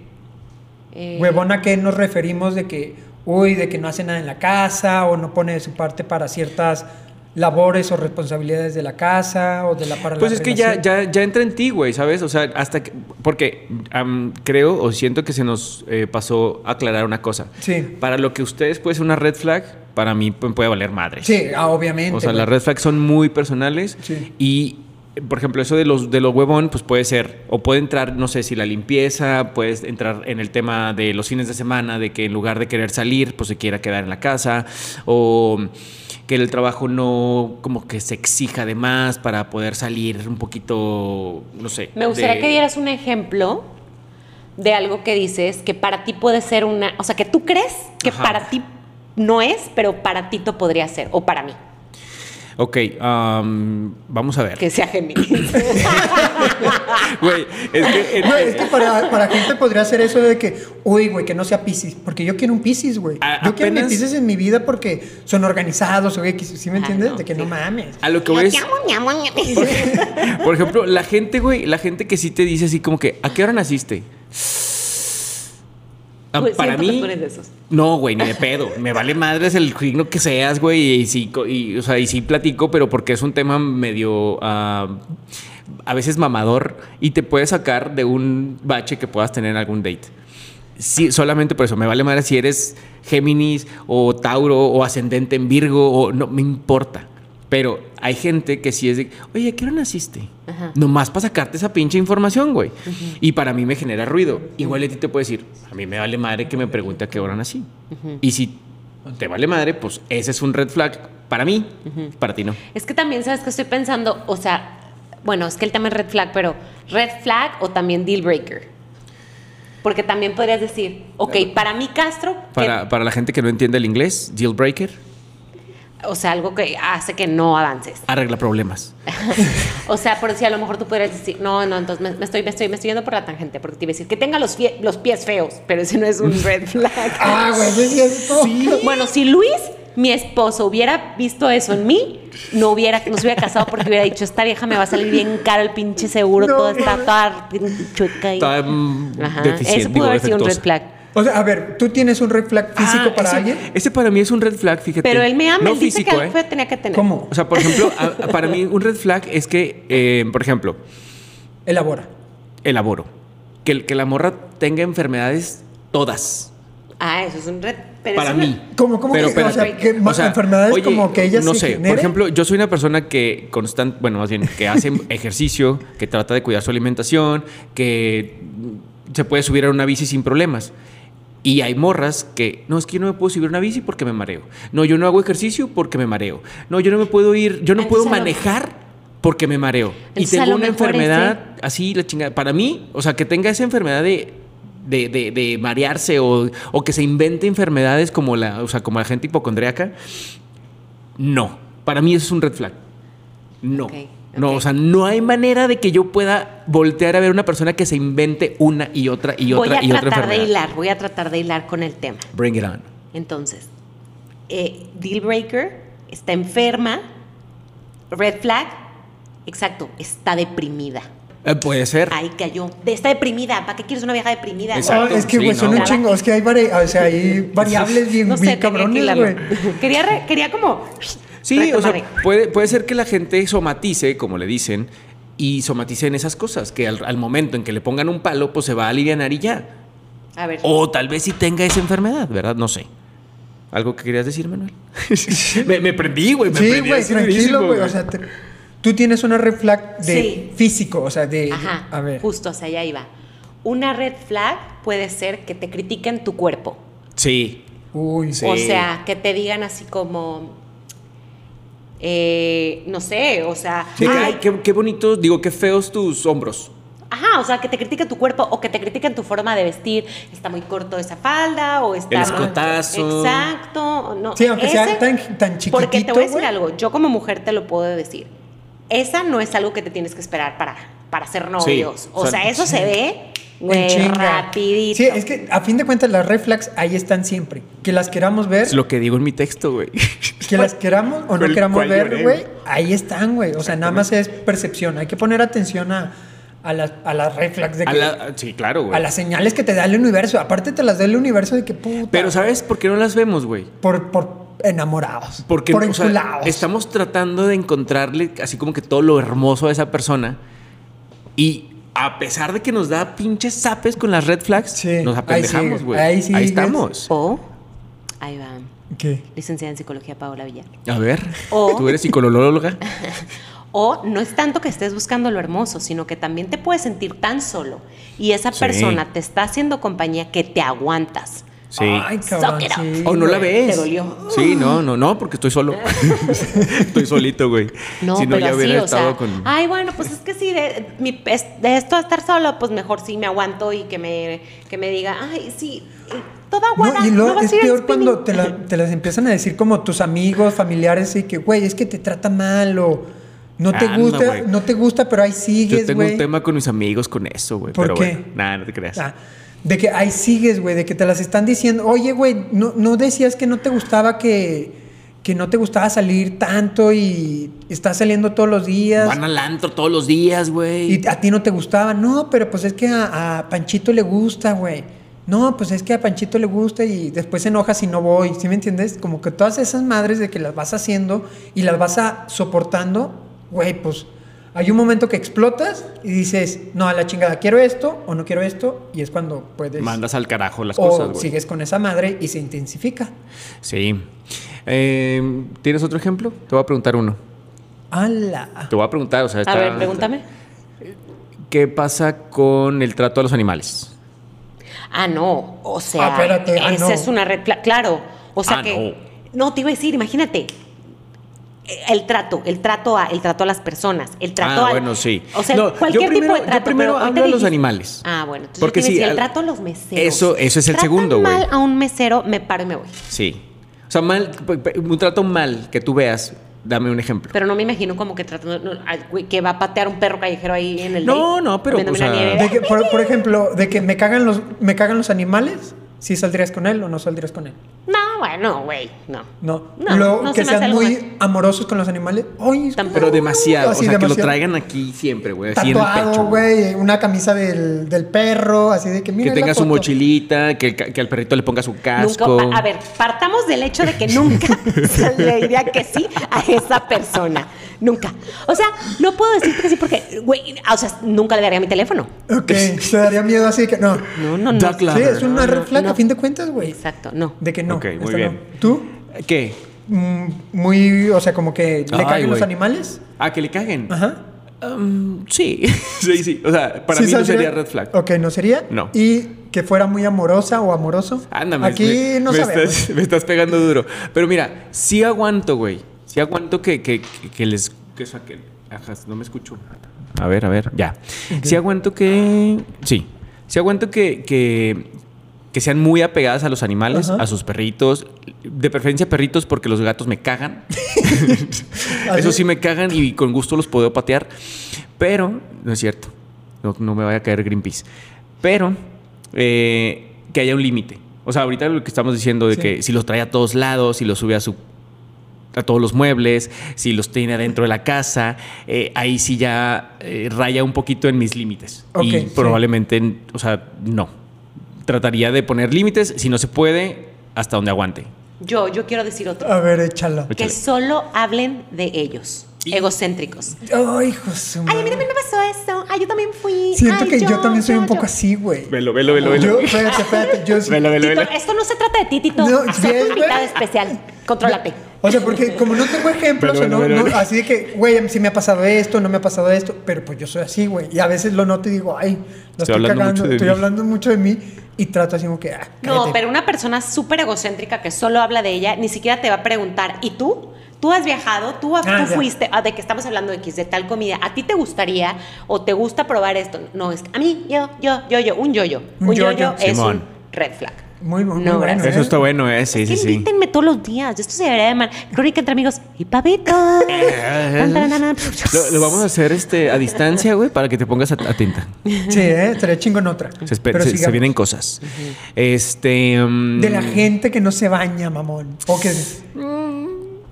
Speaker 3: Eh,
Speaker 2: ¿Huevón a qué nos referimos de que. Uy, de que no hace nada en la casa o no pone de su parte para ciertas labores o responsabilidades de la casa o de la para
Speaker 1: Pues
Speaker 2: la
Speaker 1: es que ya,
Speaker 2: relación.
Speaker 1: ya, ya entra en ti, güey, ¿sabes? O sea, hasta que- Porque am, creo o siento que se nos eh, pasó aclarar una cosa.
Speaker 2: Sí.
Speaker 1: Para lo que ustedes puede ser una red flag, para mí pu- puede valer madre.
Speaker 2: Sí, ah, obviamente.
Speaker 1: O sea,
Speaker 2: güey.
Speaker 1: las red flags son muy personales.
Speaker 2: Sí.
Speaker 1: Y, eh, por ejemplo, eso de los, de los huevón, pues puede ser. O puede entrar, no sé, si la limpieza, puedes entrar en el tema de los fines de semana, de que en lugar de querer salir, pues se quiera quedar en la casa. O que el trabajo no como que se exija de más para poder salir un poquito, no sé.
Speaker 3: Me gustaría
Speaker 1: de-
Speaker 3: que dieras un ejemplo de algo que dices que para ti puede ser una, o sea, que tú crees que
Speaker 1: Ajá.
Speaker 3: para ti no es, pero para ti lo podría ser, o para mí,
Speaker 1: Ok, am, vamos a ver.
Speaker 3: que sea Géminis.
Speaker 1: Güey, es que...
Speaker 2: Güey, es que para, para gente podría ser eso de que, uy, güey, que no sea Pisces, porque yo quiero un Pisces, güey.
Speaker 1: A-
Speaker 2: Yo quiero
Speaker 1: apenas-
Speaker 2: un Pisces en mi vida porque son organizados, o X, ¿sí me
Speaker 3: Ah,
Speaker 2: entiendes?
Speaker 3: no,
Speaker 2: de que
Speaker 3: sí.
Speaker 2: no mames.
Speaker 1: A lo que voy es... Por ejemplo, la gente, güey, la gente que sí te dice así como que, ¿a qué hora naciste? Ah,
Speaker 3: Güey,
Speaker 1: para
Speaker 3: Pues, siento que
Speaker 1: mí.
Speaker 3: tú eres de esos.
Speaker 1: No, güey, ni de pedo. Me vale madres el signo que seas, güey. Y sí, co- y, o sea, y sí platico, pero porque es un tema medio. ah, a veces mamador y te puede sacar de un bache que puedas tener en algún date. Sí, solamente por eso. Me vale madre si eres Géminis o Tauro o ascendente en Virgo o no me importa. Pero hay gente que sí es de, oye, ¿a qué hora naciste?
Speaker 3: Ajá.
Speaker 1: Nomás para sacarte esa pinche información, güey. Y para mí me genera ruido. Igual a ti te puedo decir, a mí me vale madre que me pregunte a qué hora nací. Y si te vale madre, pues ese es un red flag para mí, para ti no.
Speaker 3: Es que también sabes que estoy pensando, o sea, bueno, es que el tema es red flag, pero red flag o también deal breaker. Porque también podrías decir, ok, para mí Castro, que-
Speaker 1: Para, para la gente que no entiende el inglés, deal breaker,
Speaker 3: o sea, algo que hace que no avances.
Speaker 1: arregla problemas.
Speaker 3: O sea, por si a lo mejor tú podrías decir, no, no, entonces me, me estoy, me, estoy, me estoy yendo por la tangente, porque te iba a decir que tenga los, fie- los pies feos, pero ese no es un red flag.
Speaker 2: Ah, güey, eso es cierto.
Speaker 3: Bueno, si Luis, mi esposo, hubiera visto eso en mí, no hubiera, no se hubiera casado porque hubiera dicho, esta vieja me va a salir bien caro el pinche seguro,
Speaker 2: No,
Speaker 3: toda está
Speaker 2: no.
Speaker 3: toda chueca y...
Speaker 1: Está, mm,
Speaker 3: Ajá,
Speaker 1: deficiente,
Speaker 3: Eso
Speaker 1: digo,
Speaker 3: pudo haber sido un red
Speaker 1: defectuosa.
Speaker 3: flag.
Speaker 2: O sea, a ver, ¿tú tienes un red flag físico
Speaker 1: Ah,
Speaker 2: para
Speaker 1: ese-
Speaker 2: alguien?
Speaker 1: Ese para mí es un red flag, fíjate.
Speaker 3: Pero él me ama,
Speaker 1: No
Speaker 3: él dice
Speaker 1: físico,
Speaker 3: que
Speaker 1: ¿eh?
Speaker 3: algo tenía que tener.
Speaker 2: ¿Cómo?
Speaker 1: O sea, por ejemplo, a- a- para mí un red flag es que, eh, por ejemplo,
Speaker 2: Elabora.
Speaker 1: elaboro. Que, el- que la morra tenga enfermedades todas.
Speaker 3: Ah, eso es un red... pero
Speaker 1: para
Speaker 3: eso no-
Speaker 1: mí.
Speaker 2: ¿Cómo- cómo
Speaker 1: pero
Speaker 2: que- o sea,
Speaker 1: espérate.
Speaker 2: que más enfermedades como que ella
Speaker 1: No
Speaker 2: se
Speaker 1: sé,
Speaker 2: genere?
Speaker 1: por ejemplo, yo soy una persona que constante, bueno, más bien, que hace ejercicio, que trata de cuidar su alimentación, que mm, se puede subir a una bici sin problemas. Y hay morras que, no, es que yo no me puedo subir a una bici porque me mareo. No, yo no hago ejercicio porque me mareo. No, yo no me puedo ir, yo no
Speaker 3: Entonces,
Speaker 1: puedo
Speaker 3: a lo-
Speaker 1: manejar porque me mareo. Y
Speaker 3: Entonces, a
Speaker 1: tengo
Speaker 3: lo
Speaker 1: una
Speaker 3: mejor
Speaker 1: enfermedad así, la chingada. Para mí, o sea, que tenga esa enfermedad de, de, de- de marearse o, o que se invente enfermedades como la, o sea, como la gente hipocondríaca, no. Para mí eso es un red flag. No.
Speaker 3: Ok,
Speaker 1: No,
Speaker 3: ok.
Speaker 1: o sea, no hay manera de que yo pueda voltear a ver a una persona que se invente una y otra y
Speaker 3: Voy
Speaker 1: otra
Speaker 3: a
Speaker 1: y otra
Speaker 3: tratar de
Speaker 1: enfermedad.
Speaker 3: hilar, voy a tratar de hilar con el tema.
Speaker 1: Bring it on.
Speaker 3: Entonces, eh, deal breaker, está enferma, red flag, exacto, está deprimida.
Speaker 1: Eh, puede ser.
Speaker 3: Ahí cayó. De- Está deprimida. ¿para qué quieres una vieja deprimida?
Speaker 1: Exacto,
Speaker 2: Ah, es que,
Speaker 1: sí,
Speaker 2: güey, son
Speaker 1: ¿no?
Speaker 2: un chingo. Es que hay, vari- o sea, hay variables bien,
Speaker 3: No sé,
Speaker 2: bien
Speaker 3: tenía que
Speaker 2: cabrones,
Speaker 3: hilarlo.
Speaker 2: güey.
Speaker 3: Quería, re- quería como.
Speaker 1: Sí, o sea,
Speaker 3: retomarle.
Speaker 1: puede, puede ser que la gente somatice, como le dicen, y somaticen esas cosas, que al, al momento en que le pongan un palo, pues se va a aliviar y ya.
Speaker 3: A ver.
Speaker 1: O tal vez sí tenga esa enfermedad, ¿verdad? No sé. ¿Algo que querías decir, Manuel? me, me prendí, güey. Me
Speaker 2: Sí,
Speaker 1: prendí
Speaker 2: güey,
Speaker 1: así
Speaker 2: tranquilo,
Speaker 1: durísimo,
Speaker 2: güey. O sea, te- tú tienes una red flag de
Speaker 3: Sí.
Speaker 2: físico, o sea, de.
Speaker 3: Ajá.
Speaker 2: A ver.
Speaker 3: Justo hacia allá iba. Una red flag puede ser que te critiquen tu cuerpo.
Speaker 1: Sí.
Speaker 2: Uy,
Speaker 1: Sí.
Speaker 3: O sea, que te digan así como. eh, no sé, o sea.
Speaker 1: Sí,
Speaker 2: Ah.
Speaker 3: "Ay,
Speaker 1: qué, qué- qué bonitos, digo, qué feos tus hombros.
Speaker 3: Ajá, o sea, que te critiquen tu cuerpo o que te critiquen tu forma de vestir. Está muy corto esa falda o está...
Speaker 1: El escotazo.
Speaker 3: Exacto. No,
Speaker 2: Sí, aunque sea
Speaker 3: ese-
Speaker 2: tan- tan
Speaker 3: Porque te
Speaker 2: chiquitito,
Speaker 3: voy a decir
Speaker 2: güey.
Speaker 3: algo, yo como mujer te lo puedo decir. Esa no es algo que te tienes que esperar para, para ser novios. o
Speaker 1: o sea,
Speaker 3: sea, eso se ve, güey,
Speaker 2: En chinga.
Speaker 3: rapidito.
Speaker 2: Sí, es que a fin de cuentas las red flags ahí están siempre. Que las queramos ver,
Speaker 1: Es lo que digo en mi texto, güey.
Speaker 2: que las queramos o no
Speaker 1: Cuál-
Speaker 2: queramos
Speaker 1: cuál
Speaker 2: ver,
Speaker 1: lloré,
Speaker 2: güey,
Speaker 1: güey.
Speaker 2: ahí están, güey. O sea, nada más es percepción. Hay que poner atención a, a las, a las red flags de
Speaker 1: A
Speaker 2: que-
Speaker 1: la- sí, claro, güey.
Speaker 2: a las señales que te da el universo. Aparte te las da el universo de que puta.
Speaker 1: Pero ¿sabes por qué no las vemos, güey?
Speaker 2: Por, por enamorados.
Speaker 1: Porque
Speaker 2: por
Speaker 1: o sea,
Speaker 2: enculados.
Speaker 1: estamos tratando de encontrarle así como que todo lo hermoso a esa persona. Y a pesar de que nos da pinches zapes con las red flags,
Speaker 2: Sí,
Speaker 1: nos
Speaker 2: ahí
Speaker 1: apendejamos,
Speaker 2: sí,
Speaker 1: güey.
Speaker 2: ahí sí, ¿ves?
Speaker 1: estamos.
Speaker 3: O, ahí va,
Speaker 2: ¿Qué?
Speaker 3: licenciada en psicología Paola Villar.
Speaker 1: A ver,
Speaker 3: O-
Speaker 1: tú eres psicóloga.
Speaker 3: O no es tanto que estés buscando lo hermoso, sino que también te puedes sentir tan solo y esa
Speaker 1: Sí.
Speaker 3: persona te está haciendo compañía que te aguantas.
Speaker 1: Sí.
Speaker 2: Ay, cabrón,
Speaker 3: Suck it up.
Speaker 2: sí,
Speaker 1: o no la
Speaker 3: güey,
Speaker 1: ves.
Speaker 3: te dolió.
Speaker 1: Sí, no, no, no, porque estoy solo. estoy solito, güey.
Speaker 3: No,
Speaker 1: si no,
Speaker 3: pero
Speaker 1: ya
Speaker 3: así,
Speaker 1: hubiera
Speaker 3: o sea,
Speaker 1: estado con.
Speaker 3: ay, bueno, pues es que sí, de, mi- es- de esto a estar solo, pues mejor sí me aguanto y que me, que me diga, ay, sí, eh, toda guana,
Speaker 2: No, y luego
Speaker 3: no vas
Speaker 2: es
Speaker 3: a ir al
Speaker 2: peor cuando
Speaker 3: spinning".
Speaker 2: te, la- te las empiezan a decir como tus amigos, familiares, y que, güey, es que te trata mal o no te
Speaker 1: Ah, no,
Speaker 2: gusta,
Speaker 1: güey.
Speaker 2: no, te gusta, pero ahí sigues,
Speaker 1: Yo
Speaker 2: güey.
Speaker 1: tengo un tema con mis amigos con eso, güey.
Speaker 2: ¿Por
Speaker 1: Pero
Speaker 2: qué?
Speaker 1: bueno, nada, no te creas.
Speaker 2: Ah, de que ahí sigues, güey, de que te las están diciendo, oye, güey, no, no decías que no te gustaba que, que no te gustaba salir tanto y estás saliendo todos los días.
Speaker 1: Van al antro todos los días, güey.
Speaker 2: Y a ti no te gustaba. No, pero pues es que a, a Panchito le gusta, güey. No, pues es que a Panchito le gusta y después se enoja si no voy. ¿Sí me entiendes? Como que todas esas madres de que las vas haciendo y las vas a soportando, güey, pues hay un momento que explotas y dices, no, a la chingada, quiero esto o no quiero esto. Y es cuando puedes.
Speaker 1: Mandas al carajo las
Speaker 2: o
Speaker 1: cosas, güey.
Speaker 2: sigues con esa madre y se intensifica.
Speaker 1: Sí. Eh, ¿Tienes otro ejemplo? Te voy a preguntar uno.
Speaker 2: ¡Hala!
Speaker 1: Te voy a preguntar, o sea,
Speaker 3: A
Speaker 1: está-
Speaker 3: ver, pregúntame.
Speaker 1: ¿Qué pasa con el trato a los animales?
Speaker 3: Ah, no, o sea,
Speaker 2: Ah, espérate, ah,
Speaker 3: esa
Speaker 2: no.
Speaker 3: es una red flag, claro. O sea
Speaker 1: Ah,
Speaker 3: que no. te iba a decir, imagínate. eh, El trato, el trato a, el trato a las personas, el trato
Speaker 1: Ah,
Speaker 3: al-
Speaker 1: bueno, sí.
Speaker 3: O sea,
Speaker 1: No, yo
Speaker 3: cualquier
Speaker 1: primero-
Speaker 3: tipo
Speaker 1: yo
Speaker 3: de trato.
Speaker 1: primero
Speaker 3: pero ahorita
Speaker 1: hablo de los
Speaker 3: dijiste-
Speaker 1: animales.
Speaker 3: Ah, bueno, entonces
Speaker 1: Porque
Speaker 3: Porque
Speaker 1: sí,
Speaker 3: el
Speaker 1: al-
Speaker 3: trato a los meseros.
Speaker 1: Eso- eso es el
Speaker 3: Tratan
Speaker 1: segundo, güey.
Speaker 3: mal a un mesero, me paro y me voy.
Speaker 1: Sí. O sea, mal, p- p- un trato mal que tú veas, dame un ejemplo.
Speaker 3: Pero no me imagino como que tratando no, ay, güey, que va a patear un perro callejero ahí en el
Speaker 1: No,
Speaker 3: day,
Speaker 1: no, pero, o
Speaker 3: comiéndome
Speaker 1: sea,
Speaker 3: la nieve.
Speaker 2: De que, por, por ejemplo, de que me cagan los, me cagan los animales, si saldrías con él o no saldrías con él.
Speaker 3: No, bueno, güey, no.
Speaker 2: No,
Speaker 3: No,
Speaker 2: Lo-
Speaker 3: no
Speaker 2: que
Speaker 3: se me hace
Speaker 2: sean
Speaker 3: algo
Speaker 2: muy
Speaker 3: mal.
Speaker 2: amorosos con los animales. Ay, es que-
Speaker 3: Tampoco.
Speaker 1: Pero demasiado.
Speaker 2: Así,
Speaker 1: o sea, que lo
Speaker 2: demasiado.
Speaker 1: traigan aquí siempre, güey. Así en el pecho.
Speaker 2: Tatuado,
Speaker 1: güey.
Speaker 2: güey, una camisa del, del perro, así de que mira.
Speaker 1: Que tenga
Speaker 2: la
Speaker 1: su
Speaker 2: foto.
Speaker 1: mochilita, que, el ca- que al perrito le ponga su
Speaker 3: Nunca,
Speaker 1: casco.
Speaker 3: pa- a ver, partamos del hecho de que nunca se le diría que sí a esa persona. Nunca. O sea, no puedo decirte que sí porque, güey, o sea, nunca le daría mi teléfono.
Speaker 2: Ok, te daría miedo así de que no.
Speaker 3: No, no, no.
Speaker 1: Duck
Speaker 2: sí,
Speaker 1: lover.
Speaker 2: es una
Speaker 3: no,
Speaker 2: red flag
Speaker 3: no.
Speaker 2: a fin de cuentas, güey.
Speaker 3: Exacto, no.
Speaker 2: De que no.
Speaker 1: Ok, muy
Speaker 2: esta no.
Speaker 1: bien.
Speaker 2: ¿Tú?
Speaker 1: ¿Qué?
Speaker 2: mm, Muy, o sea, como que le
Speaker 1: Ay,
Speaker 2: cagan los
Speaker 1: güey.
Speaker 2: animales.
Speaker 1: Ah, que le caguen.
Speaker 2: Ajá.
Speaker 1: Um, sí. sí, sí. O sea, para
Speaker 2: Sí
Speaker 1: mí no
Speaker 2: saldría-
Speaker 1: sería red flag.
Speaker 2: Ok, no sería.
Speaker 1: No.
Speaker 2: Y que fuera muy amorosa o amoroso.
Speaker 1: Ándame.
Speaker 2: Aquí no
Speaker 1: me
Speaker 2: sabemos.
Speaker 1: Estás, me estás pegando duro. Pero mira, sí aguanto, güey. Sí aguanto que, que, que, que les... Que saquen. Ajá, no me escucho. A ver, a ver, ya. Sí aguanto que... Sí. Sí aguanto que... que que sean muy apegadas a los animales,
Speaker 2: Ajá.
Speaker 1: a sus perritos, de preferencia perritos porque los gatos me cagan. Eso sí me cagan y con gusto los puedo patear. Pero, no es cierto. No, no me vaya a caer Greenpeace. Pero, eh, que haya un límite. O sea, ahorita lo que estamos diciendo de
Speaker 2: Sí.
Speaker 1: que si los trae a todos lados, si los sube a su a todos los muebles, si los tiene adentro de la casa, eh, ahí sí ya eh, raya un poquito en mis límites.
Speaker 2: Ok,
Speaker 1: y
Speaker 2: sí.
Speaker 1: probablemente, o sea, no. Trataría de poner límites, si no se puede, hasta donde aguante.
Speaker 3: Yo, yo quiero decir otro.
Speaker 2: A ver, échala.
Speaker 3: Que
Speaker 1: Échale.
Speaker 3: solo hablen de ellos.
Speaker 1: Y-
Speaker 3: Egocéntricos.
Speaker 2: Ay, hijo de su
Speaker 3: Ay, a mí
Speaker 2: madre.
Speaker 3: también me pasó eso. Ay, yo también fui.
Speaker 2: Siento
Speaker 3: Ay,
Speaker 2: que yo, también soy un
Speaker 3: yo,
Speaker 2: poco
Speaker 3: yo.
Speaker 2: así, güey.
Speaker 1: Velo, velo, velo,
Speaker 2: Yo,
Speaker 1: velo.
Speaker 2: espérate, espérate, yo sí.
Speaker 1: Velo, velo,
Speaker 3: Tito,
Speaker 1: velo.
Speaker 3: esto no se trata de ti, Tito.
Speaker 2: No,
Speaker 3: Haz a
Speaker 2: bien,
Speaker 3: tu invitado
Speaker 2: güey.
Speaker 3: especial. Contrólate.
Speaker 2: O sea, porque como no tengo ejemplos,
Speaker 1: Velo,
Speaker 2: o
Speaker 1: velo,
Speaker 2: no-
Speaker 1: velo.
Speaker 2: no- así de que, güey, sí me ha pasado esto, no me ha pasado esto, pero pues yo soy así, güey. Y a veces lo noto y digo, ay, lo
Speaker 1: Estoy
Speaker 2: estoy,
Speaker 1: hablando
Speaker 2: cagando,
Speaker 1: mucho de
Speaker 2: estoy
Speaker 1: mí.
Speaker 2: hablando mucho de mí y trato así como que, ah,
Speaker 3: No,
Speaker 2: cállate.
Speaker 3: pero una persona súper egocéntrica que solo habla de ella, ni siquiera te va a preguntar, ¿y tú? Tú has viajado, tú, has-
Speaker 2: Ah,
Speaker 3: tú
Speaker 2: ya.
Speaker 3: fuiste, ah, de que estamos hablando de X, de tal comida, ¿a ti te gustaría o te gusta probar esto? No, es que a mí, yo, yo, yo, yo, un yo-yo.
Speaker 2: Un
Speaker 3: Un yo-yo
Speaker 2: yo-yo.
Speaker 3: es
Speaker 1: Simón.
Speaker 3: un red flag.
Speaker 2: Muy, muy, muy
Speaker 3: No,
Speaker 2: bueno.
Speaker 3: gracias.
Speaker 1: Eso está bueno, eh. Sí,
Speaker 3: Es
Speaker 1: sí,
Speaker 3: que
Speaker 1: sí.
Speaker 3: invítenme todos los días, esto se debería llamar Crónica entre amigos y pavito. Tan, tan, tan, tan.
Speaker 1: Lo, lo vamos a hacer este, a distancia, güey, para que te pongas at- atenta.
Speaker 2: Sí, eh, estaría chingón otra.
Speaker 1: Se, espe-
Speaker 2: Pero
Speaker 1: se- se
Speaker 2: sigamos.
Speaker 1: vienen cosas. Este. mm,
Speaker 2: De la gente que no se baña, mamón. O que, o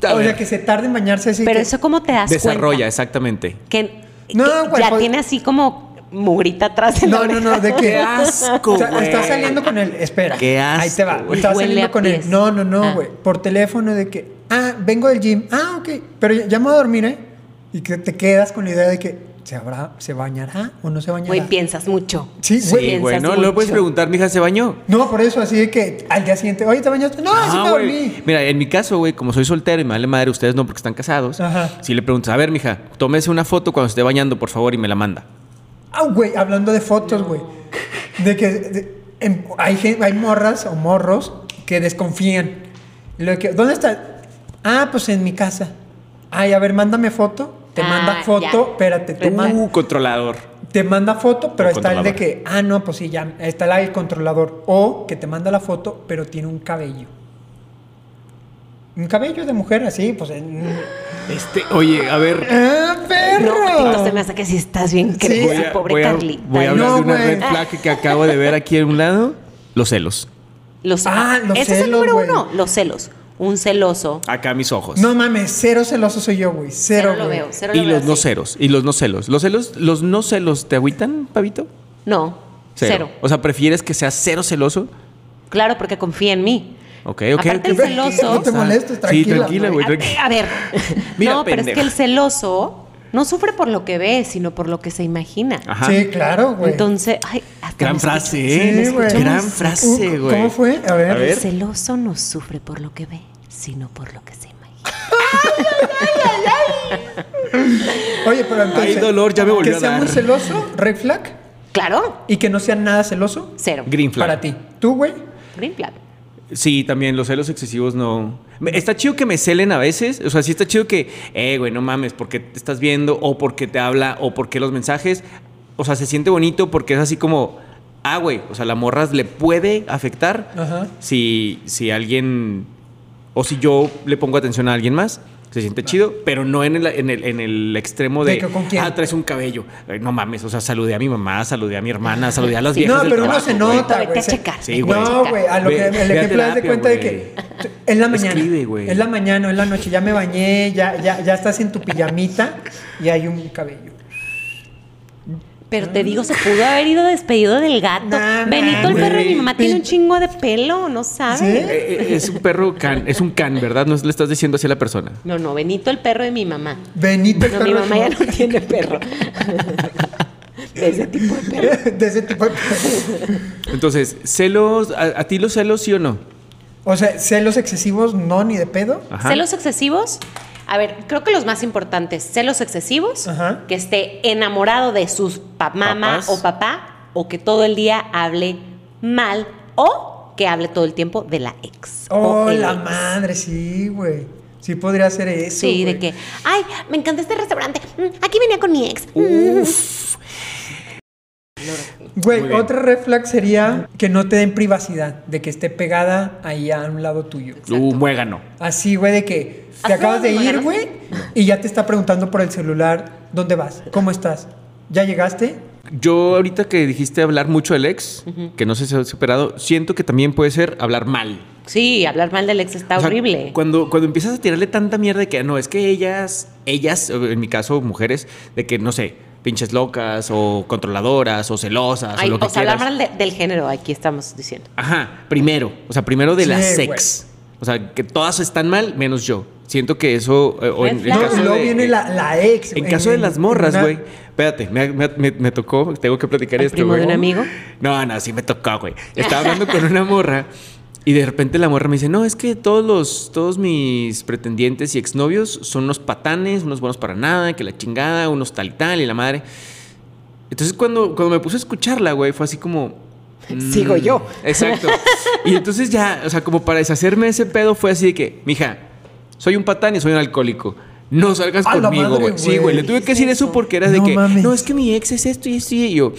Speaker 1: a ver,
Speaker 2: sea, que se tarde en bañarse así.
Speaker 3: Pero
Speaker 2: que-
Speaker 3: eso cómo te das
Speaker 1: desarrolla,
Speaker 3: cuenta?
Speaker 1: exactamente.
Speaker 3: que,
Speaker 2: No,
Speaker 3: que
Speaker 2: güey,
Speaker 3: ya
Speaker 2: pues-
Speaker 3: tiene así como mugrita atrás. en la
Speaker 2: No, no, no,
Speaker 3: oreja.
Speaker 2: de que.
Speaker 1: Qué asco,
Speaker 2: O sea,
Speaker 1: güey.
Speaker 2: estás saliendo con él. Espera.
Speaker 1: Qué
Speaker 2: Ahí te va.
Speaker 1: asco, güey.
Speaker 2: Estás
Speaker 3: Huele
Speaker 2: saliendo
Speaker 3: a
Speaker 2: con él.
Speaker 3: pies.
Speaker 2: No, no,
Speaker 3: Ah.
Speaker 2: no, güey. Por teléfono de que. Ah, vengo del gym. Ah, ok. Pero ya, ya me voy a dormir, ¿eh? Y que te quedas con la idea de que. ¿Se, habrá, ¿Se bañará o no se bañará?
Speaker 3: Güey, piensas mucho.
Speaker 2: Sí, güey.
Speaker 1: Sí, güey, ¿no?
Speaker 3: Piensas
Speaker 1: Lo puedes
Speaker 3: mucho.
Speaker 1: preguntar, mija, ¿se bañó? Ah,
Speaker 2: No, por eso, así de que al día siguiente, oye, ¿te bañaste? No, sí me
Speaker 1: güey.
Speaker 2: dormí.
Speaker 1: Mira, en mi caso, güey, como soy soltero y me vale madre, ustedes no porque están casados.
Speaker 2: Ajá.
Speaker 1: Si le preguntas, a ver, mija, tómese una foto cuando esté bañando, por favor, y me la manda.
Speaker 2: Ah, güey, hablando de fotos, güey. De que de- en- hay, gen- hay morras o morros que desconfían. Lo que, ¿Dónde está? Ah, pues en mi casa. Ay, a ver, mándame foto. Te
Speaker 3: Ah,
Speaker 2: manda foto,
Speaker 3: ya.
Speaker 2: espérate, tú.
Speaker 3: Red flag.
Speaker 1: Uh, controlador.
Speaker 2: Te manda foto, pero
Speaker 1: El
Speaker 2: está el de
Speaker 1: controlador.
Speaker 2: que, ah, no, pues sí, ya está la- el controlador. O que te manda la foto, pero tiene un cabello. Un cabello de mujer así, pues. en-
Speaker 1: Este, oye, a ver.
Speaker 2: ¡Ah, perro!
Speaker 3: No, Patito, se me hace que si estás bien creída,
Speaker 1: Voy a,
Speaker 3: pobre
Speaker 1: voy a-
Speaker 3: Carlita.
Speaker 1: voy a hablar
Speaker 2: No,
Speaker 1: de una
Speaker 2: güey.
Speaker 1: red flag que acabo de ver aquí en un lado. Los celos.
Speaker 3: Los,
Speaker 2: Ah, los
Speaker 3: ese es el
Speaker 2: celos,
Speaker 3: número
Speaker 2: güey.
Speaker 3: uno, los celos. Un celoso.
Speaker 1: Acá mis ojos.
Speaker 2: No mames, cero celoso soy yo, güey. Cero,
Speaker 3: Cero lo
Speaker 2: güey.
Speaker 3: veo, cero
Speaker 1: y
Speaker 3: lo veo
Speaker 1: los no
Speaker 3: así.
Speaker 1: ceros. Y los no celos. ¿Los celos, los no celos te agüitan, Pavito?
Speaker 3: No, cero.
Speaker 1: O sea, ¿prefieres que sea cero celoso?
Speaker 3: Claro, porque confía en mí.
Speaker 1: Ok, ok.
Speaker 3: Aparte el
Speaker 1: ok.
Speaker 3: celoso-
Speaker 2: No te molestes,
Speaker 1: Sí,
Speaker 2: tranquila.
Speaker 1: tranquila, güey.
Speaker 3: A-
Speaker 1: tranquila.
Speaker 3: A, ver,
Speaker 1: Mira,
Speaker 3: no, pero es
Speaker 1: pendeja.
Speaker 3: que el celoso no sufre por lo que ve, sino por lo que se imagina.
Speaker 1: Ajá.
Speaker 2: Sí, claro, güey.
Speaker 3: Entonces, ay, hasta
Speaker 1: Gran
Speaker 3: me escucho.
Speaker 1: frase,
Speaker 3: Sí, me
Speaker 1: ¿eh?
Speaker 2: Sí, güey. Uh,
Speaker 3: escucho
Speaker 1: Gran
Speaker 3: muy-
Speaker 1: frase,
Speaker 2: ¿Cómo-
Speaker 1: güey.
Speaker 2: ¿Cómo fue? A ver.
Speaker 1: A ver.
Speaker 3: El celoso no sufre por lo que ve, sino por lo que se imagina.
Speaker 2: Oye, pero entonces.
Speaker 1: Ay, dolor, ya me volvió
Speaker 2: Que
Speaker 1: a
Speaker 2: sea
Speaker 1: dar.
Speaker 2: muy celoso, red flag,
Speaker 3: Claro,
Speaker 2: y que no sea nada celoso
Speaker 3: cero.
Speaker 1: Green flag.
Speaker 2: para ti. Tú, güey.
Speaker 3: Green flag.
Speaker 1: Sí, también los celos excesivos no. Me- Está chido que me celen a veces. O sea, sí está chido que, eh, güey, no mames, porque te estás viendo, o porque te habla, o porque los mensajes. O sea, se siente bonito porque es así como, ah, güey, o sea, la morra le puede afectar
Speaker 2: Ajá.
Speaker 1: si, si alguien. O si yo le pongo atención a alguien más. Se siente chido, pero no en el, en el, en el extremo de.
Speaker 2: ¿De que con quién?
Speaker 1: Ah, traes un cabello. Ay, no mames, o sea, saludé a mi mamá, saludé a mi hermana, saludé a las
Speaker 3: Sí.
Speaker 1: viejas.
Speaker 2: No,
Speaker 1: del
Speaker 2: pero uno
Speaker 1: trabajo,
Speaker 2: se
Speaker 1: güey.
Speaker 2: nota,
Speaker 3: Vete
Speaker 2: güey.
Speaker 3: a
Speaker 2: se-
Speaker 3: checar.
Speaker 1: Sí, güey.
Speaker 2: No, güey. A lo
Speaker 1: Ve-
Speaker 2: que el
Speaker 1: ve a
Speaker 2: ejemplo es de
Speaker 1: terapia,
Speaker 2: cuenta de
Speaker 1: güey.
Speaker 2: que. Es la mañana.
Speaker 1: Escribe, güey.
Speaker 2: Es la mañana, es la noche. Ya me bañé, ya, ya, ya estás en tu pijamita y hay un cabello.
Speaker 3: Pero te digo, se pudo haber ido despedido del gato.
Speaker 2: Nah,
Speaker 3: Benito, el
Speaker 2: nah,
Speaker 3: perro de mi
Speaker 2: Ah, güey.
Speaker 3: mamá, tiene un chingo de pelo, ¿no sabes?
Speaker 2: ¿Sí?
Speaker 1: Eh, eh, Es un perro can, es un can, ¿verdad? No le estás diciendo así a la persona.
Speaker 3: No, no, Benito, el perro de mi mamá.
Speaker 2: Benito el
Speaker 3: No, mi
Speaker 2: perro
Speaker 3: mamá ya no tiene perro. De ese tipo de perro.
Speaker 2: De ese tipo de-
Speaker 1: Entonces, celos, ¿a, a ti los celos sí o no?
Speaker 2: O sea, celos excesivos, no, ni de pedo.
Speaker 1: Ajá.
Speaker 3: Celos excesivos. A ver, creo que los más importantes, celos excesivos,
Speaker 2: Ajá.
Speaker 3: que esté enamorado de sus pa- mamá
Speaker 1: Papás.
Speaker 3: o papá, o que todo el día hable mal, o que hable todo el tiempo de la ex.
Speaker 2: Oh,
Speaker 3: o el
Speaker 2: la
Speaker 3: ex.
Speaker 2: madre, sí, güey. Sí podría ser eso.
Speaker 3: Sí, de
Speaker 2: güey.
Speaker 3: que, ay, me encanta este restaurante. Mm, Aquí venía con mi ex. Mm".
Speaker 1: Uf. Muy
Speaker 2: Güey,
Speaker 1: bien.
Speaker 2: otra red flag sería que no te den privacidad, de que esté pegada ahí a un lado tuyo.
Speaker 1: Uh, muégano.
Speaker 2: Así, güey, de que te
Speaker 3: Ajá,
Speaker 2: acabas de ir,
Speaker 3: bueno.
Speaker 2: güey, y ya te está preguntando por el celular, ¿dónde vas? ¿Cómo estás? ¿Ya llegaste?
Speaker 1: Yo ahorita que dijiste hablar mucho del ex, que no sé si has superado, siento que también puede ser hablar mal.
Speaker 3: Sí, hablar mal del ex está
Speaker 1: O sea,
Speaker 3: horrible.
Speaker 1: Cuando, cuando empiezas a tirarle tanta mierda de que "Ah, no, es que ellas, ellas, en mi caso, mujeres, de que no sé, pinches locas o controladoras o celosas
Speaker 3: Ay,
Speaker 1: o lo que
Speaker 3: o sea,
Speaker 1: quieras.
Speaker 3: hablar mal de- del género, aquí estamos diciendo.
Speaker 1: Ajá, primero. O sea, primero de
Speaker 2: Sí,
Speaker 1: las
Speaker 2: güey.
Speaker 1: sex. O sea, que todas están mal, menos yo. Siento que eso. eh, o en, en
Speaker 3: Red flag.
Speaker 2: No,
Speaker 1: caso
Speaker 2: y luego
Speaker 1: de,
Speaker 2: viene la, la ex.
Speaker 1: en caso de las morras,
Speaker 2: una-
Speaker 1: güey. Espérate, me, me- me- me tocó, tengo que platicar
Speaker 3: ¿Al
Speaker 1: esto,
Speaker 3: primo
Speaker 1: güey.
Speaker 3: de un amigo?
Speaker 1: No, no, sí me tocó, güey. Estaba hablando con una morra y de repente la morra me dice, no, es que todos los, todos mis pretendientes y exnovios son unos patanes, unos buenos para nada, que la chingada, unos tal y tal y la madre. Entonces cuando, cuando me puse a escucharla, güey, fue así como... mm,
Speaker 3: Sigo yo.
Speaker 1: Exacto. Y entonces ya, o sea, como para deshacerme de ese pedo fue así de que, mija, soy un patán y soy un alcohólico. No salgas
Speaker 2: A la
Speaker 1: conmigo,
Speaker 2: madre,
Speaker 1: güey. Sí,
Speaker 2: güey.
Speaker 1: güey. Le tuve que decir eso porque era de
Speaker 2: No
Speaker 1: que,
Speaker 2: mames.
Speaker 1: no, es que mi ex es esto y esto y yo.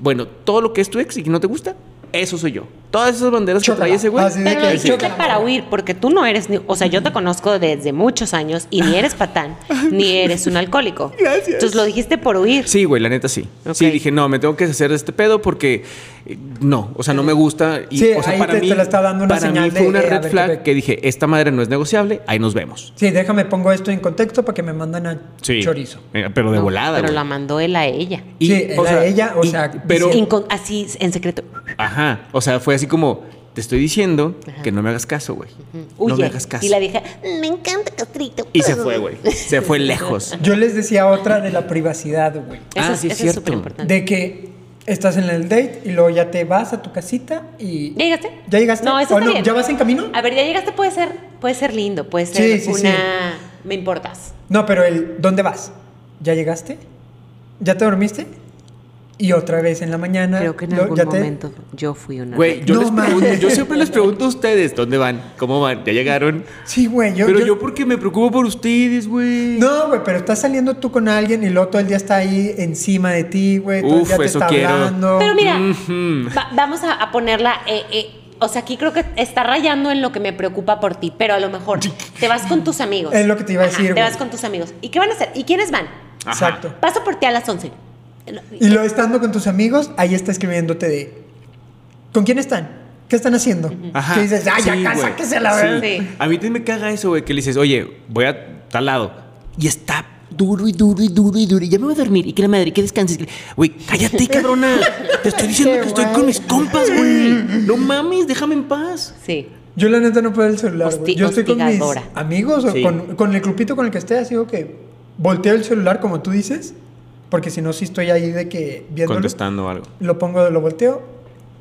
Speaker 1: Bueno, todo lo que es tu ex y que no te gusta, Eso soy yo. Todas esas banderas
Speaker 2: Chócala. Ah,
Speaker 1: que trae ese güey.
Speaker 2: Así de
Speaker 3: Pero
Speaker 2: que
Speaker 3: lo hiciste
Speaker 2: chócala,
Speaker 3: para
Speaker 2: morra.
Speaker 3: huir, porque tú no eres, ni- o sea, yo te conozco desde muchos años y ni eres patán, ni eres un alcohólico.
Speaker 1: Gracias.
Speaker 3: Entonces lo dijiste por huir.
Speaker 1: Sí, güey, la neta sí.
Speaker 3: Ok.
Speaker 1: Sí, dije, no, me tengo que hacer de este pedo porque eh, no, o sea, no me gusta. Y,
Speaker 2: Sí,
Speaker 1: o sea,
Speaker 2: ahí te- te la está dando una
Speaker 1: para mí
Speaker 2: señal
Speaker 1: fue
Speaker 2: de,
Speaker 1: una
Speaker 2: eh, a
Speaker 1: red
Speaker 2: ver,
Speaker 1: flag
Speaker 2: Quebec.
Speaker 1: que dije, esta madre no es negociable, ahí nos vemos.
Speaker 2: Sí, déjame pongo esto en contexto para que me mandan a
Speaker 1: Sí.
Speaker 2: chorizo.
Speaker 1: Eh, Pero de
Speaker 3: No,
Speaker 1: volada.
Speaker 3: Pero
Speaker 1: güey.
Speaker 3: la mandó él a ella.
Speaker 2: Sí, era ella, o sea,
Speaker 1: Pero,
Speaker 3: Incon- así, en secreto.
Speaker 1: ajá, o sea, fue así como, te estoy diciendo
Speaker 3: Ajá.
Speaker 1: que no me hagas caso, güey.
Speaker 3: Huye.
Speaker 1: No me hagas caso.
Speaker 3: Y la vieja, me encanta Castrito.
Speaker 1: Y se fue, güey. Se fue lejos.
Speaker 2: Yo les decía otra de la privacidad, güey.
Speaker 3: Eso
Speaker 1: Ah,
Speaker 3: es-
Speaker 1: sí, es
Speaker 3: eso es
Speaker 1: cierto.
Speaker 3: súper importante.
Speaker 2: De que estás en el date y luego ya te vas a tu casita y...
Speaker 3: ¿Ya llegaste?
Speaker 2: ¿Ya llegaste?
Speaker 3: No, eso
Speaker 2: ¿O
Speaker 3: está bien. Ah.
Speaker 2: ¿Ya vas en camino?
Speaker 3: A ver, ya llegaste, puede ser, puede ser lindo, puede ser
Speaker 2: Sí, sí, sí.
Speaker 3: una. Me importas.
Speaker 2: No, pero el ¿dónde vas? ¿Ya llegaste? ¿Ya te dormiste? Y otra vez en la mañana...
Speaker 3: Creo que en
Speaker 2: lo-
Speaker 3: algún
Speaker 2: ya te-
Speaker 3: momento yo fui una.
Speaker 1: Güey, yo,
Speaker 2: No
Speaker 1: les pregunto-
Speaker 2: mames.
Speaker 1: yo siempre les pregunto a ustedes dónde van, cómo van, ya llegaron.
Speaker 2: Sí, güey, yo...
Speaker 1: pero
Speaker 2: yo-
Speaker 1: yo porque me preocupo por ustedes, güey.
Speaker 2: No, güey, pero estás saliendo tú con alguien y luego todo el día está ahí encima de ti, güey. Todo
Speaker 1: Uf,
Speaker 2: el día te
Speaker 1: eso
Speaker 2: está
Speaker 1: quiero.
Speaker 2: hablando.
Speaker 3: Pero mira,
Speaker 1: Ujú.
Speaker 3: va- vamos a, a ponerla. eh, eh, o sea, aquí creo que está rayando en lo que me preocupa por ti, pero a lo mejor te vas con tus amigos.
Speaker 2: Es lo que te iba a decir,
Speaker 3: Te
Speaker 2: güey.
Speaker 3: vas con tus amigos. ¿Y qué van a hacer? ¿Y quiénes van?
Speaker 1: Ajá.
Speaker 2: Exacto.
Speaker 3: Paso por ti a las 11.
Speaker 2: Y lo estando con tus amigos, ahí está escribiéndote de. ¿Con quién están? ¿Qué están haciendo?
Speaker 1: Ajá.
Speaker 2: Que dices, "Ah, ay,
Speaker 1: Sí,
Speaker 2: acá,
Speaker 1: güey.
Speaker 2: sáquese la
Speaker 1: Sí.
Speaker 2: verdad.
Speaker 3: Sí.
Speaker 1: A mí también me caga eso, güey, que le dices, oye, voy a tal lado. Y está duro y duro y duro y duro. Y ya me voy a dormir. Y que la madre, que descanses. Güey, cállate, cabrona. Te estoy diciendo que estoy con mis compas, güey. No mames, déjame en paz.
Speaker 3: Sí.
Speaker 2: Yo la neta no puedo el celular. güey.
Speaker 3: Hosti-
Speaker 2: Yo estoy con mis
Speaker 3: hostigadora.
Speaker 2: amigos o
Speaker 1: Sí.
Speaker 2: con, con el grupito con el que esté, así digo que volteo el celular como tú dices, porque si no, sí estoy ahí de que viéndolo.
Speaker 1: Contestando algo.
Speaker 2: Lo pongo, lo volteo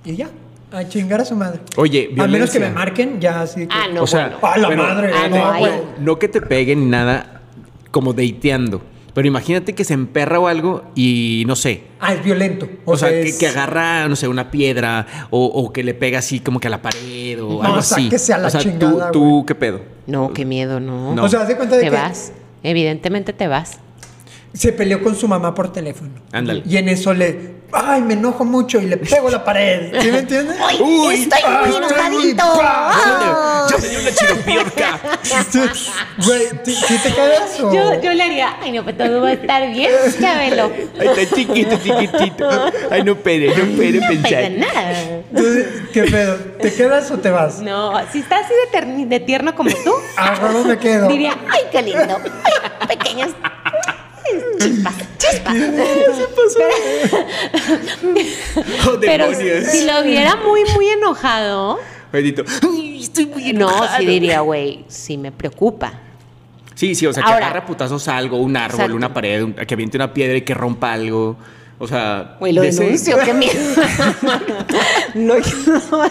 Speaker 2: y ya. A chingar a su madre.
Speaker 1: Oye,
Speaker 2: A menos
Speaker 1: violencia.
Speaker 2: que me marquen, ya así. que-
Speaker 3: Ah, no.
Speaker 1: o sea,
Speaker 3: bueno.
Speaker 2: ¡A la
Speaker 1: pero-
Speaker 2: madre!
Speaker 3: Ah,
Speaker 2: no,
Speaker 3: no, ahí.
Speaker 2: güey.
Speaker 1: No que te peguen ni nada como dateando. Pero imagínate que se emperra o algo y no sé.
Speaker 2: Ah, es violento.
Speaker 1: O, sea, que-
Speaker 2: es-
Speaker 1: que, agarra, no sé, una piedra o, o que le pega así como que a la pared o
Speaker 2: No,
Speaker 1: algo así.
Speaker 2: sáquese a la
Speaker 1: o sea, tú-
Speaker 2: chingada,
Speaker 1: tú,
Speaker 2: güey.
Speaker 1: qué pedo.
Speaker 3: No, qué miedo, no.
Speaker 1: No.
Speaker 2: O sea, haz de cuenta de
Speaker 3: te
Speaker 2: que
Speaker 3: vas. Evidentemente te vas.
Speaker 2: se peleó con su mamá por teléfono.
Speaker 1: Ándale.
Speaker 2: Y en eso le, ay, me enojo mucho y le pego la pared. ¿Sí me entiendes?
Speaker 3: ¡Ay, estoy
Speaker 2: ah, estoy
Speaker 3: muy enojadito! Ah.
Speaker 2: bravo.
Speaker 1: Yo tenía una chiropiorca.
Speaker 2: Sí, Güey, ¿sí- ¿sí te quedas o...?
Speaker 3: Yo, yo le haría, ay, no, pero todo va a estar bien, ya velo.
Speaker 1: Ay, está chiquito, chiquitito. Ay, no pere, no pere
Speaker 3: No pasa
Speaker 1: pensar.
Speaker 3: nada.
Speaker 2: Entonces, ¿qué pedo? ¿Te quedas o te vas?
Speaker 3: No, si está así de, terni- de tierno como tú,
Speaker 2: ¿A dónde me quedo?
Speaker 3: diría, ay, qué lindo. Ay, pequeñas chispas, chispas.
Speaker 1: Oh,
Speaker 3: Pero
Speaker 1: demonios.
Speaker 3: si lo viera muy, muy enojado,
Speaker 1: Bendito. Ay, estoy muy
Speaker 3: no,
Speaker 1: enojado.
Speaker 3: sí diría, güey, sí me preocupa.
Speaker 1: Sí, sí, o sea, que
Speaker 3: Ahora.
Speaker 1: agarra putazos a algo, un árbol,
Speaker 3: Exacto.
Speaker 1: una pared, un- que aviente una piedra y que rompa algo. O sea,
Speaker 3: Güey, lo
Speaker 1: de ese-
Speaker 3: denuncio, qué miedo. no, no.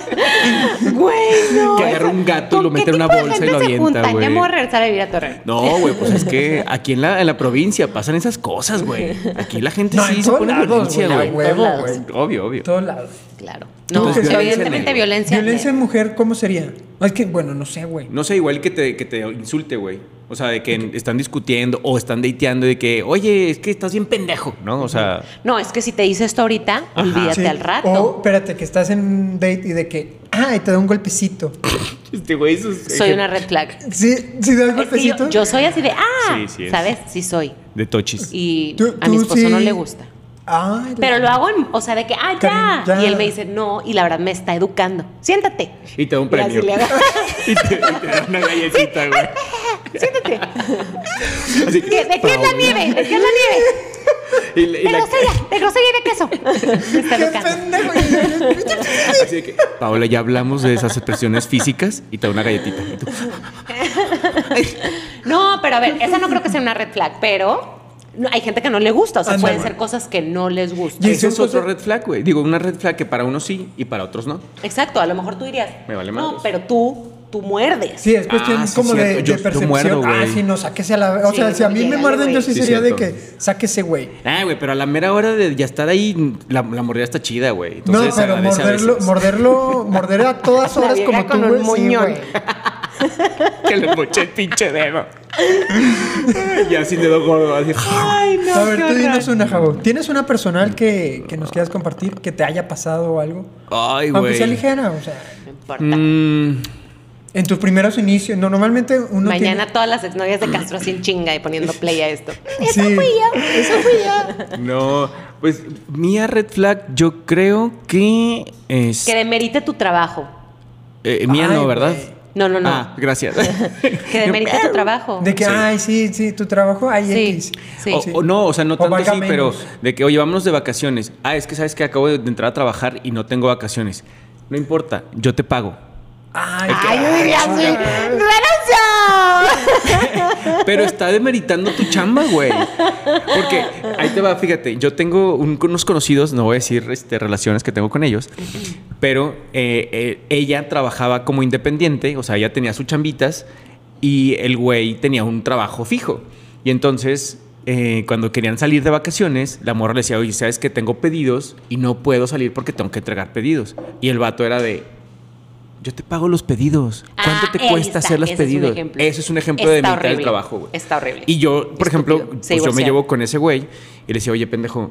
Speaker 3: Güey, no.
Speaker 1: Que agarra un gato y
Speaker 3: ¿Con
Speaker 1: lo
Speaker 3: qué
Speaker 1: mete en una
Speaker 3: tipo de
Speaker 1: bolsa y
Speaker 3: gente
Speaker 1: lo
Speaker 3: se
Speaker 1: avienta,
Speaker 3: juntan?
Speaker 1: güey?
Speaker 3: Ya me voy a regresar a vivir a Torreón.
Speaker 1: No, güey, pues es que aquí en la, en la provincia pasan esas cosas, güey. Aquí la gente
Speaker 2: No,
Speaker 1: sí
Speaker 2: en
Speaker 1: se
Speaker 2: todos
Speaker 1: pone
Speaker 2: lados,
Speaker 1: violencia,
Speaker 2: güey. a
Speaker 1: güey.
Speaker 2: Huevo,
Speaker 3: lados.
Speaker 2: güey.
Speaker 1: Obvio, obvio.
Speaker 2: A todos lados.
Speaker 3: Claro.
Speaker 2: ¿Tú
Speaker 3: No, pues,
Speaker 2: qué sabes,
Speaker 3: evidentemente
Speaker 1: Elena?
Speaker 3: violencia.
Speaker 2: ¿Violencia en mujer cómo sería? Es que, bueno, no sé, güey.
Speaker 1: No sé, igual que te, que te insulte, güey. O sea, de que en- están discutiendo o están dateando de que, oye, es que estás bien pendejo, ¿no? O sea,
Speaker 3: No, es que si te dice esto ahorita, olvídate
Speaker 2: Sí.
Speaker 3: al rato.
Speaker 2: O, espérate, que estás en un date y de que, ay, te da un golpecito.
Speaker 1: este güey sus
Speaker 3: Soy una red flag.
Speaker 2: ¿Sí? ¿Sí da un
Speaker 3: Es que yo,
Speaker 2: golpecito?
Speaker 3: yo soy así de, ah,
Speaker 1: Sí, sí es.
Speaker 3: ¿sabes? Sí soy.
Speaker 1: de tochis.
Speaker 3: Y
Speaker 2: Tú-
Speaker 3: a mi
Speaker 2: tú
Speaker 3: esposo no
Speaker 2: sí.
Speaker 3: le gusta.
Speaker 2: Ay,
Speaker 3: Pero lo hago, en, o sea, de que, ah, ya.
Speaker 2: Karen, ya.
Speaker 3: Y él me dice, no, y la verdad me está educando. Siéntate.
Speaker 1: Y te da un
Speaker 3: Y así
Speaker 1: premio.
Speaker 3: le hago.
Speaker 1: y, te, y te da una galletita, güey.
Speaker 3: Siéntate.
Speaker 1: Así que-
Speaker 3: ¿De, de qué es la nieve? ¿De qué es la nieve?
Speaker 1: Y, la- y
Speaker 3: De
Speaker 1: la-
Speaker 3: grosella, de grosella y de queso. Me está
Speaker 2: ¡Qué
Speaker 3: educando.
Speaker 2: pendejo!
Speaker 1: así de que, Paola, ya hablamos de esas expresiones físicas y te da una galletita. Y tú,
Speaker 3: No, pero a ver, esa no creo que sea una red flag, pero no, hay gente que no le gusta. O sea,
Speaker 2: Ándale.
Speaker 3: pueden ser cosas que no les
Speaker 2: Y
Speaker 3: gustan.
Speaker 1: Eso
Speaker 2: son
Speaker 1: es otro
Speaker 2: cosas-
Speaker 1: red flag, güey. Digo, una red flag que para unos sí y para otros no.
Speaker 3: Exacto, a lo mejor tú dirías.
Speaker 1: Me vale
Speaker 3: no,
Speaker 1: madres".
Speaker 3: pero tú, tú muerdes.
Speaker 2: Sí, es cuestión
Speaker 1: Ah, sí,
Speaker 2: como de,
Speaker 1: cierto.
Speaker 2: de
Speaker 1: Yo- yo
Speaker 2: percepción.
Speaker 1: muerdo,
Speaker 2: ah,
Speaker 1: güey.
Speaker 2: sí, no, sáquese a la. O
Speaker 3: Sí,
Speaker 2: sea, si a mí me
Speaker 3: llegale,
Speaker 2: muerden, yo
Speaker 3: güey.
Speaker 2: sí,
Speaker 1: Sí,
Speaker 2: sería de
Speaker 1: cierto.
Speaker 2: que sáquese, güey.
Speaker 1: Ah, güey, pero a la mera hora de ya estar ahí, la, la mordida está chida, güey.
Speaker 2: No,
Speaker 1: Entonces, se
Speaker 2: pero
Speaker 1: agradece a
Speaker 2: morderlo,
Speaker 1: veces.
Speaker 2: morderlo, morder a todas
Speaker 3: La
Speaker 2: horas
Speaker 3: vieja
Speaker 2: como tú,
Speaker 3: con un
Speaker 2: güey, sí,
Speaker 3: moñón.
Speaker 2: güey.
Speaker 1: Que le moché el pinche dedo. Y así le doy gordo, así.
Speaker 3: Ay, no.
Speaker 2: A ver,
Speaker 3: qué
Speaker 2: tú dinos
Speaker 3: horror.
Speaker 2: una, Jabo. ¿Tienes una personal que, que nos quieras compartir que te haya pasado o algo?
Speaker 1: Ay,
Speaker 2: Aunque sea
Speaker 1: güey.
Speaker 2: ligera, o sea,
Speaker 3: No importa.
Speaker 1: Mm,
Speaker 2: en tus primeros inicios, no, normalmente uno
Speaker 3: Mañana todas las exnovias de Castro así en chinga y poniendo play a esto.
Speaker 2: tiene... Sí,
Speaker 3: Eso fui yo.
Speaker 1: no. Pues mía red flag, yo creo que es.
Speaker 3: Que demerite tu trabajo.
Speaker 1: eh, mía
Speaker 2: Ay,
Speaker 1: no, ¿verdad?
Speaker 2: güey.
Speaker 3: No, no, no.
Speaker 1: Ah, gracias.
Speaker 3: Que demerite tu trabajo.
Speaker 2: de que,
Speaker 1: Sí.
Speaker 2: ay, sí, sí, tu trabajo, ay,
Speaker 3: Sí,
Speaker 2: X.
Speaker 3: sí.
Speaker 1: O, o no, o sea, no
Speaker 2: O
Speaker 1: tanto
Speaker 2: valga
Speaker 1: así, pero
Speaker 2: menos.
Speaker 1: de que, oye, vámonos de vacaciones. Ah, es que sabes que acabo de entrar a trabajar y no tengo vacaciones. No importa, yo te pago.
Speaker 2: Ay,
Speaker 3: Ay, yo
Speaker 2: qué-
Speaker 3: diría así. ¡Renuncio!
Speaker 1: Pero está demeritando tu chamba, güey. Porque ahí te va, fíjate, yo tengo un- unos conocidos, no voy a decir este, relaciones que tengo con ellos, pero eh, eh, ella trabajaba como independiente, o sea, ella tenía sus chambitas y el güey tenía un trabajo fijo. Y entonces, eh, cuando querían salir de vacaciones, la morra le decía, oye, sabes que tengo pedidos y no puedo salir porque tengo que entregar pedidos. Y el vato era de... Yo te pago los pedidos. ¿Cuánto
Speaker 3: Ah,
Speaker 1: te
Speaker 3: ahí
Speaker 1: cuesta
Speaker 3: está.
Speaker 1: hacer los
Speaker 3: Ese es un
Speaker 1: pedidos?
Speaker 3: ejemplo.
Speaker 1: Eso es un ejemplo de
Speaker 3: Está
Speaker 1: demeritar el
Speaker 3: horrible.
Speaker 1: trabajo, güey.
Speaker 3: Está horrible.
Speaker 1: Y yo, por ejemplo,
Speaker 3: Estúpido.
Speaker 1: pues
Speaker 3: Se
Speaker 1: yo me
Speaker 3: divorciaron.
Speaker 1: llevo con ese güey y le decía, oye, pendejo,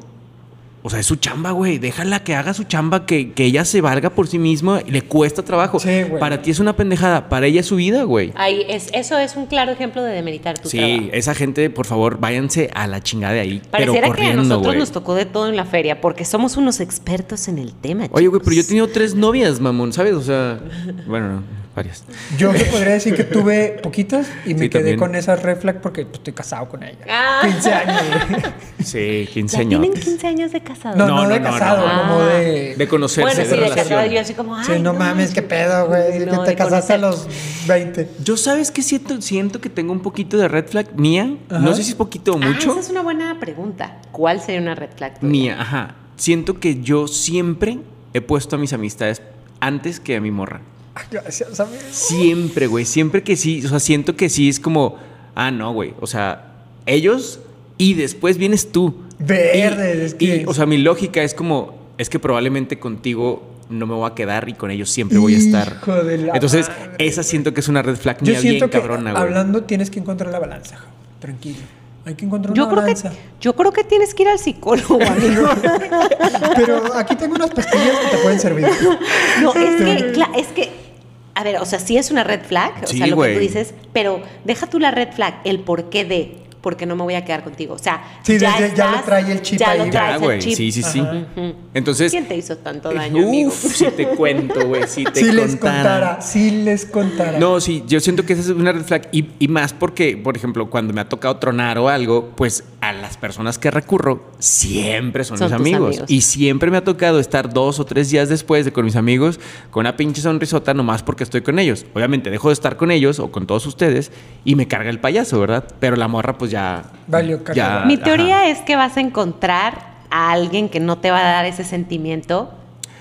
Speaker 1: o sea, es su chamba, güey. Déjala que haga su chamba, que, que ella se valga por sí misma. Le cuesta trabajo.
Speaker 2: Sí, güey.
Speaker 1: para ti es una pendejada, para ella es su vida, güey.
Speaker 3: Ahí es, eso es un claro ejemplo de demeritar tu
Speaker 1: Sí,
Speaker 3: trabajo.
Speaker 1: esa gente, por favor, váyanse a la chingada de ahí.
Speaker 3: Pareciera
Speaker 1: pero
Speaker 3: que a
Speaker 1: corriendo,
Speaker 3: nosotros
Speaker 1: güey.
Speaker 3: nos tocó de todo en la feria porque somos unos expertos en el tema.
Speaker 1: Oye, güey, pero yo he
Speaker 3: chicos.
Speaker 1: tenido tres novias, mamón, ¿sabes? O sea, bueno, no, varias.
Speaker 2: Yo te podría decir que tuve poquitas y me
Speaker 1: Sí,
Speaker 2: quedé
Speaker 1: también.
Speaker 2: con esa red flag porque pues, estoy casado con ella.
Speaker 3: Ah.
Speaker 2: 15 años.
Speaker 1: Sí,
Speaker 3: Ya
Speaker 1: 15
Speaker 3: tienen
Speaker 1: años.
Speaker 3: 15 años de casado.
Speaker 2: No,
Speaker 1: No,
Speaker 2: no, de
Speaker 1: no, no,
Speaker 2: casado,
Speaker 3: no.
Speaker 2: como
Speaker 3: Ah.
Speaker 2: de...
Speaker 1: De conocerse,
Speaker 3: Bueno,
Speaker 1: de
Speaker 3: sí, de
Speaker 1: relación.
Speaker 3: casado yo así como, ay,
Speaker 2: Sí, no, mames, qué pedo, güey.
Speaker 3: no,
Speaker 2: que te
Speaker 3: de
Speaker 2: casaste a
Speaker 3: conocer.
Speaker 2: los 20.
Speaker 1: Yo sabes que siento, siento que tengo un poquito de red flag mía. No
Speaker 2: Ajá.
Speaker 1: sé si es poquito o
Speaker 3: Ah,
Speaker 1: mucho.
Speaker 3: esa es una buena pregunta. ¿Cuál sería una red flag? tuya?
Speaker 1: mía, ajá. Siento que yo siempre he puesto a mis amistades antes que a mi morra.
Speaker 2: Ay, Gracias, amigo.
Speaker 1: Siempre, güey. Siempre que sí. O sea, siento que sí es como, ah, no, güey. O sea, ellos y después vienes tú.
Speaker 2: Verde,
Speaker 1: Y-
Speaker 2: es que-
Speaker 1: y, o sea, mi lógica es como, es que probablemente contigo no me voy a quedar y con ellos siempre voy a estar.
Speaker 2: Hijo de la
Speaker 1: Entonces,
Speaker 2: madre,
Speaker 1: esa siento que es una red flag
Speaker 2: Yo
Speaker 1: mía bien
Speaker 2: siento que
Speaker 1: cabrona, güey.
Speaker 2: hablando tienes que encontrar la balanza, Jao. tranquilo. Hay que encontrar
Speaker 3: Yo
Speaker 2: una
Speaker 3: creo, que,
Speaker 2: balanza.
Speaker 3: yo creo que tienes que ir al psicólogo, amigo.
Speaker 2: Pero aquí tengo unas pastillas que te pueden servir. Este,
Speaker 3: No, es que, cla- es que, a ver, o sea, sí es una red flag,
Speaker 1: Sí,
Speaker 3: o sea, lo
Speaker 1: güey.
Speaker 3: que tú dices, pero deja tú la red flag, el porqué de, porque no me voy a quedar contigo. O sea,
Speaker 2: Sí, desde- ya lo trae el chip
Speaker 3: ya
Speaker 2: ahí,
Speaker 3: Lo
Speaker 2: Ya,
Speaker 1: Ya,
Speaker 3: traes
Speaker 1: güey.
Speaker 3: el chip.
Speaker 1: Sí, sí, sí.
Speaker 3: Ujú.
Speaker 1: Entonces,
Speaker 3: ¿Quién te hizo tanto daño, amigo?
Speaker 1: Uf, si te cuento, güey, si te
Speaker 2: si
Speaker 1: contara.
Speaker 2: les contara, si les contara.
Speaker 1: No, sí, yo siento que esa es una red flag y, y más porque, por ejemplo, cuando me ha tocado tronar o algo, pues a las personas que recurro siempre son,
Speaker 3: Son
Speaker 1: mis
Speaker 3: tus
Speaker 1: amigos.
Speaker 3: amigos.
Speaker 1: Y siempre me ha tocado estar dos o tres días después de con mis amigos con una pinche sonrisota nomás porque estoy con ellos. Obviamente dejo de estar con ellos o con todos ustedes y me carga el payaso, ¿verdad? Pero la morra pues ya...
Speaker 2: Valió caca.
Speaker 1: ya-
Speaker 3: Mi teoría
Speaker 1: Ah, ajá.
Speaker 3: es que vas a encontrar a alguien que no te va a dar ese sentimiento.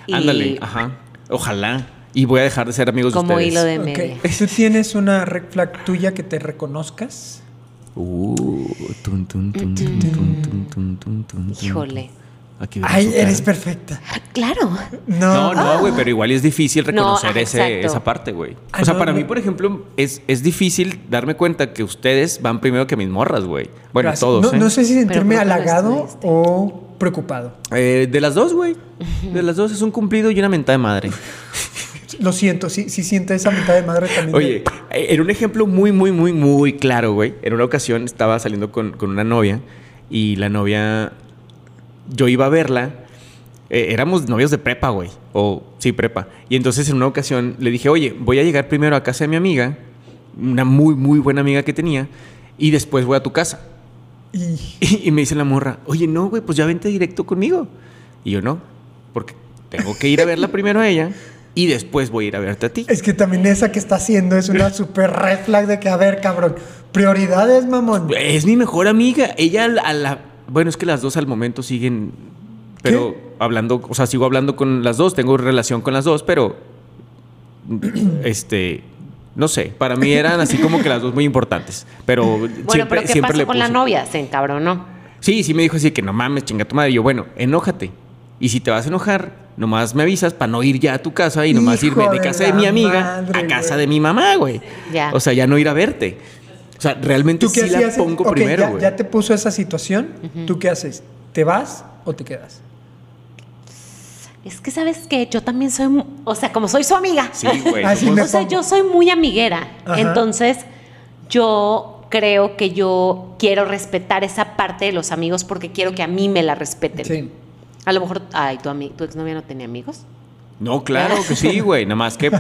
Speaker 3: Y
Speaker 1: Ándale, ajá. Ojalá. Y voy a dejar de ser amigos de
Speaker 3: Como
Speaker 1: ustedes.
Speaker 3: hilo de
Speaker 2: Ok.
Speaker 3: media.
Speaker 2: ¿Tú tienes una red flag tuya que te reconozcas?
Speaker 1: Uh, tun, tun, tun, tun, tun, tun, tun, tun, tun.
Speaker 3: Híjole. Ah,
Speaker 1: Aquí veo
Speaker 2: Ay,
Speaker 1: su cara.
Speaker 2: eres perfecta.
Speaker 3: Claro.
Speaker 1: No,
Speaker 2: No,
Speaker 1: no, güey, pero igual es difícil
Speaker 3: No,
Speaker 1: reconocer
Speaker 3: ajá,
Speaker 1: ese,
Speaker 3: exacto.
Speaker 1: esa parte, güey.
Speaker 2: Ah,
Speaker 1: O sea,
Speaker 2: no,
Speaker 1: para
Speaker 2: no.
Speaker 1: mí, por ejemplo, es, es difícil darme cuenta que ustedes van primero que mis morras, güey. Bueno,
Speaker 2: Gracias.
Speaker 1: todos,
Speaker 2: No,
Speaker 1: ¿eh?
Speaker 2: no sé si sentirme
Speaker 3: creo que lo
Speaker 2: halagado
Speaker 3: estuviste.
Speaker 2: o preocupado.
Speaker 1: Eh, de las dos, güey. De las dos es un cumplido y una mentada de madre.
Speaker 2: Lo siento, sí, sí siento esa mitad de madre también.
Speaker 1: Oye, eh, en un ejemplo muy, muy, muy, muy claro, güey. En una ocasión estaba saliendo con, con una novia y la novia, yo iba a verla. eh, éramos novios de prepa, güey. O sí, prepa. Y entonces en una ocasión le dije, oye, voy a llegar primero a casa de mi amiga, una muy, muy buena amiga que tenía, y después voy a tu casa.
Speaker 2: Y-
Speaker 1: Y, y me dice la morra, oye, no, güey, pues ya vente directo conmigo. Y yo no, porque tengo que ir a verla primero a ella y después voy a ir a verte a ti.
Speaker 2: es que también esa que está haciendo es una super red flag de que, a ver, cabrón, prioridades, mamón.
Speaker 1: Es mi mejor amiga. Ella al- a la. Bueno, es que las dos al momento siguen. Pero hablando. O sea, sigo hablando con las dos. Tengo relación con las dos, pero. este. No sé. Para mí eran así como que las dos muy importantes. Pero
Speaker 3: Bueno,
Speaker 1: siempre,
Speaker 3: pero ¿qué
Speaker 1: siempre le
Speaker 3: pasó con la
Speaker 1: puse-
Speaker 3: novia? Se encabronó.
Speaker 1: Sí, sí me dijo así que no mames, chinga tu madre. Y yo, bueno, enójate. Y si te vas a enojar, nomás me avisas para no ir ya a tu casa y nomás
Speaker 2: Hijo
Speaker 1: irme de
Speaker 2: de
Speaker 1: casa de
Speaker 2: la
Speaker 1: mi amiga
Speaker 2: madre,
Speaker 1: a casa
Speaker 2: güey.
Speaker 1: de mi mamá, güey.
Speaker 3: Ya.
Speaker 1: O sea, ya no ir a verte. O sea, realmente
Speaker 2: ¿Tú qué
Speaker 1: sí la
Speaker 2: hacías?
Speaker 1: pongo
Speaker 2: Ok,
Speaker 1: primero,
Speaker 2: ya-
Speaker 1: güey.
Speaker 2: ya, te puso esa situación. ¿Tú qué haces? ¿Te vas o te quedas?
Speaker 3: Es que sabes que yo también soy, mu- o sea, como soy su amiga.
Speaker 1: Sí, güey.
Speaker 2: Ah, sí,
Speaker 1: somos-
Speaker 2: me-
Speaker 3: o sea,
Speaker 2: pongo.
Speaker 3: yo soy muy amiguera.
Speaker 2: Ajá.
Speaker 3: Entonces, yo creo que yo quiero respetar esa parte de los amigos porque quiero que a mí me la respeten.
Speaker 2: Sí.
Speaker 3: A lo mejor, ay, tu, ami- tu exnovia no tenía amigos.
Speaker 1: No, claro que sí, güey. Nada más que.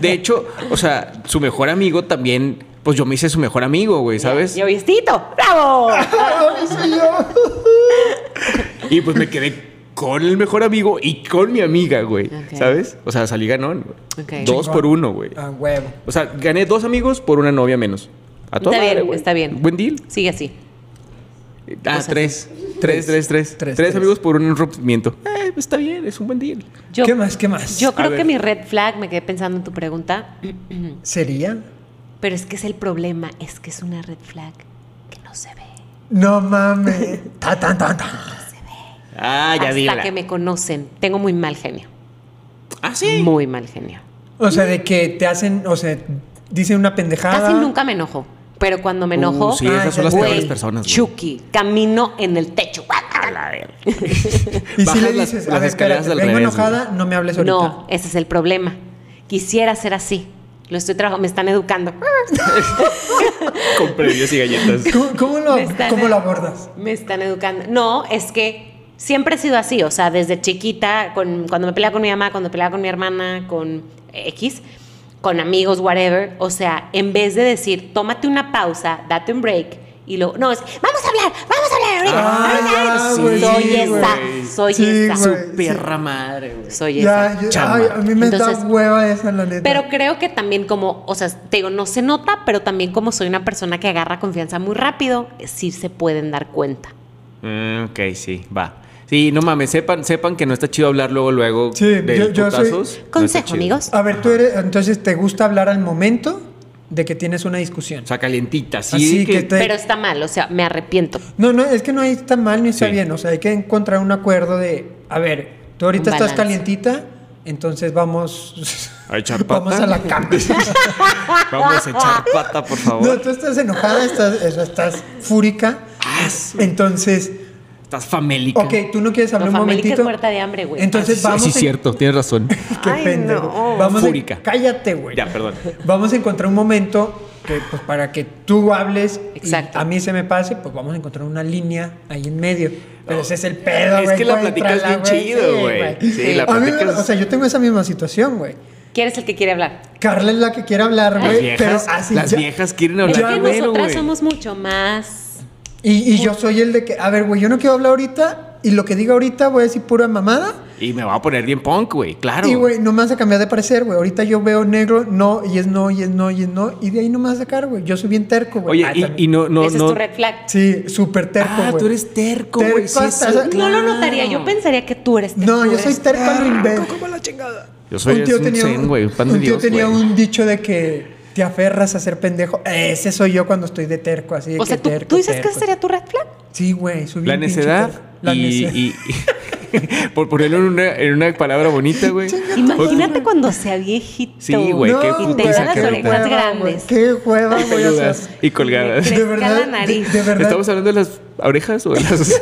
Speaker 1: De hecho, o sea, su mejor amigo también. Pues yo me hice su mejor amigo, güey, ¿sabes?
Speaker 3: Y hoy es Tito. ¡Bravo!
Speaker 2: ¡Ay, soy yo!
Speaker 1: Y pues me quedé con el mejor amigo y con mi amiga, güey.
Speaker 3: Ok.
Speaker 1: ¿Sabes? O sea, salí ganón. güey.
Speaker 3: Ok.
Speaker 1: Dos por uno, güey.
Speaker 2: Ah, huevo.
Speaker 1: O sea, gané dos amigos por una novia menos. A toda
Speaker 3: Está bien,
Speaker 1: madre, güey.
Speaker 3: está bien.
Speaker 1: Buen deal.
Speaker 3: Sigue así.
Speaker 1: Ah,
Speaker 3: O sea,
Speaker 1: tres. Tres, tres, tres. Tres,
Speaker 2: Tres, tres.
Speaker 1: amigos por un rompimiento. Eh, pues está bien, es un buen deal.
Speaker 3: Yo,
Speaker 2: ¿Qué más? ¿Qué más?
Speaker 3: Yo creo
Speaker 1: ver.
Speaker 3: que mi red flag, me quedé pensando en tu pregunta,
Speaker 2: ¿Sería?
Speaker 3: pero es que es el problema, es que es una red flag que no se ve.
Speaker 2: No mames. Ta, tan, tan, tan.
Speaker 1: Ah,
Speaker 3: Hasta
Speaker 1: ya dila.
Speaker 3: que me conocen. Tengo muy mal genio.
Speaker 1: Ah, sí.
Speaker 3: Muy mal genio.
Speaker 2: O sea, de que te hacen, o sea, dicen una pendejada.
Speaker 3: Casi nunca me enojo, pero cuando me
Speaker 1: Uh,
Speaker 3: enojo,
Speaker 1: sí, esas son las
Speaker 2: Güey,
Speaker 1: peores personas. güey.
Speaker 3: Chucky, camino en el techo.
Speaker 2: Y si
Speaker 1: Bajas
Speaker 2: le
Speaker 1: las-
Speaker 2: dices,
Speaker 1: las
Speaker 2: a ver,
Speaker 1: escaleras
Speaker 2: espérate,
Speaker 1: del
Speaker 2: vengo
Speaker 1: revés,
Speaker 2: enojada, no me hables ahorita.
Speaker 3: No, ese es el problema. Quisiera ser así. Lo estoy trabajando, me están educando.
Speaker 1: Con previos y galletas.
Speaker 2: ¿Cómo, cómo lo,
Speaker 3: Me están-
Speaker 2: cómo lo abordas?
Speaker 3: Me están educando. No, es que siempre he sido así. O sea, desde chiquita, con, cuando me peleaba con mi mamá, cuando peleaba con mi hermana, con X, con amigos, whatever. O sea, en vez de decir, tómate una pausa, date un break. Y luego, no, es, vamos a hablar, vamos a hablar
Speaker 1: Ah,
Speaker 3: ahorita. ahorita".
Speaker 1: sí, güey,
Speaker 3: soy esa,
Speaker 1: güey.
Speaker 3: soy
Speaker 2: Sí,
Speaker 3: esa,
Speaker 2: güey.
Speaker 1: Su perra madre, güey.
Speaker 3: soy esa.
Speaker 2: Ya, yo-
Speaker 1: Chamba.
Speaker 2: ay, a mí me da
Speaker 3: Entonces-
Speaker 2: hueva esa, la neta.
Speaker 3: Pero creo que también como, o sea, te digo, no se nota, pero también como soy una persona que agarra confianza muy rápido, sí se pueden dar cuenta.
Speaker 1: Mm, ok, sí, va. Sí, no mames, sepan, sepan que no está chido hablar luego, luego
Speaker 2: Sí,
Speaker 1: de
Speaker 2: yo- yo soy-
Speaker 1: putazos. No está
Speaker 3: Consejo,
Speaker 1: chido.
Speaker 3: amigos.
Speaker 2: A ver, tú eres, entonces, ¿te gusta hablar al momento de que tienes una discusión?
Speaker 1: O sea, calientita, sí.
Speaker 2: Así
Speaker 1: que,
Speaker 2: que te-
Speaker 3: Pero está mal, o sea, me arrepiento.
Speaker 2: No, no, es que no ahí está mal ni está
Speaker 1: Sí.
Speaker 2: bien. O sea, hay que encontrar un acuerdo de, a ver, tú
Speaker 3: Un
Speaker 2: ahorita estás
Speaker 3: balance.
Speaker 2: calientita, entonces vamos,
Speaker 1: A echar pata.
Speaker 2: vamos a la cama.
Speaker 1: Vamos a echar pata, por
Speaker 2: no,
Speaker 1: favor.
Speaker 2: tú estás enojada, estás, eso, estás fúrica. Entonces,
Speaker 1: Estás famélica.
Speaker 2: ok, tú no quieres hablar
Speaker 3: No,
Speaker 2: un
Speaker 3: famélica es
Speaker 2: momentito.
Speaker 3: muerta de hambre, güey.
Speaker 2: Entonces
Speaker 1: Ah, Sí,
Speaker 2: vamos.
Speaker 1: sí,
Speaker 2: en-
Speaker 1: cierto, tienes razón.
Speaker 2: Qué
Speaker 3: Ay,
Speaker 2: pendejo.
Speaker 3: no.
Speaker 2: Vamos en-
Speaker 1: Fúrica.
Speaker 2: cállate, güey.
Speaker 1: Ya, perdón.
Speaker 2: Vamos a encontrar un momento que, pues, para que tú hables y
Speaker 3: Exacto.
Speaker 2: a mí se me pase, pues vamos a encontrar una línea ahí en medio. Pero ese es el pedo,
Speaker 1: Es
Speaker 2: güey,
Speaker 1: que la platicas
Speaker 2: encuéntrala,
Speaker 1: bien chido, güey. Sí, la
Speaker 2: A mí me-
Speaker 1: platicas-
Speaker 2: o sea, yo tengo esa misma situación, güey.
Speaker 3: ¿Quién es el que quiere hablar?
Speaker 2: Carla es la que quiere hablar,
Speaker 1: Las
Speaker 2: güey, pero
Speaker 1: viejas,
Speaker 2: así
Speaker 1: las
Speaker 2: ya-
Speaker 1: viejas quieren
Speaker 3: es
Speaker 1: hablar
Speaker 3: que
Speaker 1: primero,
Speaker 3: nosotras
Speaker 1: güey.
Speaker 3: somos mucho más.
Speaker 2: Y, y yo soy el de que, a ver, güey, yo no quiero hablar ahorita y lo que diga ahorita voy a decir pura mamada.
Speaker 1: Y me va a poner bien punk, güey, claro.
Speaker 2: Y, güey, no me vas a cambiar de parecer, güey. Ahorita yo veo negro, no, y es no, y es no, y es no. Y de ahí no me vas a sacar, güey. Yo soy bien terco, güey.
Speaker 1: Oye,
Speaker 2: Ah,
Speaker 1: y, y
Speaker 2: también.
Speaker 1: no, no,
Speaker 3: Ese
Speaker 1: no.
Speaker 3: es tu red flag.
Speaker 2: Sí, súper terco, güey.
Speaker 1: Ah, tú eres terco,
Speaker 2: Terco
Speaker 1: güey. Sí,
Speaker 2: hasta-
Speaker 1: sí,
Speaker 2: No
Speaker 3: No lo
Speaker 1: claro.
Speaker 3: notaría, yo pues. pensaría que tú eres.
Speaker 2: No,
Speaker 3: tú
Speaker 2: yo
Speaker 3: eres-
Speaker 2: soy terco
Speaker 3: Ah,
Speaker 2: al revés.
Speaker 1: Yo soy un zen, güey, un pan de
Speaker 2: un tío
Speaker 1: Dios,
Speaker 2: tenía
Speaker 1: güey.
Speaker 2: un dicho de que te aferras a ser pendejo. Ese soy yo cuando estoy de terco, así de
Speaker 3: O
Speaker 2: que
Speaker 3: sea, ¿tú,
Speaker 2: terco,
Speaker 3: tú dices que
Speaker 2: terco.
Speaker 3: esa sería tu red flag?
Speaker 2: Sí, güey, soy
Speaker 1: La
Speaker 2: bien pinche
Speaker 1: necedad
Speaker 2: terco. La
Speaker 1: y,
Speaker 2: necedad.
Speaker 1: y- y- por ponerlo en una, en una palabra bonita, güey.
Speaker 3: Imagínate cuando sea viejito.
Speaker 1: Sí, güey, qué
Speaker 3: y
Speaker 1: putiza,
Speaker 3: tenga las
Speaker 1: qué
Speaker 3: orejas
Speaker 1: hueva,
Speaker 3: grandes.
Speaker 2: Qué hueva voy a
Speaker 1: Peludas
Speaker 2: hacer.
Speaker 1: y colgadas.
Speaker 2: De
Speaker 3: Crezca la
Speaker 2: verdad, de,
Speaker 3: nariz.
Speaker 2: de verdad.
Speaker 1: ¿Estamos hablando de las orejas o de las...?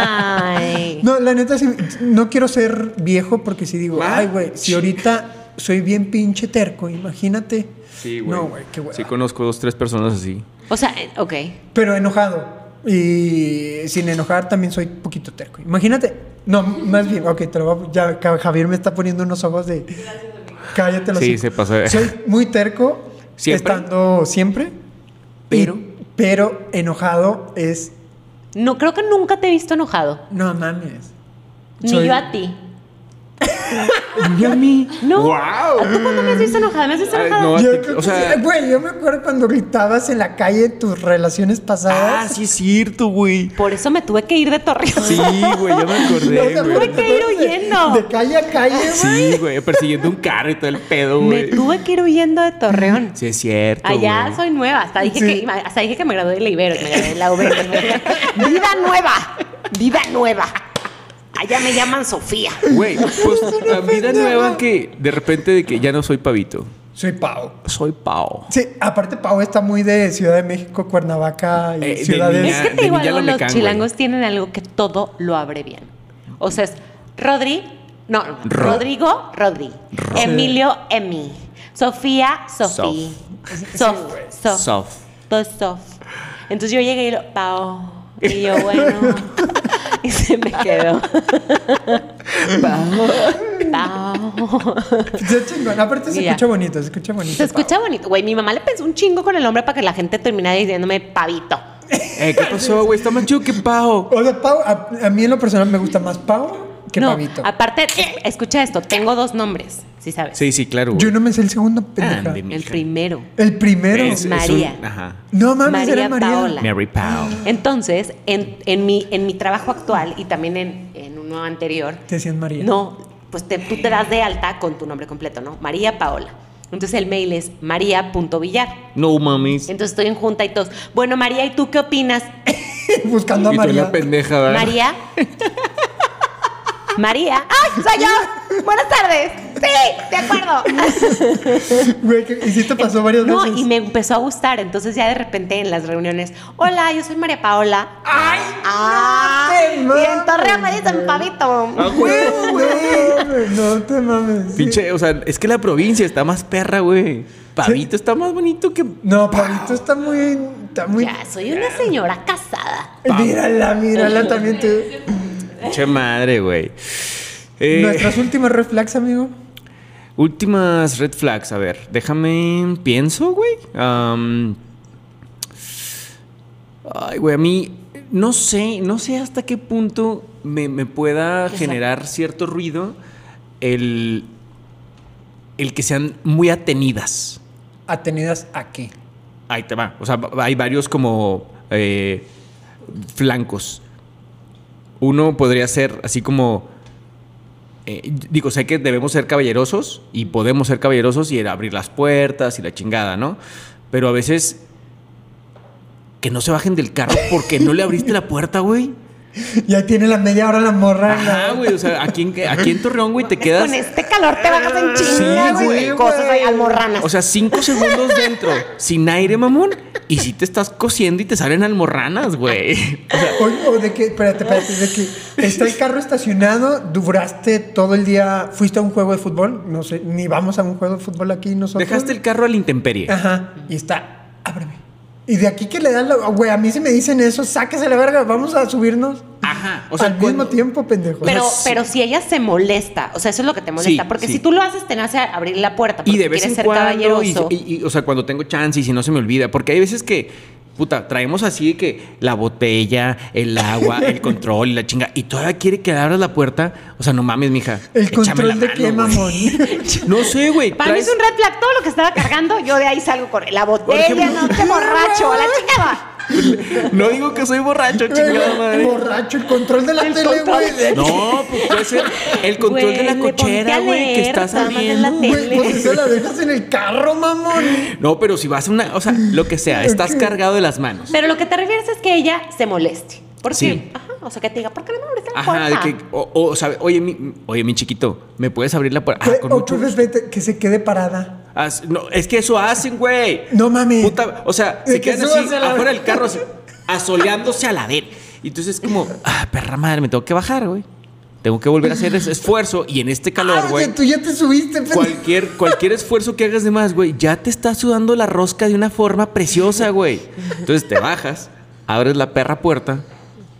Speaker 3: Ay.
Speaker 2: No, la neta, sí, no quiero ser viejo porque si digo,
Speaker 1: Ah,
Speaker 2: ay, güey, si ahorita soy bien pinche terco, imagínate.
Speaker 1: Sí, güey.
Speaker 2: No, güey, qué hueva.
Speaker 1: Sí conozco dos, tres personas así.
Speaker 3: O sea, eh, ok.
Speaker 2: Pero enojado. Y sin enojar también soy poquito terco. Imagínate. No, más bien, ok, te lo voy a- ya Ca- Javier me está poniendo unos ojos de. Cállate los
Speaker 1: Sí, se pasó de-
Speaker 2: Soy muy terco.
Speaker 1: ¿Siempre?
Speaker 2: Estando siempre.
Speaker 1: Pero-
Speaker 2: y- pero enojado es.
Speaker 3: No creo que nunca te he visto enojado.
Speaker 2: No mames.
Speaker 3: Ni
Speaker 2: Soy-
Speaker 3: yo a ti.
Speaker 1: ¿Y a mí?
Speaker 3: No.
Speaker 1: ¡Wow!
Speaker 3: ¿Tú cuándo me has visto enojada? ¿Me has visto
Speaker 1: Ay,
Speaker 3: enojada?
Speaker 1: no,
Speaker 2: Yo creo
Speaker 1: O
Speaker 2: que
Speaker 1: sea-
Speaker 2: sí. Güey, yo me acuerdo cuando gritabas en la calle en tus relaciones
Speaker 1: Ah,
Speaker 2: pasadas.
Speaker 1: sí es cierto, güey.
Speaker 3: Por eso me tuve que ir de Torreón.
Speaker 1: Sí, güey, ya me
Speaker 2: O sea,
Speaker 1: acordé,
Speaker 2: güey,
Speaker 1: güey.
Speaker 3: Tuve que ir huyendo.
Speaker 2: De, de calle a calle, güey.
Speaker 1: Sí, güey, persiguiendo un carro y todo el pedo,
Speaker 3: Me
Speaker 1: güey.
Speaker 3: tuve que ir huyendo de Torreón.
Speaker 1: Sí es cierto,
Speaker 3: Allá
Speaker 1: güey.
Speaker 3: soy nueva. Hasta dije,
Speaker 2: Sí.
Speaker 3: que, hasta dije que me gradué de la Ibero. y Me gradué de la E UB. ¡Vida nueva! ¡Vida nueva! Allá me llaman Sofía.
Speaker 1: Güey, pues la vida nueva que de repente de que ya no soy pavito.
Speaker 2: Soy Pau.
Speaker 1: Soy Pau.
Speaker 2: Sí, aparte Pau está muy de Ciudad de México, Cuernavaca y
Speaker 1: Eh, de
Speaker 2: ciudades.
Speaker 1: niña.
Speaker 3: Es que
Speaker 1: de
Speaker 3: te digo
Speaker 1: mí ya
Speaker 3: algo,
Speaker 1: no me
Speaker 3: los
Speaker 1: cago,
Speaker 3: chilangos tienen algo que todo lo abrevian. O sea, es Rodri, no,
Speaker 1: Ro-
Speaker 3: Rodrigo, Rodri. Emilio, Emi. Sofía, Sofí. Sof, Sof.
Speaker 1: Sof.
Speaker 3: Dos Sof. Entonces yo llegué y lo, Pao. Y yo, bueno. y se me quedó. Pao. Pao.
Speaker 2: Está chingón. Aparte se
Speaker 3: Y ya.
Speaker 2: escucha bonito, se escucha bonito.
Speaker 3: Se escucha bonito. Güey, mi mamá le pensó un chingo con el nombre para que la gente terminara diciéndome pavito.
Speaker 1: Eh, ¿Qué pasó, güey? Está más chido que Pau.
Speaker 2: Pau. O sea, Pau, a, a mí en lo personal me gusta más Pau que
Speaker 3: no,
Speaker 2: Pavito.
Speaker 3: Aparte, es- escucha esto, tengo dos nombres, si sabes.
Speaker 1: Sí, sí, claro. güey.
Speaker 2: Yo no me sé el segundo, pendeja.
Speaker 1: Ande, mija.
Speaker 3: El primero.
Speaker 2: El primero.
Speaker 1: Es- es un-
Speaker 3: María.
Speaker 1: ajá.
Speaker 2: No mames,
Speaker 3: María
Speaker 2: era María.
Speaker 3: Paola.
Speaker 1: Mary Pau.
Speaker 3: Entonces, en, en mi, en mi trabajo actual y también en, en uno anterior,
Speaker 2: Te decían María.
Speaker 3: no, pues te- tú te das de alta con tu nombre completo, ¿no? María Paola. Entonces el mail es maría.villar.
Speaker 1: No mames.
Speaker 3: Entonces estoy en junta y todos. Bueno, María, ¿y tú qué opinas?
Speaker 2: Buscando a
Speaker 1: Y tú
Speaker 2: María.
Speaker 1: una pendeja, ¿verdad?
Speaker 3: María. María. ¡Ay, soy yo! Buenas tardes. Sí, de acuerdo.
Speaker 2: Güey, que- y sí te pasó varias
Speaker 3: No,
Speaker 2: veces.
Speaker 3: y me empezó a gustar. Entonces ya de repente en las reuniones, hola, yo soy María Paola. ¡Ay!
Speaker 2: no te mames,
Speaker 3: y en Torreón me dicen
Speaker 1: A
Speaker 3: pavito.
Speaker 1: huevo, Ah, güey.
Speaker 2: No, no te mames. sí.
Speaker 1: Pinche, o sea, es que la provincia está más perra, güey. Pavito está más bonito que.
Speaker 2: No, Pavito está muy. Está muy...
Speaker 3: Ya, soy una señora casada.
Speaker 2: Mírala, mírala también tú.
Speaker 1: Pinche madre, güey. Eh,
Speaker 2: Nuestras últimas red flags, amigo.
Speaker 1: Últimas red flags, a ver, déjame pienso, güey. Am, ay, güey, a mí no sé, no sé hasta qué punto me, me pueda generar cierto ruido el, el que sean muy atenidas.
Speaker 2: Atenidas a qué.
Speaker 1: Ahí te va. O sea, va- hay varios como eh, flancos. Uno podría ser así como. eh, digo, sé que debemos ser caballerosos y podemos ser caballerosos y el abrir las puertas y la chingada, ¿no? Pero a veces. Que no se bajen del carro porque no le abriste la puerta, güey.
Speaker 2: Ya tiene la media hora la morra.
Speaker 1: Ajá,
Speaker 2: la-
Speaker 1: güey. O sea, aquí en, aquí en Torreón, güey, te quedas.
Speaker 3: Con este calor te bajas en
Speaker 2: Sí,
Speaker 3: chinga,
Speaker 2: güey,
Speaker 3: güey.
Speaker 2: güey.
Speaker 3: Cosas ahí, almorranas.
Speaker 1: O sea, cinco segundos dentro, sin aire, mamón. Y si te estás cosiendo y te salen almorranas, güey.
Speaker 2: O, o de que, espérate, espérate, de que está el carro estacionado, duraste todo el día, fuiste a un juego de fútbol, no sé, ni vamos a un juego de fútbol aquí nosotros.
Speaker 1: Dejaste el carro a la intemperie.
Speaker 2: Ajá, y está, ábreme. Y de aquí que le dan la. oh, Güey, a mí si me dicen eso, sáquese la verga, vamos a subirnos.
Speaker 1: Ajá. O sea,
Speaker 2: al
Speaker 1: cuando-
Speaker 2: mismo tiempo, pendejo.
Speaker 3: pero,
Speaker 1: sí.
Speaker 3: pero si ella se molesta, o sea, eso es lo que te molesta.
Speaker 1: Sí,
Speaker 3: porque
Speaker 1: sí.
Speaker 3: si tú lo haces, te nace abrir la puerta. Porque
Speaker 1: Y de vez
Speaker 3: quieres
Speaker 1: en
Speaker 3: ser
Speaker 1: cuando. Y,
Speaker 3: caballeroso.
Speaker 1: y- y, o sea, cuando tengo chance y si no se me olvida. Porque hay veces que, puta, traemos así de que la botella, el agua, el control y la chinga. Y todavía quiere que le abras la puerta. O sea, no mames, mija.
Speaker 2: el
Speaker 1: Échame la
Speaker 2: control de
Speaker 1: mano,
Speaker 2: qué,
Speaker 1: güey.
Speaker 2: mamón.
Speaker 1: No sé, güey.
Speaker 3: Para mí es
Speaker 1: traes-
Speaker 3: un red flag. Todo lo que estaba cargando, yo de ahí salgo con la botella,
Speaker 1: ejemplo.
Speaker 3: no, qué borracho, a la chingada.
Speaker 1: No digo que soy borracho, chingada madre.
Speaker 2: Borracho, el control de la
Speaker 3: El
Speaker 2: tele,
Speaker 3: control.
Speaker 2: güey. de-
Speaker 1: No, pues puede ser el control de la
Speaker 3: Güey, le ponte
Speaker 1: cochera,
Speaker 3: a
Speaker 1: güey, que
Speaker 3: leer,
Speaker 1: estás
Speaker 3: nada más en
Speaker 1: abriendo.
Speaker 3: la
Speaker 1: güey.
Speaker 2: Güey, pues esa la dejas en el carro, mamón.
Speaker 1: No, pero si vas a una, o sea, lo que sea, estás cargado de las manos.
Speaker 3: Pero lo que te refieres es que ella se moleste. ¿Por qué?
Speaker 1: Sí.
Speaker 3: Ajá, o sea, que te diga, ¿por qué no me abriste la
Speaker 1: Ajá,
Speaker 3: puerta?
Speaker 1: de que, o, o, sabe, oye, mi, oye, mi chiquito, ¿me puedes abrir la puerta? Ah, con
Speaker 2: o
Speaker 1: mucho
Speaker 2: pues,
Speaker 1: gusto.
Speaker 2: vete, que se quede parada.
Speaker 1: As- no, es que eso hacen, güey.
Speaker 2: No mames.
Speaker 1: Puta, o sea,
Speaker 2: De
Speaker 1: se
Speaker 2: que
Speaker 1: quedan así
Speaker 2: súbanse a la-
Speaker 1: afuera del carro, así, asoleándose a la ver. Y entonces es como, ah, perra madre, me tengo que bajar, güey. Tengo que volver a hacer ese esfuerzo y en este calor,
Speaker 2: Ah,
Speaker 1: güey.
Speaker 2: ya, tú ya te subiste, pendejo.
Speaker 1: Cualquier, cualquier esfuerzo que hagas de más, güey, ya te está sudando la rosca de una forma preciosa, güey. Entonces te bajas, abres la perra puerta,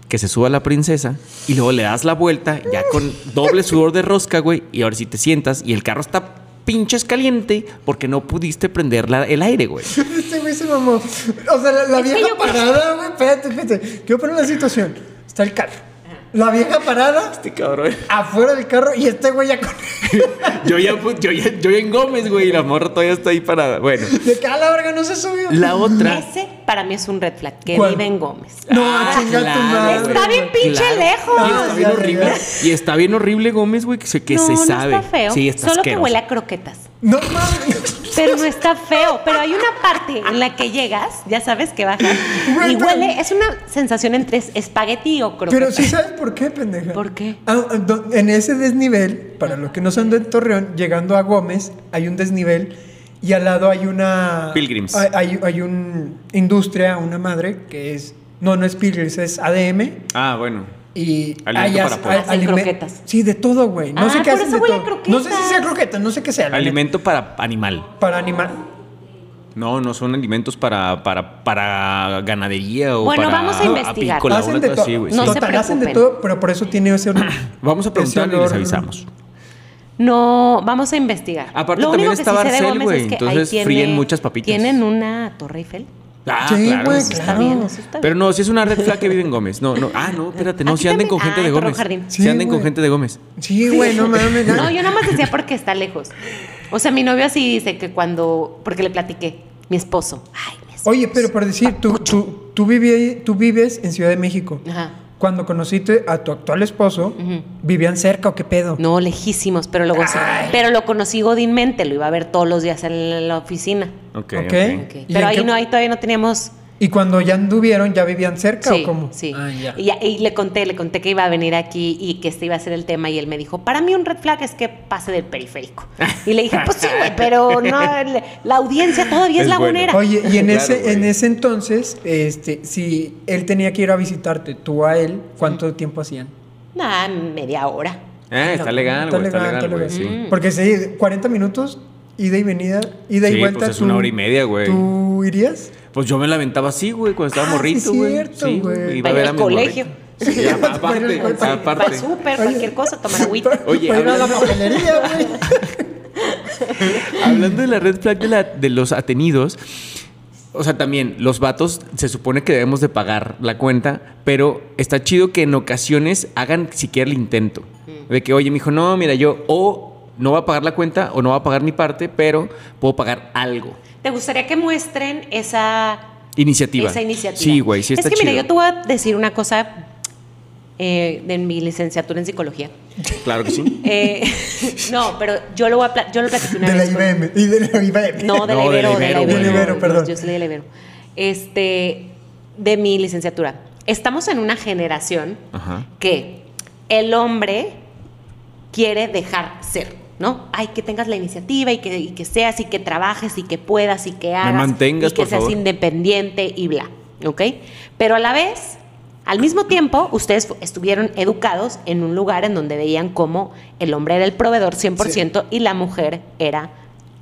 Speaker 1: que se suba la princesa, y luego le das la vuelta, ya con doble sudor de rosca, güey, y ahora si te sientas y el carro está pinches caliente porque no pudiste prender la- el aire, güey.
Speaker 2: Este güey se mamó. O sea, la, la
Speaker 3: Es que
Speaker 2: vieja
Speaker 3: yo-
Speaker 2: parada, güey. Espérate, espérate. Quiero poner la situación. Está el carro. La vieja parada
Speaker 1: Este cabrón.
Speaker 2: afuera del carro y este güey ya con.
Speaker 1: Yo ya, pu- yo ya, yo ya en Gómez, güey, y la morra todavía está ahí parada. Bueno,
Speaker 2: De que a la verga no se subió.
Speaker 1: la otra.
Speaker 3: Ese para mí es un red flag, que
Speaker 2: ¿Cuál?
Speaker 3: vive en Gómez.
Speaker 2: No,
Speaker 1: Ah,
Speaker 2: chinga
Speaker 1: claro,
Speaker 2: tu madre.
Speaker 1: güey.
Speaker 3: Está bien pinche lejos.
Speaker 1: Y está bien
Speaker 2: Ah, ya,
Speaker 1: horrible.
Speaker 2: ya,
Speaker 1: Y está bien horrible Gómez, güey, que se, que
Speaker 3: no,
Speaker 1: se
Speaker 3: no
Speaker 1: sabe.
Speaker 3: está feo.
Speaker 1: Sí, está
Speaker 3: Solo
Speaker 1: asqueroso.
Speaker 3: que huele a croquetas.
Speaker 2: No mames.
Speaker 3: Pero no está feo. Pero hay una parte en la que llegas, ya sabes que bajas,
Speaker 2: Güey,
Speaker 3: y
Speaker 2: pero-
Speaker 3: huele, es una sensación entre es- espagueti o croquetas.
Speaker 2: Pero sí sabes por qué, pendeja.
Speaker 3: ¿Por qué?
Speaker 2: Ah, ah, do- en ese desnivel, para los que no son de Torreón, llegando a Gómez, hay un desnivel Y al lado hay una.
Speaker 1: Pilgrims.
Speaker 2: Hay, hay, hay una industria, una madre, que es. No, no es Pilgrims, es ADM.
Speaker 1: Ah, bueno.
Speaker 2: Y
Speaker 1: Alimento
Speaker 2: hay as-
Speaker 1: para pobres.
Speaker 2: hay-
Speaker 3: Hacen
Speaker 2: alime-
Speaker 3: croquetas.
Speaker 2: Sí, de todo, güey. No
Speaker 3: Ah,
Speaker 2: sé qué
Speaker 3: por
Speaker 2: hacen
Speaker 3: eso
Speaker 2: de
Speaker 3: huele a
Speaker 2: todo. No sé si
Speaker 3: croquetas.
Speaker 2: sea croqueta, no sé qué sea. la neta.
Speaker 1: Alimento para animal.
Speaker 2: Para animal.
Speaker 1: No, no son alimentos para, para, para ganadería o
Speaker 3: Bueno,
Speaker 1: para
Speaker 3: vamos a investigar.
Speaker 1: apícola,
Speaker 2: hacen
Speaker 1: una
Speaker 2: de
Speaker 1: cosa
Speaker 2: todo.
Speaker 1: así, güey,
Speaker 3: No
Speaker 1: sí.
Speaker 3: se
Speaker 2: Total, hacen de
Speaker 3: preocupen.
Speaker 2: todo, pero por eso tiene ese olor.
Speaker 1: Vamos a preguntarle y
Speaker 2: ese
Speaker 1: les
Speaker 2: olor-
Speaker 1: avisamos.
Speaker 3: No, vamos a investigar.
Speaker 1: Aparte,
Speaker 3: Lo
Speaker 1: también
Speaker 3: único
Speaker 1: está
Speaker 3: que sí sé de
Speaker 1: Barcel,
Speaker 3: Gómez
Speaker 1: güey,
Speaker 3: es que
Speaker 1: entonces
Speaker 3: ahí tiene-
Speaker 1: fríen muchas papitas.
Speaker 3: Tienen una Torre Eiffel.
Speaker 1: Ah,
Speaker 2: Sí,
Speaker 1: claro.
Speaker 2: güey,
Speaker 1: eso está
Speaker 2: claro.
Speaker 1: bien.
Speaker 3: Bien, eso está bien.
Speaker 1: Pero no, si es una red flag que vive en Gómez. No, no. Ah, no, espérate, no,
Speaker 3: Aquí
Speaker 1: si anden con
Speaker 3: también-
Speaker 1: gente de
Speaker 3: ah, Torreón
Speaker 1: Gómez.
Speaker 3: Jardín.
Speaker 1: Si
Speaker 2: Sí,
Speaker 1: anden con
Speaker 2: güey.
Speaker 1: gente de Gómez.
Speaker 2: Sí, güey, no mames.
Speaker 3: No, yo nada más decía porque está lejos. O sea, mi novio así dice que cuando, porque le platiqué, mi esposo. Ay, mi esposo.
Speaker 2: Oye, pero por decir, tú, tú, tú, vivi- tú vives en Ciudad de México.
Speaker 3: Ajá.
Speaker 2: Cuando conociste a tu actual esposo,
Speaker 3: Ujú.
Speaker 2: ¿vivían cerca o qué pedo?
Speaker 3: No, lejísimos, pero lo conocí.
Speaker 2: Ay.
Speaker 3: Pero lo conocí godinmente, lo iba a ver todos los días en la oficina.
Speaker 1: Ok, Eh, ok.
Speaker 2: Ok.
Speaker 3: Ok.
Speaker 2: ¿Y en
Speaker 3: Pero ahí
Speaker 2: qué-
Speaker 3: no, ahí todavía no teníamos.
Speaker 2: Y cuando ya anduvieron, ¿ya vivían cerca
Speaker 3: Sí,
Speaker 2: o cómo?
Speaker 3: sí.
Speaker 2: Ah, ya.
Speaker 3: Y, ya- y le conté, le conté que iba a venir aquí y que este iba a ser el tema y él me dijo, para mí un red flag es que pase del periférico. Y le dije, pues sí, güey, pero no, le- la audiencia todavía es,
Speaker 1: Es
Speaker 3: lagunera.
Speaker 1: bueno.
Speaker 2: Oye, y en,
Speaker 1: Claro,
Speaker 2: ese,
Speaker 1: güey.
Speaker 2: en ese entonces, este, si él tenía que ir a visitarte, tú a él, ¿cuánto tiempo hacían?
Speaker 3: Nah, media hora.
Speaker 1: Ah, está legal, güey. Está legal, güey.
Speaker 2: está
Speaker 1: Sí.
Speaker 3: Mm.
Speaker 2: legal. Porque sí, 40 minutos, ida y venida, ida
Speaker 1: Sí,
Speaker 2: y vuelta.
Speaker 1: pues es una hora y media, güey.
Speaker 2: ¿Tú irías?
Speaker 1: Pues yo me la aventaba así, güey, cuando estaba
Speaker 2: Ah, sí,
Speaker 1: morrito, güey.
Speaker 2: cierto, güey.
Speaker 1: iba a
Speaker 3: Para ir
Speaker 1: ver
Speaker 3: al
Speaker 1: a mis
Speaker 3: colegio.
Speaker 1: morritos. Sí, aparte,
Speaker 2: Para ir al
Speaker 3: Para
Speaker 1: aparte.
Speaker 3: súper, cualquier cosa, tomar agüita.
Speaker 1: Oye,
Speaker 2: Para ir a la
Speaker 1: hablando-
Speaker 2: papelería, güey.
Speaker 1: Hablando de la red flag de, la- de los atenidos, o sea, también los vatos se supone que debemos de pagar la cuenta, pero está chido que en ocasiones hagan siquiera el intento.
Speaker 3: Mm.
Speaker 1: De que, oye, me dijo, no, mira, yo o no va a pagar la cuenta o no va a pagar mi parte, pero puedo pagar algo.
Speaker 3: ¿Te gustaría que muestren esa
Speaker 1: Iniciativa.
Speaker 3: Esa iniciativa.
Speaker 1: Sí, güey, sí está
Speaker 3: Es que mira,
Speaker 1: chido.
Speaker 3: yo te voy a decir una cosa eh, de mi licenciatura en psicología.
Speaker 1: Claro que sí.
Speaker 3: Eh, no, pero yo lo, voy a pla- yo lo platiqué una
Speaker 2: De la
Speaker 3: vez. con-
Speaker 2: IBM. Y de la IBM.
Speaker 3: No, de la
Speaker 1: No, de la Ibero,
Speaker 3: Ibero, de la
Speaker 1: güey.
Speaker 3: Ibero.
Speaker 1: De la
Speaker 2: Ibero, perdón.
Speaker 3: Yo soy de la Ibero. Este, de mi licenciatura. Estamos en una generación
Speaker 1: Ajá.
Speaker 3: que el hombre quiere dejar ser, ¿no? Ay, que tengas la iniciativa y que, y que seas y que trabajes y que puedas y que hagas.
Speaker 1: mantengas,
Speaker 3: y que
Speaker 1: por
Speaker 3: seas
Speaker 1: favor.
Speaker 3: independiente y bla, ¿ok? Pero a la vez, al mismo tiempo, ustedes fu- estuvieron educados en un lugar en donde veían cómo el hombre era el proveedor 100% y la mujer era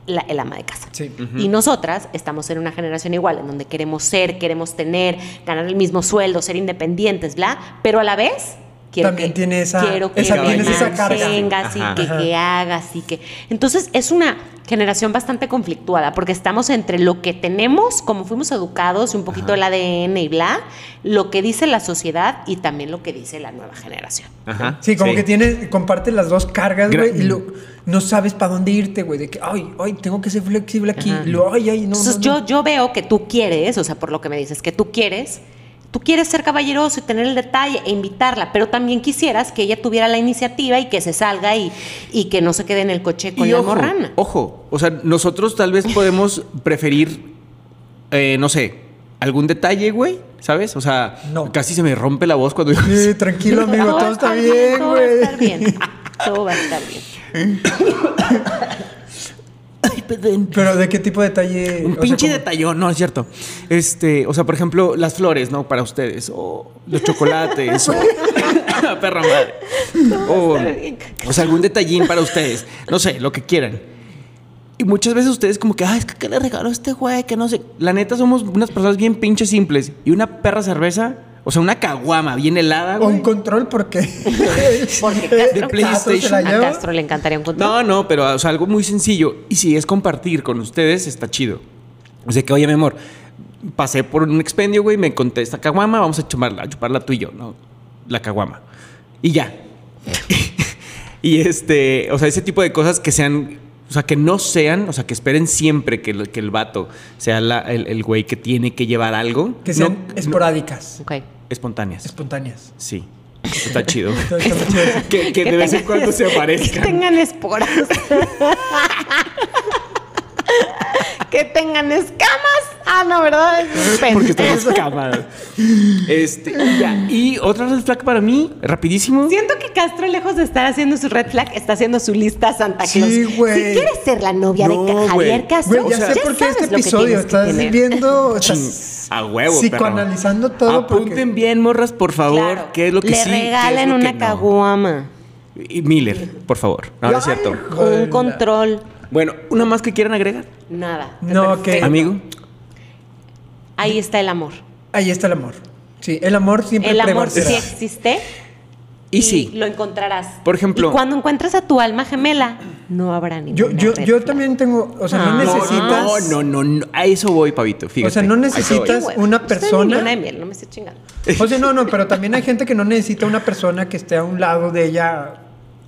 Speaker 3: la, el ama de casa.
Speaker 2: Sí.
Speaker 3: Y nosotras estamos en una generación igual, en donde queremos ser, queremos tener, ganar el mismo sueldo, ser independientes, bla, pero a la vez quiero
Speaker 2: También
Speaker 3: que,
Speaker 2: tiene esa-
Speaker 3: quiero que
Speaker 2: esa-
Speaker 3: me
Speaker 1: tienes esa carga.
Speaker 3: mantengas y
Speaker 1: Ajá.
Speaker 3: que, que hagas y que... Entonces es una generación bastante conflictuada porque estamos entre lo que tenemos, como fuimos educados, y un poquito el ADN y bla, lo que dice la sociedad y también lo que dice la nueva generación.
Speaker 1: Ajá.
Speaker 2: Sí, como que tienes, compartes las dos cargas,
Speaker 1: Gra- mm.
Speaker 2: güey, y lo- no sabes para dónde irte, güey, de que, ay, ay, tengo que ser flexible aquí,
Speaker 3: Ajá.
Speaker 2: y lo, ay, ay, no,
Speaker 3: Entonces
Speaker 2: no,
Speaker 3: yo,
Speaker 2: no.
Speaker 3: yo veo que tú quieres, o sea, por lo que me dices, que tú quieres, tú quieres ser caballeroso y tener el detalle e invitarla, pero también quisieras que ella tuviera la iniciativa y que se salga y, y que no se quede en el coche con
Speaker 1: Y
Speaker 3: la
Speaker 1: ojo,
Speaker 3: morrana.
Speaker 1: Ojo, o sea, nosotros tal vez podemos preferir, eh, no sé, algún detalle, güey, ¿sabes? O sea,
Speaker 2: No.
Speaker 1: casi se me rompe la voz cuando digo
Speaker 2: Sí, tranquilo, amigo,
Speaker 3: Todo va
Speaker 2: todo
Speaker 3: a
Speaker 2: está
Speaker 3: estar
Speaker 2: bien,
Speaker 3: todo va a
Speaker 2: güey.
Speaker 3: estar bien, todo va a estar bien.
Speaker 2: Pero ¿de qué tipo de detalle?
Speaker 1: un
Speaker 2: O sea,
Speaker 1: pinche
Speaker 2: como-
Speaker 1: detallón, no, es cierto. Este, o sea, por ejemplo, las flores, ¿no? Para ustedes, o los chocolates, o perra madre. O, o sea, algún detallín para ustedes, no sé, lo que quieran. Y muchas veces ustedes como que, ay, es que ¿qué le regaló este güey? Que no sé. La neta somos unas personas bien pinches simples. Y una perra cerveza, o sea, una caguama bien helada,
Speaker 2: O un
Speaker 1: güey.
Speaker 2: control, porque...
Speaker 3: Porque
Speaker 2: Eh,
Speaker 1: De
Speaker 2: se
Speaker 3: Castro,
Speaker 2: la
Speaker 1: PlayStation.
Speaker 3: a
Speaker 2: lleva.
Speaker 3: Castro le encantaría un control.
Speaker 1: No, no, pero o sea, algo muy sencillo. Y si es compartir con ustedes, está chido. O sea que, oye, mi amor, pasé por un expendio, güey, me encontré esta caguama, vamos a chuparla, a chuparla tú y yo, ¿no? La caguama. Y ya. y este, o sea, ese tipo de cosas que sean, o sea, que no sean, o sea, que esperen siempre que, el- que el vato sea la- el el güey que tiene que llevar algo.
Speaker 2: Que
Speaker 1: No-
Speaker 2: sean esporádicas,
Speaker 3: Ok.
Speaker 1: espontáneas.
Speaker 2: espontáneas.
Speaker 1: Sí. Está chido.
Speaker 2: Está- está muy chido eso.
Speaker 1: que, que de vez en
Speaker 3: tengan-
Speaker 1: cuando se
Speaker 3: Que
Speaker 1: aparezcan.
Speaker 3: tengan esporas. que que tengan escamas. Ah, no, ¿verdad? Es un
Speaker 1: Porque
Speaker 3: pendejo.
Speaker 1: tenemos cama. Este, y ya. Y otra red flag para mí, rapidísimo.
Speaker 3: Eh, Siento que Castro, lejos de estar haciendo su red flag, está haciendo su lista Santa Claus.
Speaker 2: Sí, güey.
Speaker 3: Si quieres ser la novia
Speaker 1: No,
Speaker 3: de Ca-
Speaker 1: güey.
Speaker 3: Javier Castro,
Speaker 2: Güey, ya sé por qué
Speaker 3: sabes
Speaker 2: este
Speaker 3: lo que
Speaker 2: episodio
Speaker 3: tienes que
Speaker 2: estás
Speaker 3: tener.
Speaker 2: viendo. o sea,
Speaker 1: Chin, a huevo, perro.
Speaker 2: Psicoanalizando todo. porque-
Speaker 1: Apunten bien, morras, por favor,
Speaker 3: Claro.
Speaker 1: qué es lo que
Speaker 3: Le
Speaker 1: sí, qué es
Speaker 3: regalen
Speaker 1: lo que
Speaker 3: una
Speaker 1: no.
Speaker 3: caguama,
Speaker 1: Y Miller, por favor. No, no es
Speaker 2: Ay,
Speaker 1: cierto.
Speaker 2: Joder,
Speaker 3: un
Speaker 2: la-
Speaker 3: control,
Speaker 1: Bueno, ¿una más que quieran agregar?
Speaker 3: nada.
Speaker 2: No,
Speaker 3: Eh,
Speaker 2: que.
Speaker 1: Amigo.
Speaker 3: Ahí está el amor.
Speaker 2: Ahí está el amor. Sí, el amor siempre
Speaker 3: El amor sí
Speaker 2: prevalecerá.
Speaker 3: existe
Speaker 1: Y sí.
Speaker 3: lo encontrarás.
Speaker 1: Por ejemplo-
Speaker 3: y cuando encuentres a tu alma gemela, no habrá ningún
Speaker 2: Yo, yo, yo también tengo. O sea, no
Speaker 3: Ah.
Speaker 2: necesitas.
Speaker 1: No, no, no, no, a eso voy, Pavito, fíjate.
Speaker 2: O sea, no
Speaker 1: A eso voy.
Speaker 2: necesitas- una persona-
Speaker 3: Una de miel, no me estoy chingando.
Speaker 2: O sea, no, no, pero también hay gente que no necesita una persona que esté a un lado de ella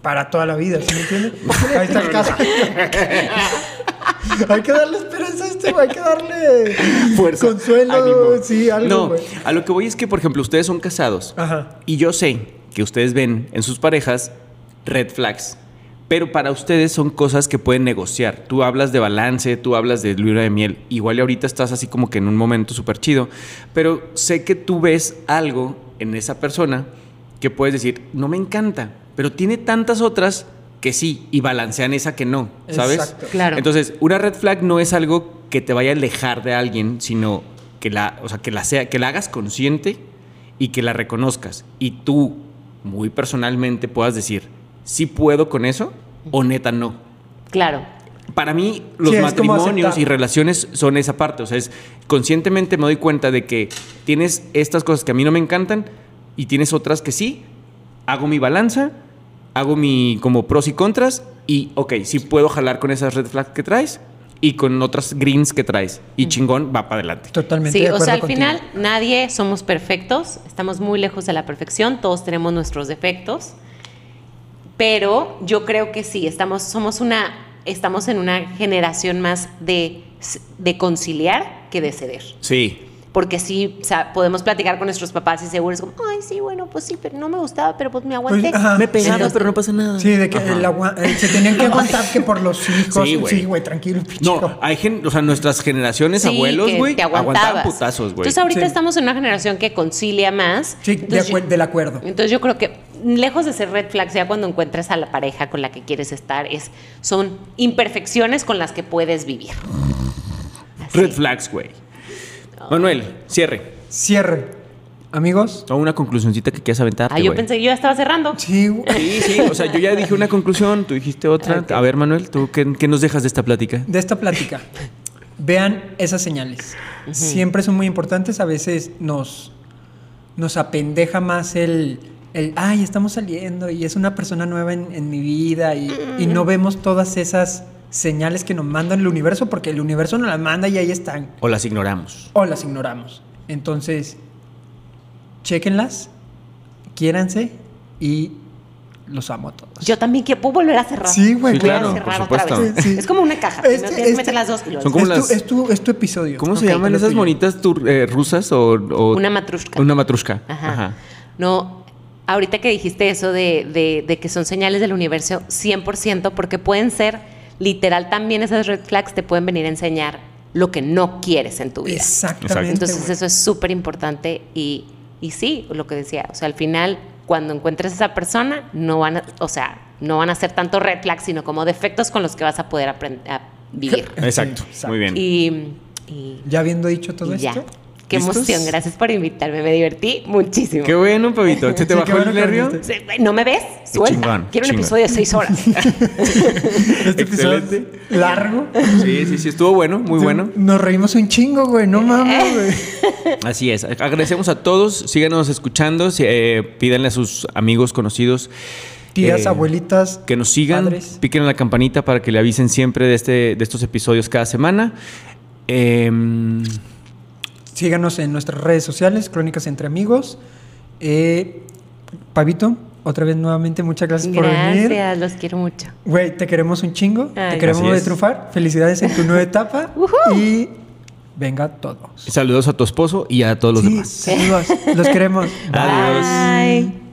Speaker 2: para toda la vida, ¿sí me entiendes? Ahí está el caso. hay que darle esperanza a este, güey, hay que darle
Speaker 1: Fuerza,
Speaker 2: consuelo,
Speaker 1: ánimo.
Speaker 2: sí, algo,
Speaker 1: No,
Speaker 2: güey.
Speaker 1: a lo que voy es que, por ejemplo, ustedes son casados.
Speaker 2: Ajá.
Speaker 1: Y yo sé que ustedes ven en sus parejas red flags. Pero para ustedes son cosas que pueden negociar. Tú hablas de balance, tú hablas de luna de miel. Igual y ahorita estás así como que en un momento súper chido. Pero sé que tú ves algo en esa persona que puedes decir, no me encanta. Pero tiene tantas otras que sí y balancean esa que no, ¿sabes?
Speaker 2: Exacto.
Speaker 3: Claro.
Speaker 1: Entonces, una red flag no es algo que te vaya a alejar de alguien, sino que la, o sea, que la sea, que la hagas consciente y que la reconozcas y tú muy personalmente puedas decir, sí puedo con eso o neta no.
Speaker 3: Claro.
Speaker 1: Para mí los
Speaker 2: Sí, es como
Speaker 1: matrimonios
Speaker 2: aceptar.
Speaker 1: y relaciones son esa parte, o sea, es conscientemente me doy cuenta de que tienes estas cosas que a mí no me encantan y tienes otras que sí. Hago mi balanza, hago mi como pros y contras y ok, sí puedo jalar con esas red flags que traes y con otras greens que traes y
Speaker 3: Mm.
Speaker 1: chingón va para adelante.
Speaker 2: Totalmente
Speaker 3: Sí,
Speaker 2: de
Speaker 3: o
Speaker 2: acuerdo
Speaker 3: sea, al
Speaker 2: contigo.
Speaker 3: final nadie somos perfectos, estamos muy lejos de la perfección, todos tenemos nuestros defectos, pero yo creo que sí, estamos, somos una, estamos en una generación más de, de conciliar que de ceder.
Speaker 1: Sí.
Speaker 3: Porque sí, o sea, podemos platicar con nuestros papás y seguro es como, ay, sí, bueno, pues sí, pero no me gustaba, pero pues me aguanté.
Speaker 2: Pues, ajá. Me
Speaker 3: pegaba, pero
Speaker 1: no pasa nada.
Speaker 2: Sí, de que el agua- eh, se tenían que aguantar que por los hijos.
Speaker 1: Sí, güey.
Speaker 2: Sí, güey, tranquilo, pinche
Speaker 1: No, ah.
Speaker 2: hijo.
Speaker 1: hay gente, o sea, nuestras generaciones,
Speaker 3: Sí,
Speaker 1: abuelos,
Speaker 3: que
Speaker 1: güey,
Speaker 3: te
Speaker 1: aguantaban
Speaker 3: aguantabas.
Speaker 1: putazos, güey.
Speaker 3: Entonces ahorita
Speaker 2: Sí.
Speaker 3: estamos en una generación que concilia más.
Speaker 2: Sí, de
Speaker 3: Entonces,
Speaker 2: acuer-
Speaker 3: yo-
Speaker 2: del acuerdo.
Speaker 1: eh.
Speaker 3: Entonces yo creo que lejos de ser red flags, ya cuando encuentras a la pareja con la que quieres estar, es, son imperfecciones con las que puedes vivir. Así.
Speaker 1: Red flags, güey. Manuel, cierre.
Speaker 2: Cierre. Amigos.
Speaker 1: O una conclusioncita que quieras aventarte,
Speaker 3: Ah, yo
Speaker 1: güey.
Speaker 3: pensé que yo ya estaba cerrando.
Speaker 2: Sí, güey.
Speaker 1: Sí, sí, o sea, yo ya dije una conclusión, tú dijiste otra. A ver, Manuel, ¿tú qué, qué nos dejas de esta plática?
Speaker 2: de esta plática. Vean esas señales. Siempre son muy importantes. A veces nos, nos apendeja más el, el, ay, estamos saliendo y es una persona nueva en, en mi vida y, y no vemos todas esas señales que nos manda el universo porque el universo nos las manda y ahí están.
Speaker 1: O las ignoramos.
Speaker 2: O las ignoramos. Entonces, chequenlas, quiéranse y los amo a todos.
Speaker 3: Yo también que puedo volver a cerrar.
Speaker 2: Sí, güey,
Speaker 3: Voy a
Speaker 1: claro,
Speaker 3: cerrar
Speaker 1: por
Speaker 3: otra
Speaker 1: supuesto.
Speaker 3: vez.
Speaker 2: Sí, sí.
Speaker 3: Es como una caja.
Speaker 2: Este-
Speaker 3: primero tienes que
Speaker 2: este-
Speaker 3: meter las dos y luego
Speaker 1: Son como
Speaker 2: es, tu-
Speaker 1: las-
Speaker 2: es tu, es tu episodio.
Speaker 1: ¿Cómo se
Speaker 3: Ok,
Speaker 1: llaman
Speaker 2: lo
Speaker 1: esas
Speaker 2: tuyo.
Speaker 1: bonitas tur- eh, rusas o, o-
Speaker 3: Una matrushka.
Speaker 1: Una matrushka.
Speaker 3: Ajá.
Speaker 1: Ajá.
Speaker 3: No, ahorita que dijiste eso de, de- de que son señales del universo, 100%, porque pueden ser, literal, también esas red flags te pueden venir a enseñar lo que no quieres en tu vida.
Speaker 2: Exactamente.
Speaker 3: Entonces
Speaker 2: güey.
Speaker 3: eso es súper importante y, y sí, lo que decía, o sea, al final, cuando encuentres a esa persona, no van a, o sea, no van a ser tanto red flags, sino como defectos con los que vas a poder aprender a vivir.
Speaker 1: Exacto.
Speaker 2: Exacto.
Speaker 1: Muy bien.
Speaker 3: Y, y-
Speaker 2: Ya habiendo dicho todo
Speaker 3: y ya.
Speaker 2: esto.
Speaker 3: Qué
Speaker 1: ¿Listos?
Speaker 3: emoción, gracias por invitarme, me divertí muchísimo.
Speaker 1: Qué bueno, Pavito. ¿Se te
Speaker 2: Sí,
Speaker 1: bajó
Speaker 2: qué bueno
Speaker 1: el
Speaker 2: que
Speaker 1: nervio?
Speaker 2: viniste.
Speaker 3: Sí, güey, ¿No me ves? Suelta.
Speaker 1: chingón,
Speaker 3: Quiero un
Speaker 1: chingón.
Speaker 3: episodio de seis horas.
Speaker 2: Este episodio
Speaker 1: Excelente.
Speaker 2: largo.
Speaker 1: Sí, sí, sí, estuvo bueno, muy bueno.
Speaker 2: Nos reímos un chingo, güey. No mames, güey.
Speaker 1: Así es. Agradecemos a todos. Síganos escuchando. sí, eh, pídanle a sus amigos, conocidos.
Speaker 2: Tías,
Speaker 1: eh,
Speaker 2: abuelitas.
Speaker 1: Que nos sigan,
Speaker 2: Padres.
Speaker 1: piquen en la campanita para que le avisen siempre de, este, de estos episodios cada semana. Em,
Speaker 2: Síganos en nuestras redes sociales, Crónicas Entre Amigos. Eh, Pavito, otra vez nuevamente, muchas gracias, por venir.
Speaker 3: Gracias, los quiero mucho.
Speaker 2: Güey, te queremos un chingo.
Speaker 3: Ay.
Speaker 2: Te queremos
Speaker 1: Así
Speaker 2: de
Speaker 1: es.
Speaker 2: triunfar. Felicidades en tu nueva etapa.
Speaker 3: Ujú.
Speaker 2: Y venga a todos.
Speaker 1: saludos a tu esposo y a todos los
Speaker 2: sí,
Speaker 1: demás.
Speaker 2: saludos. Los queremos.
Speaker 1: Adiós.
Speaker 3: Bye.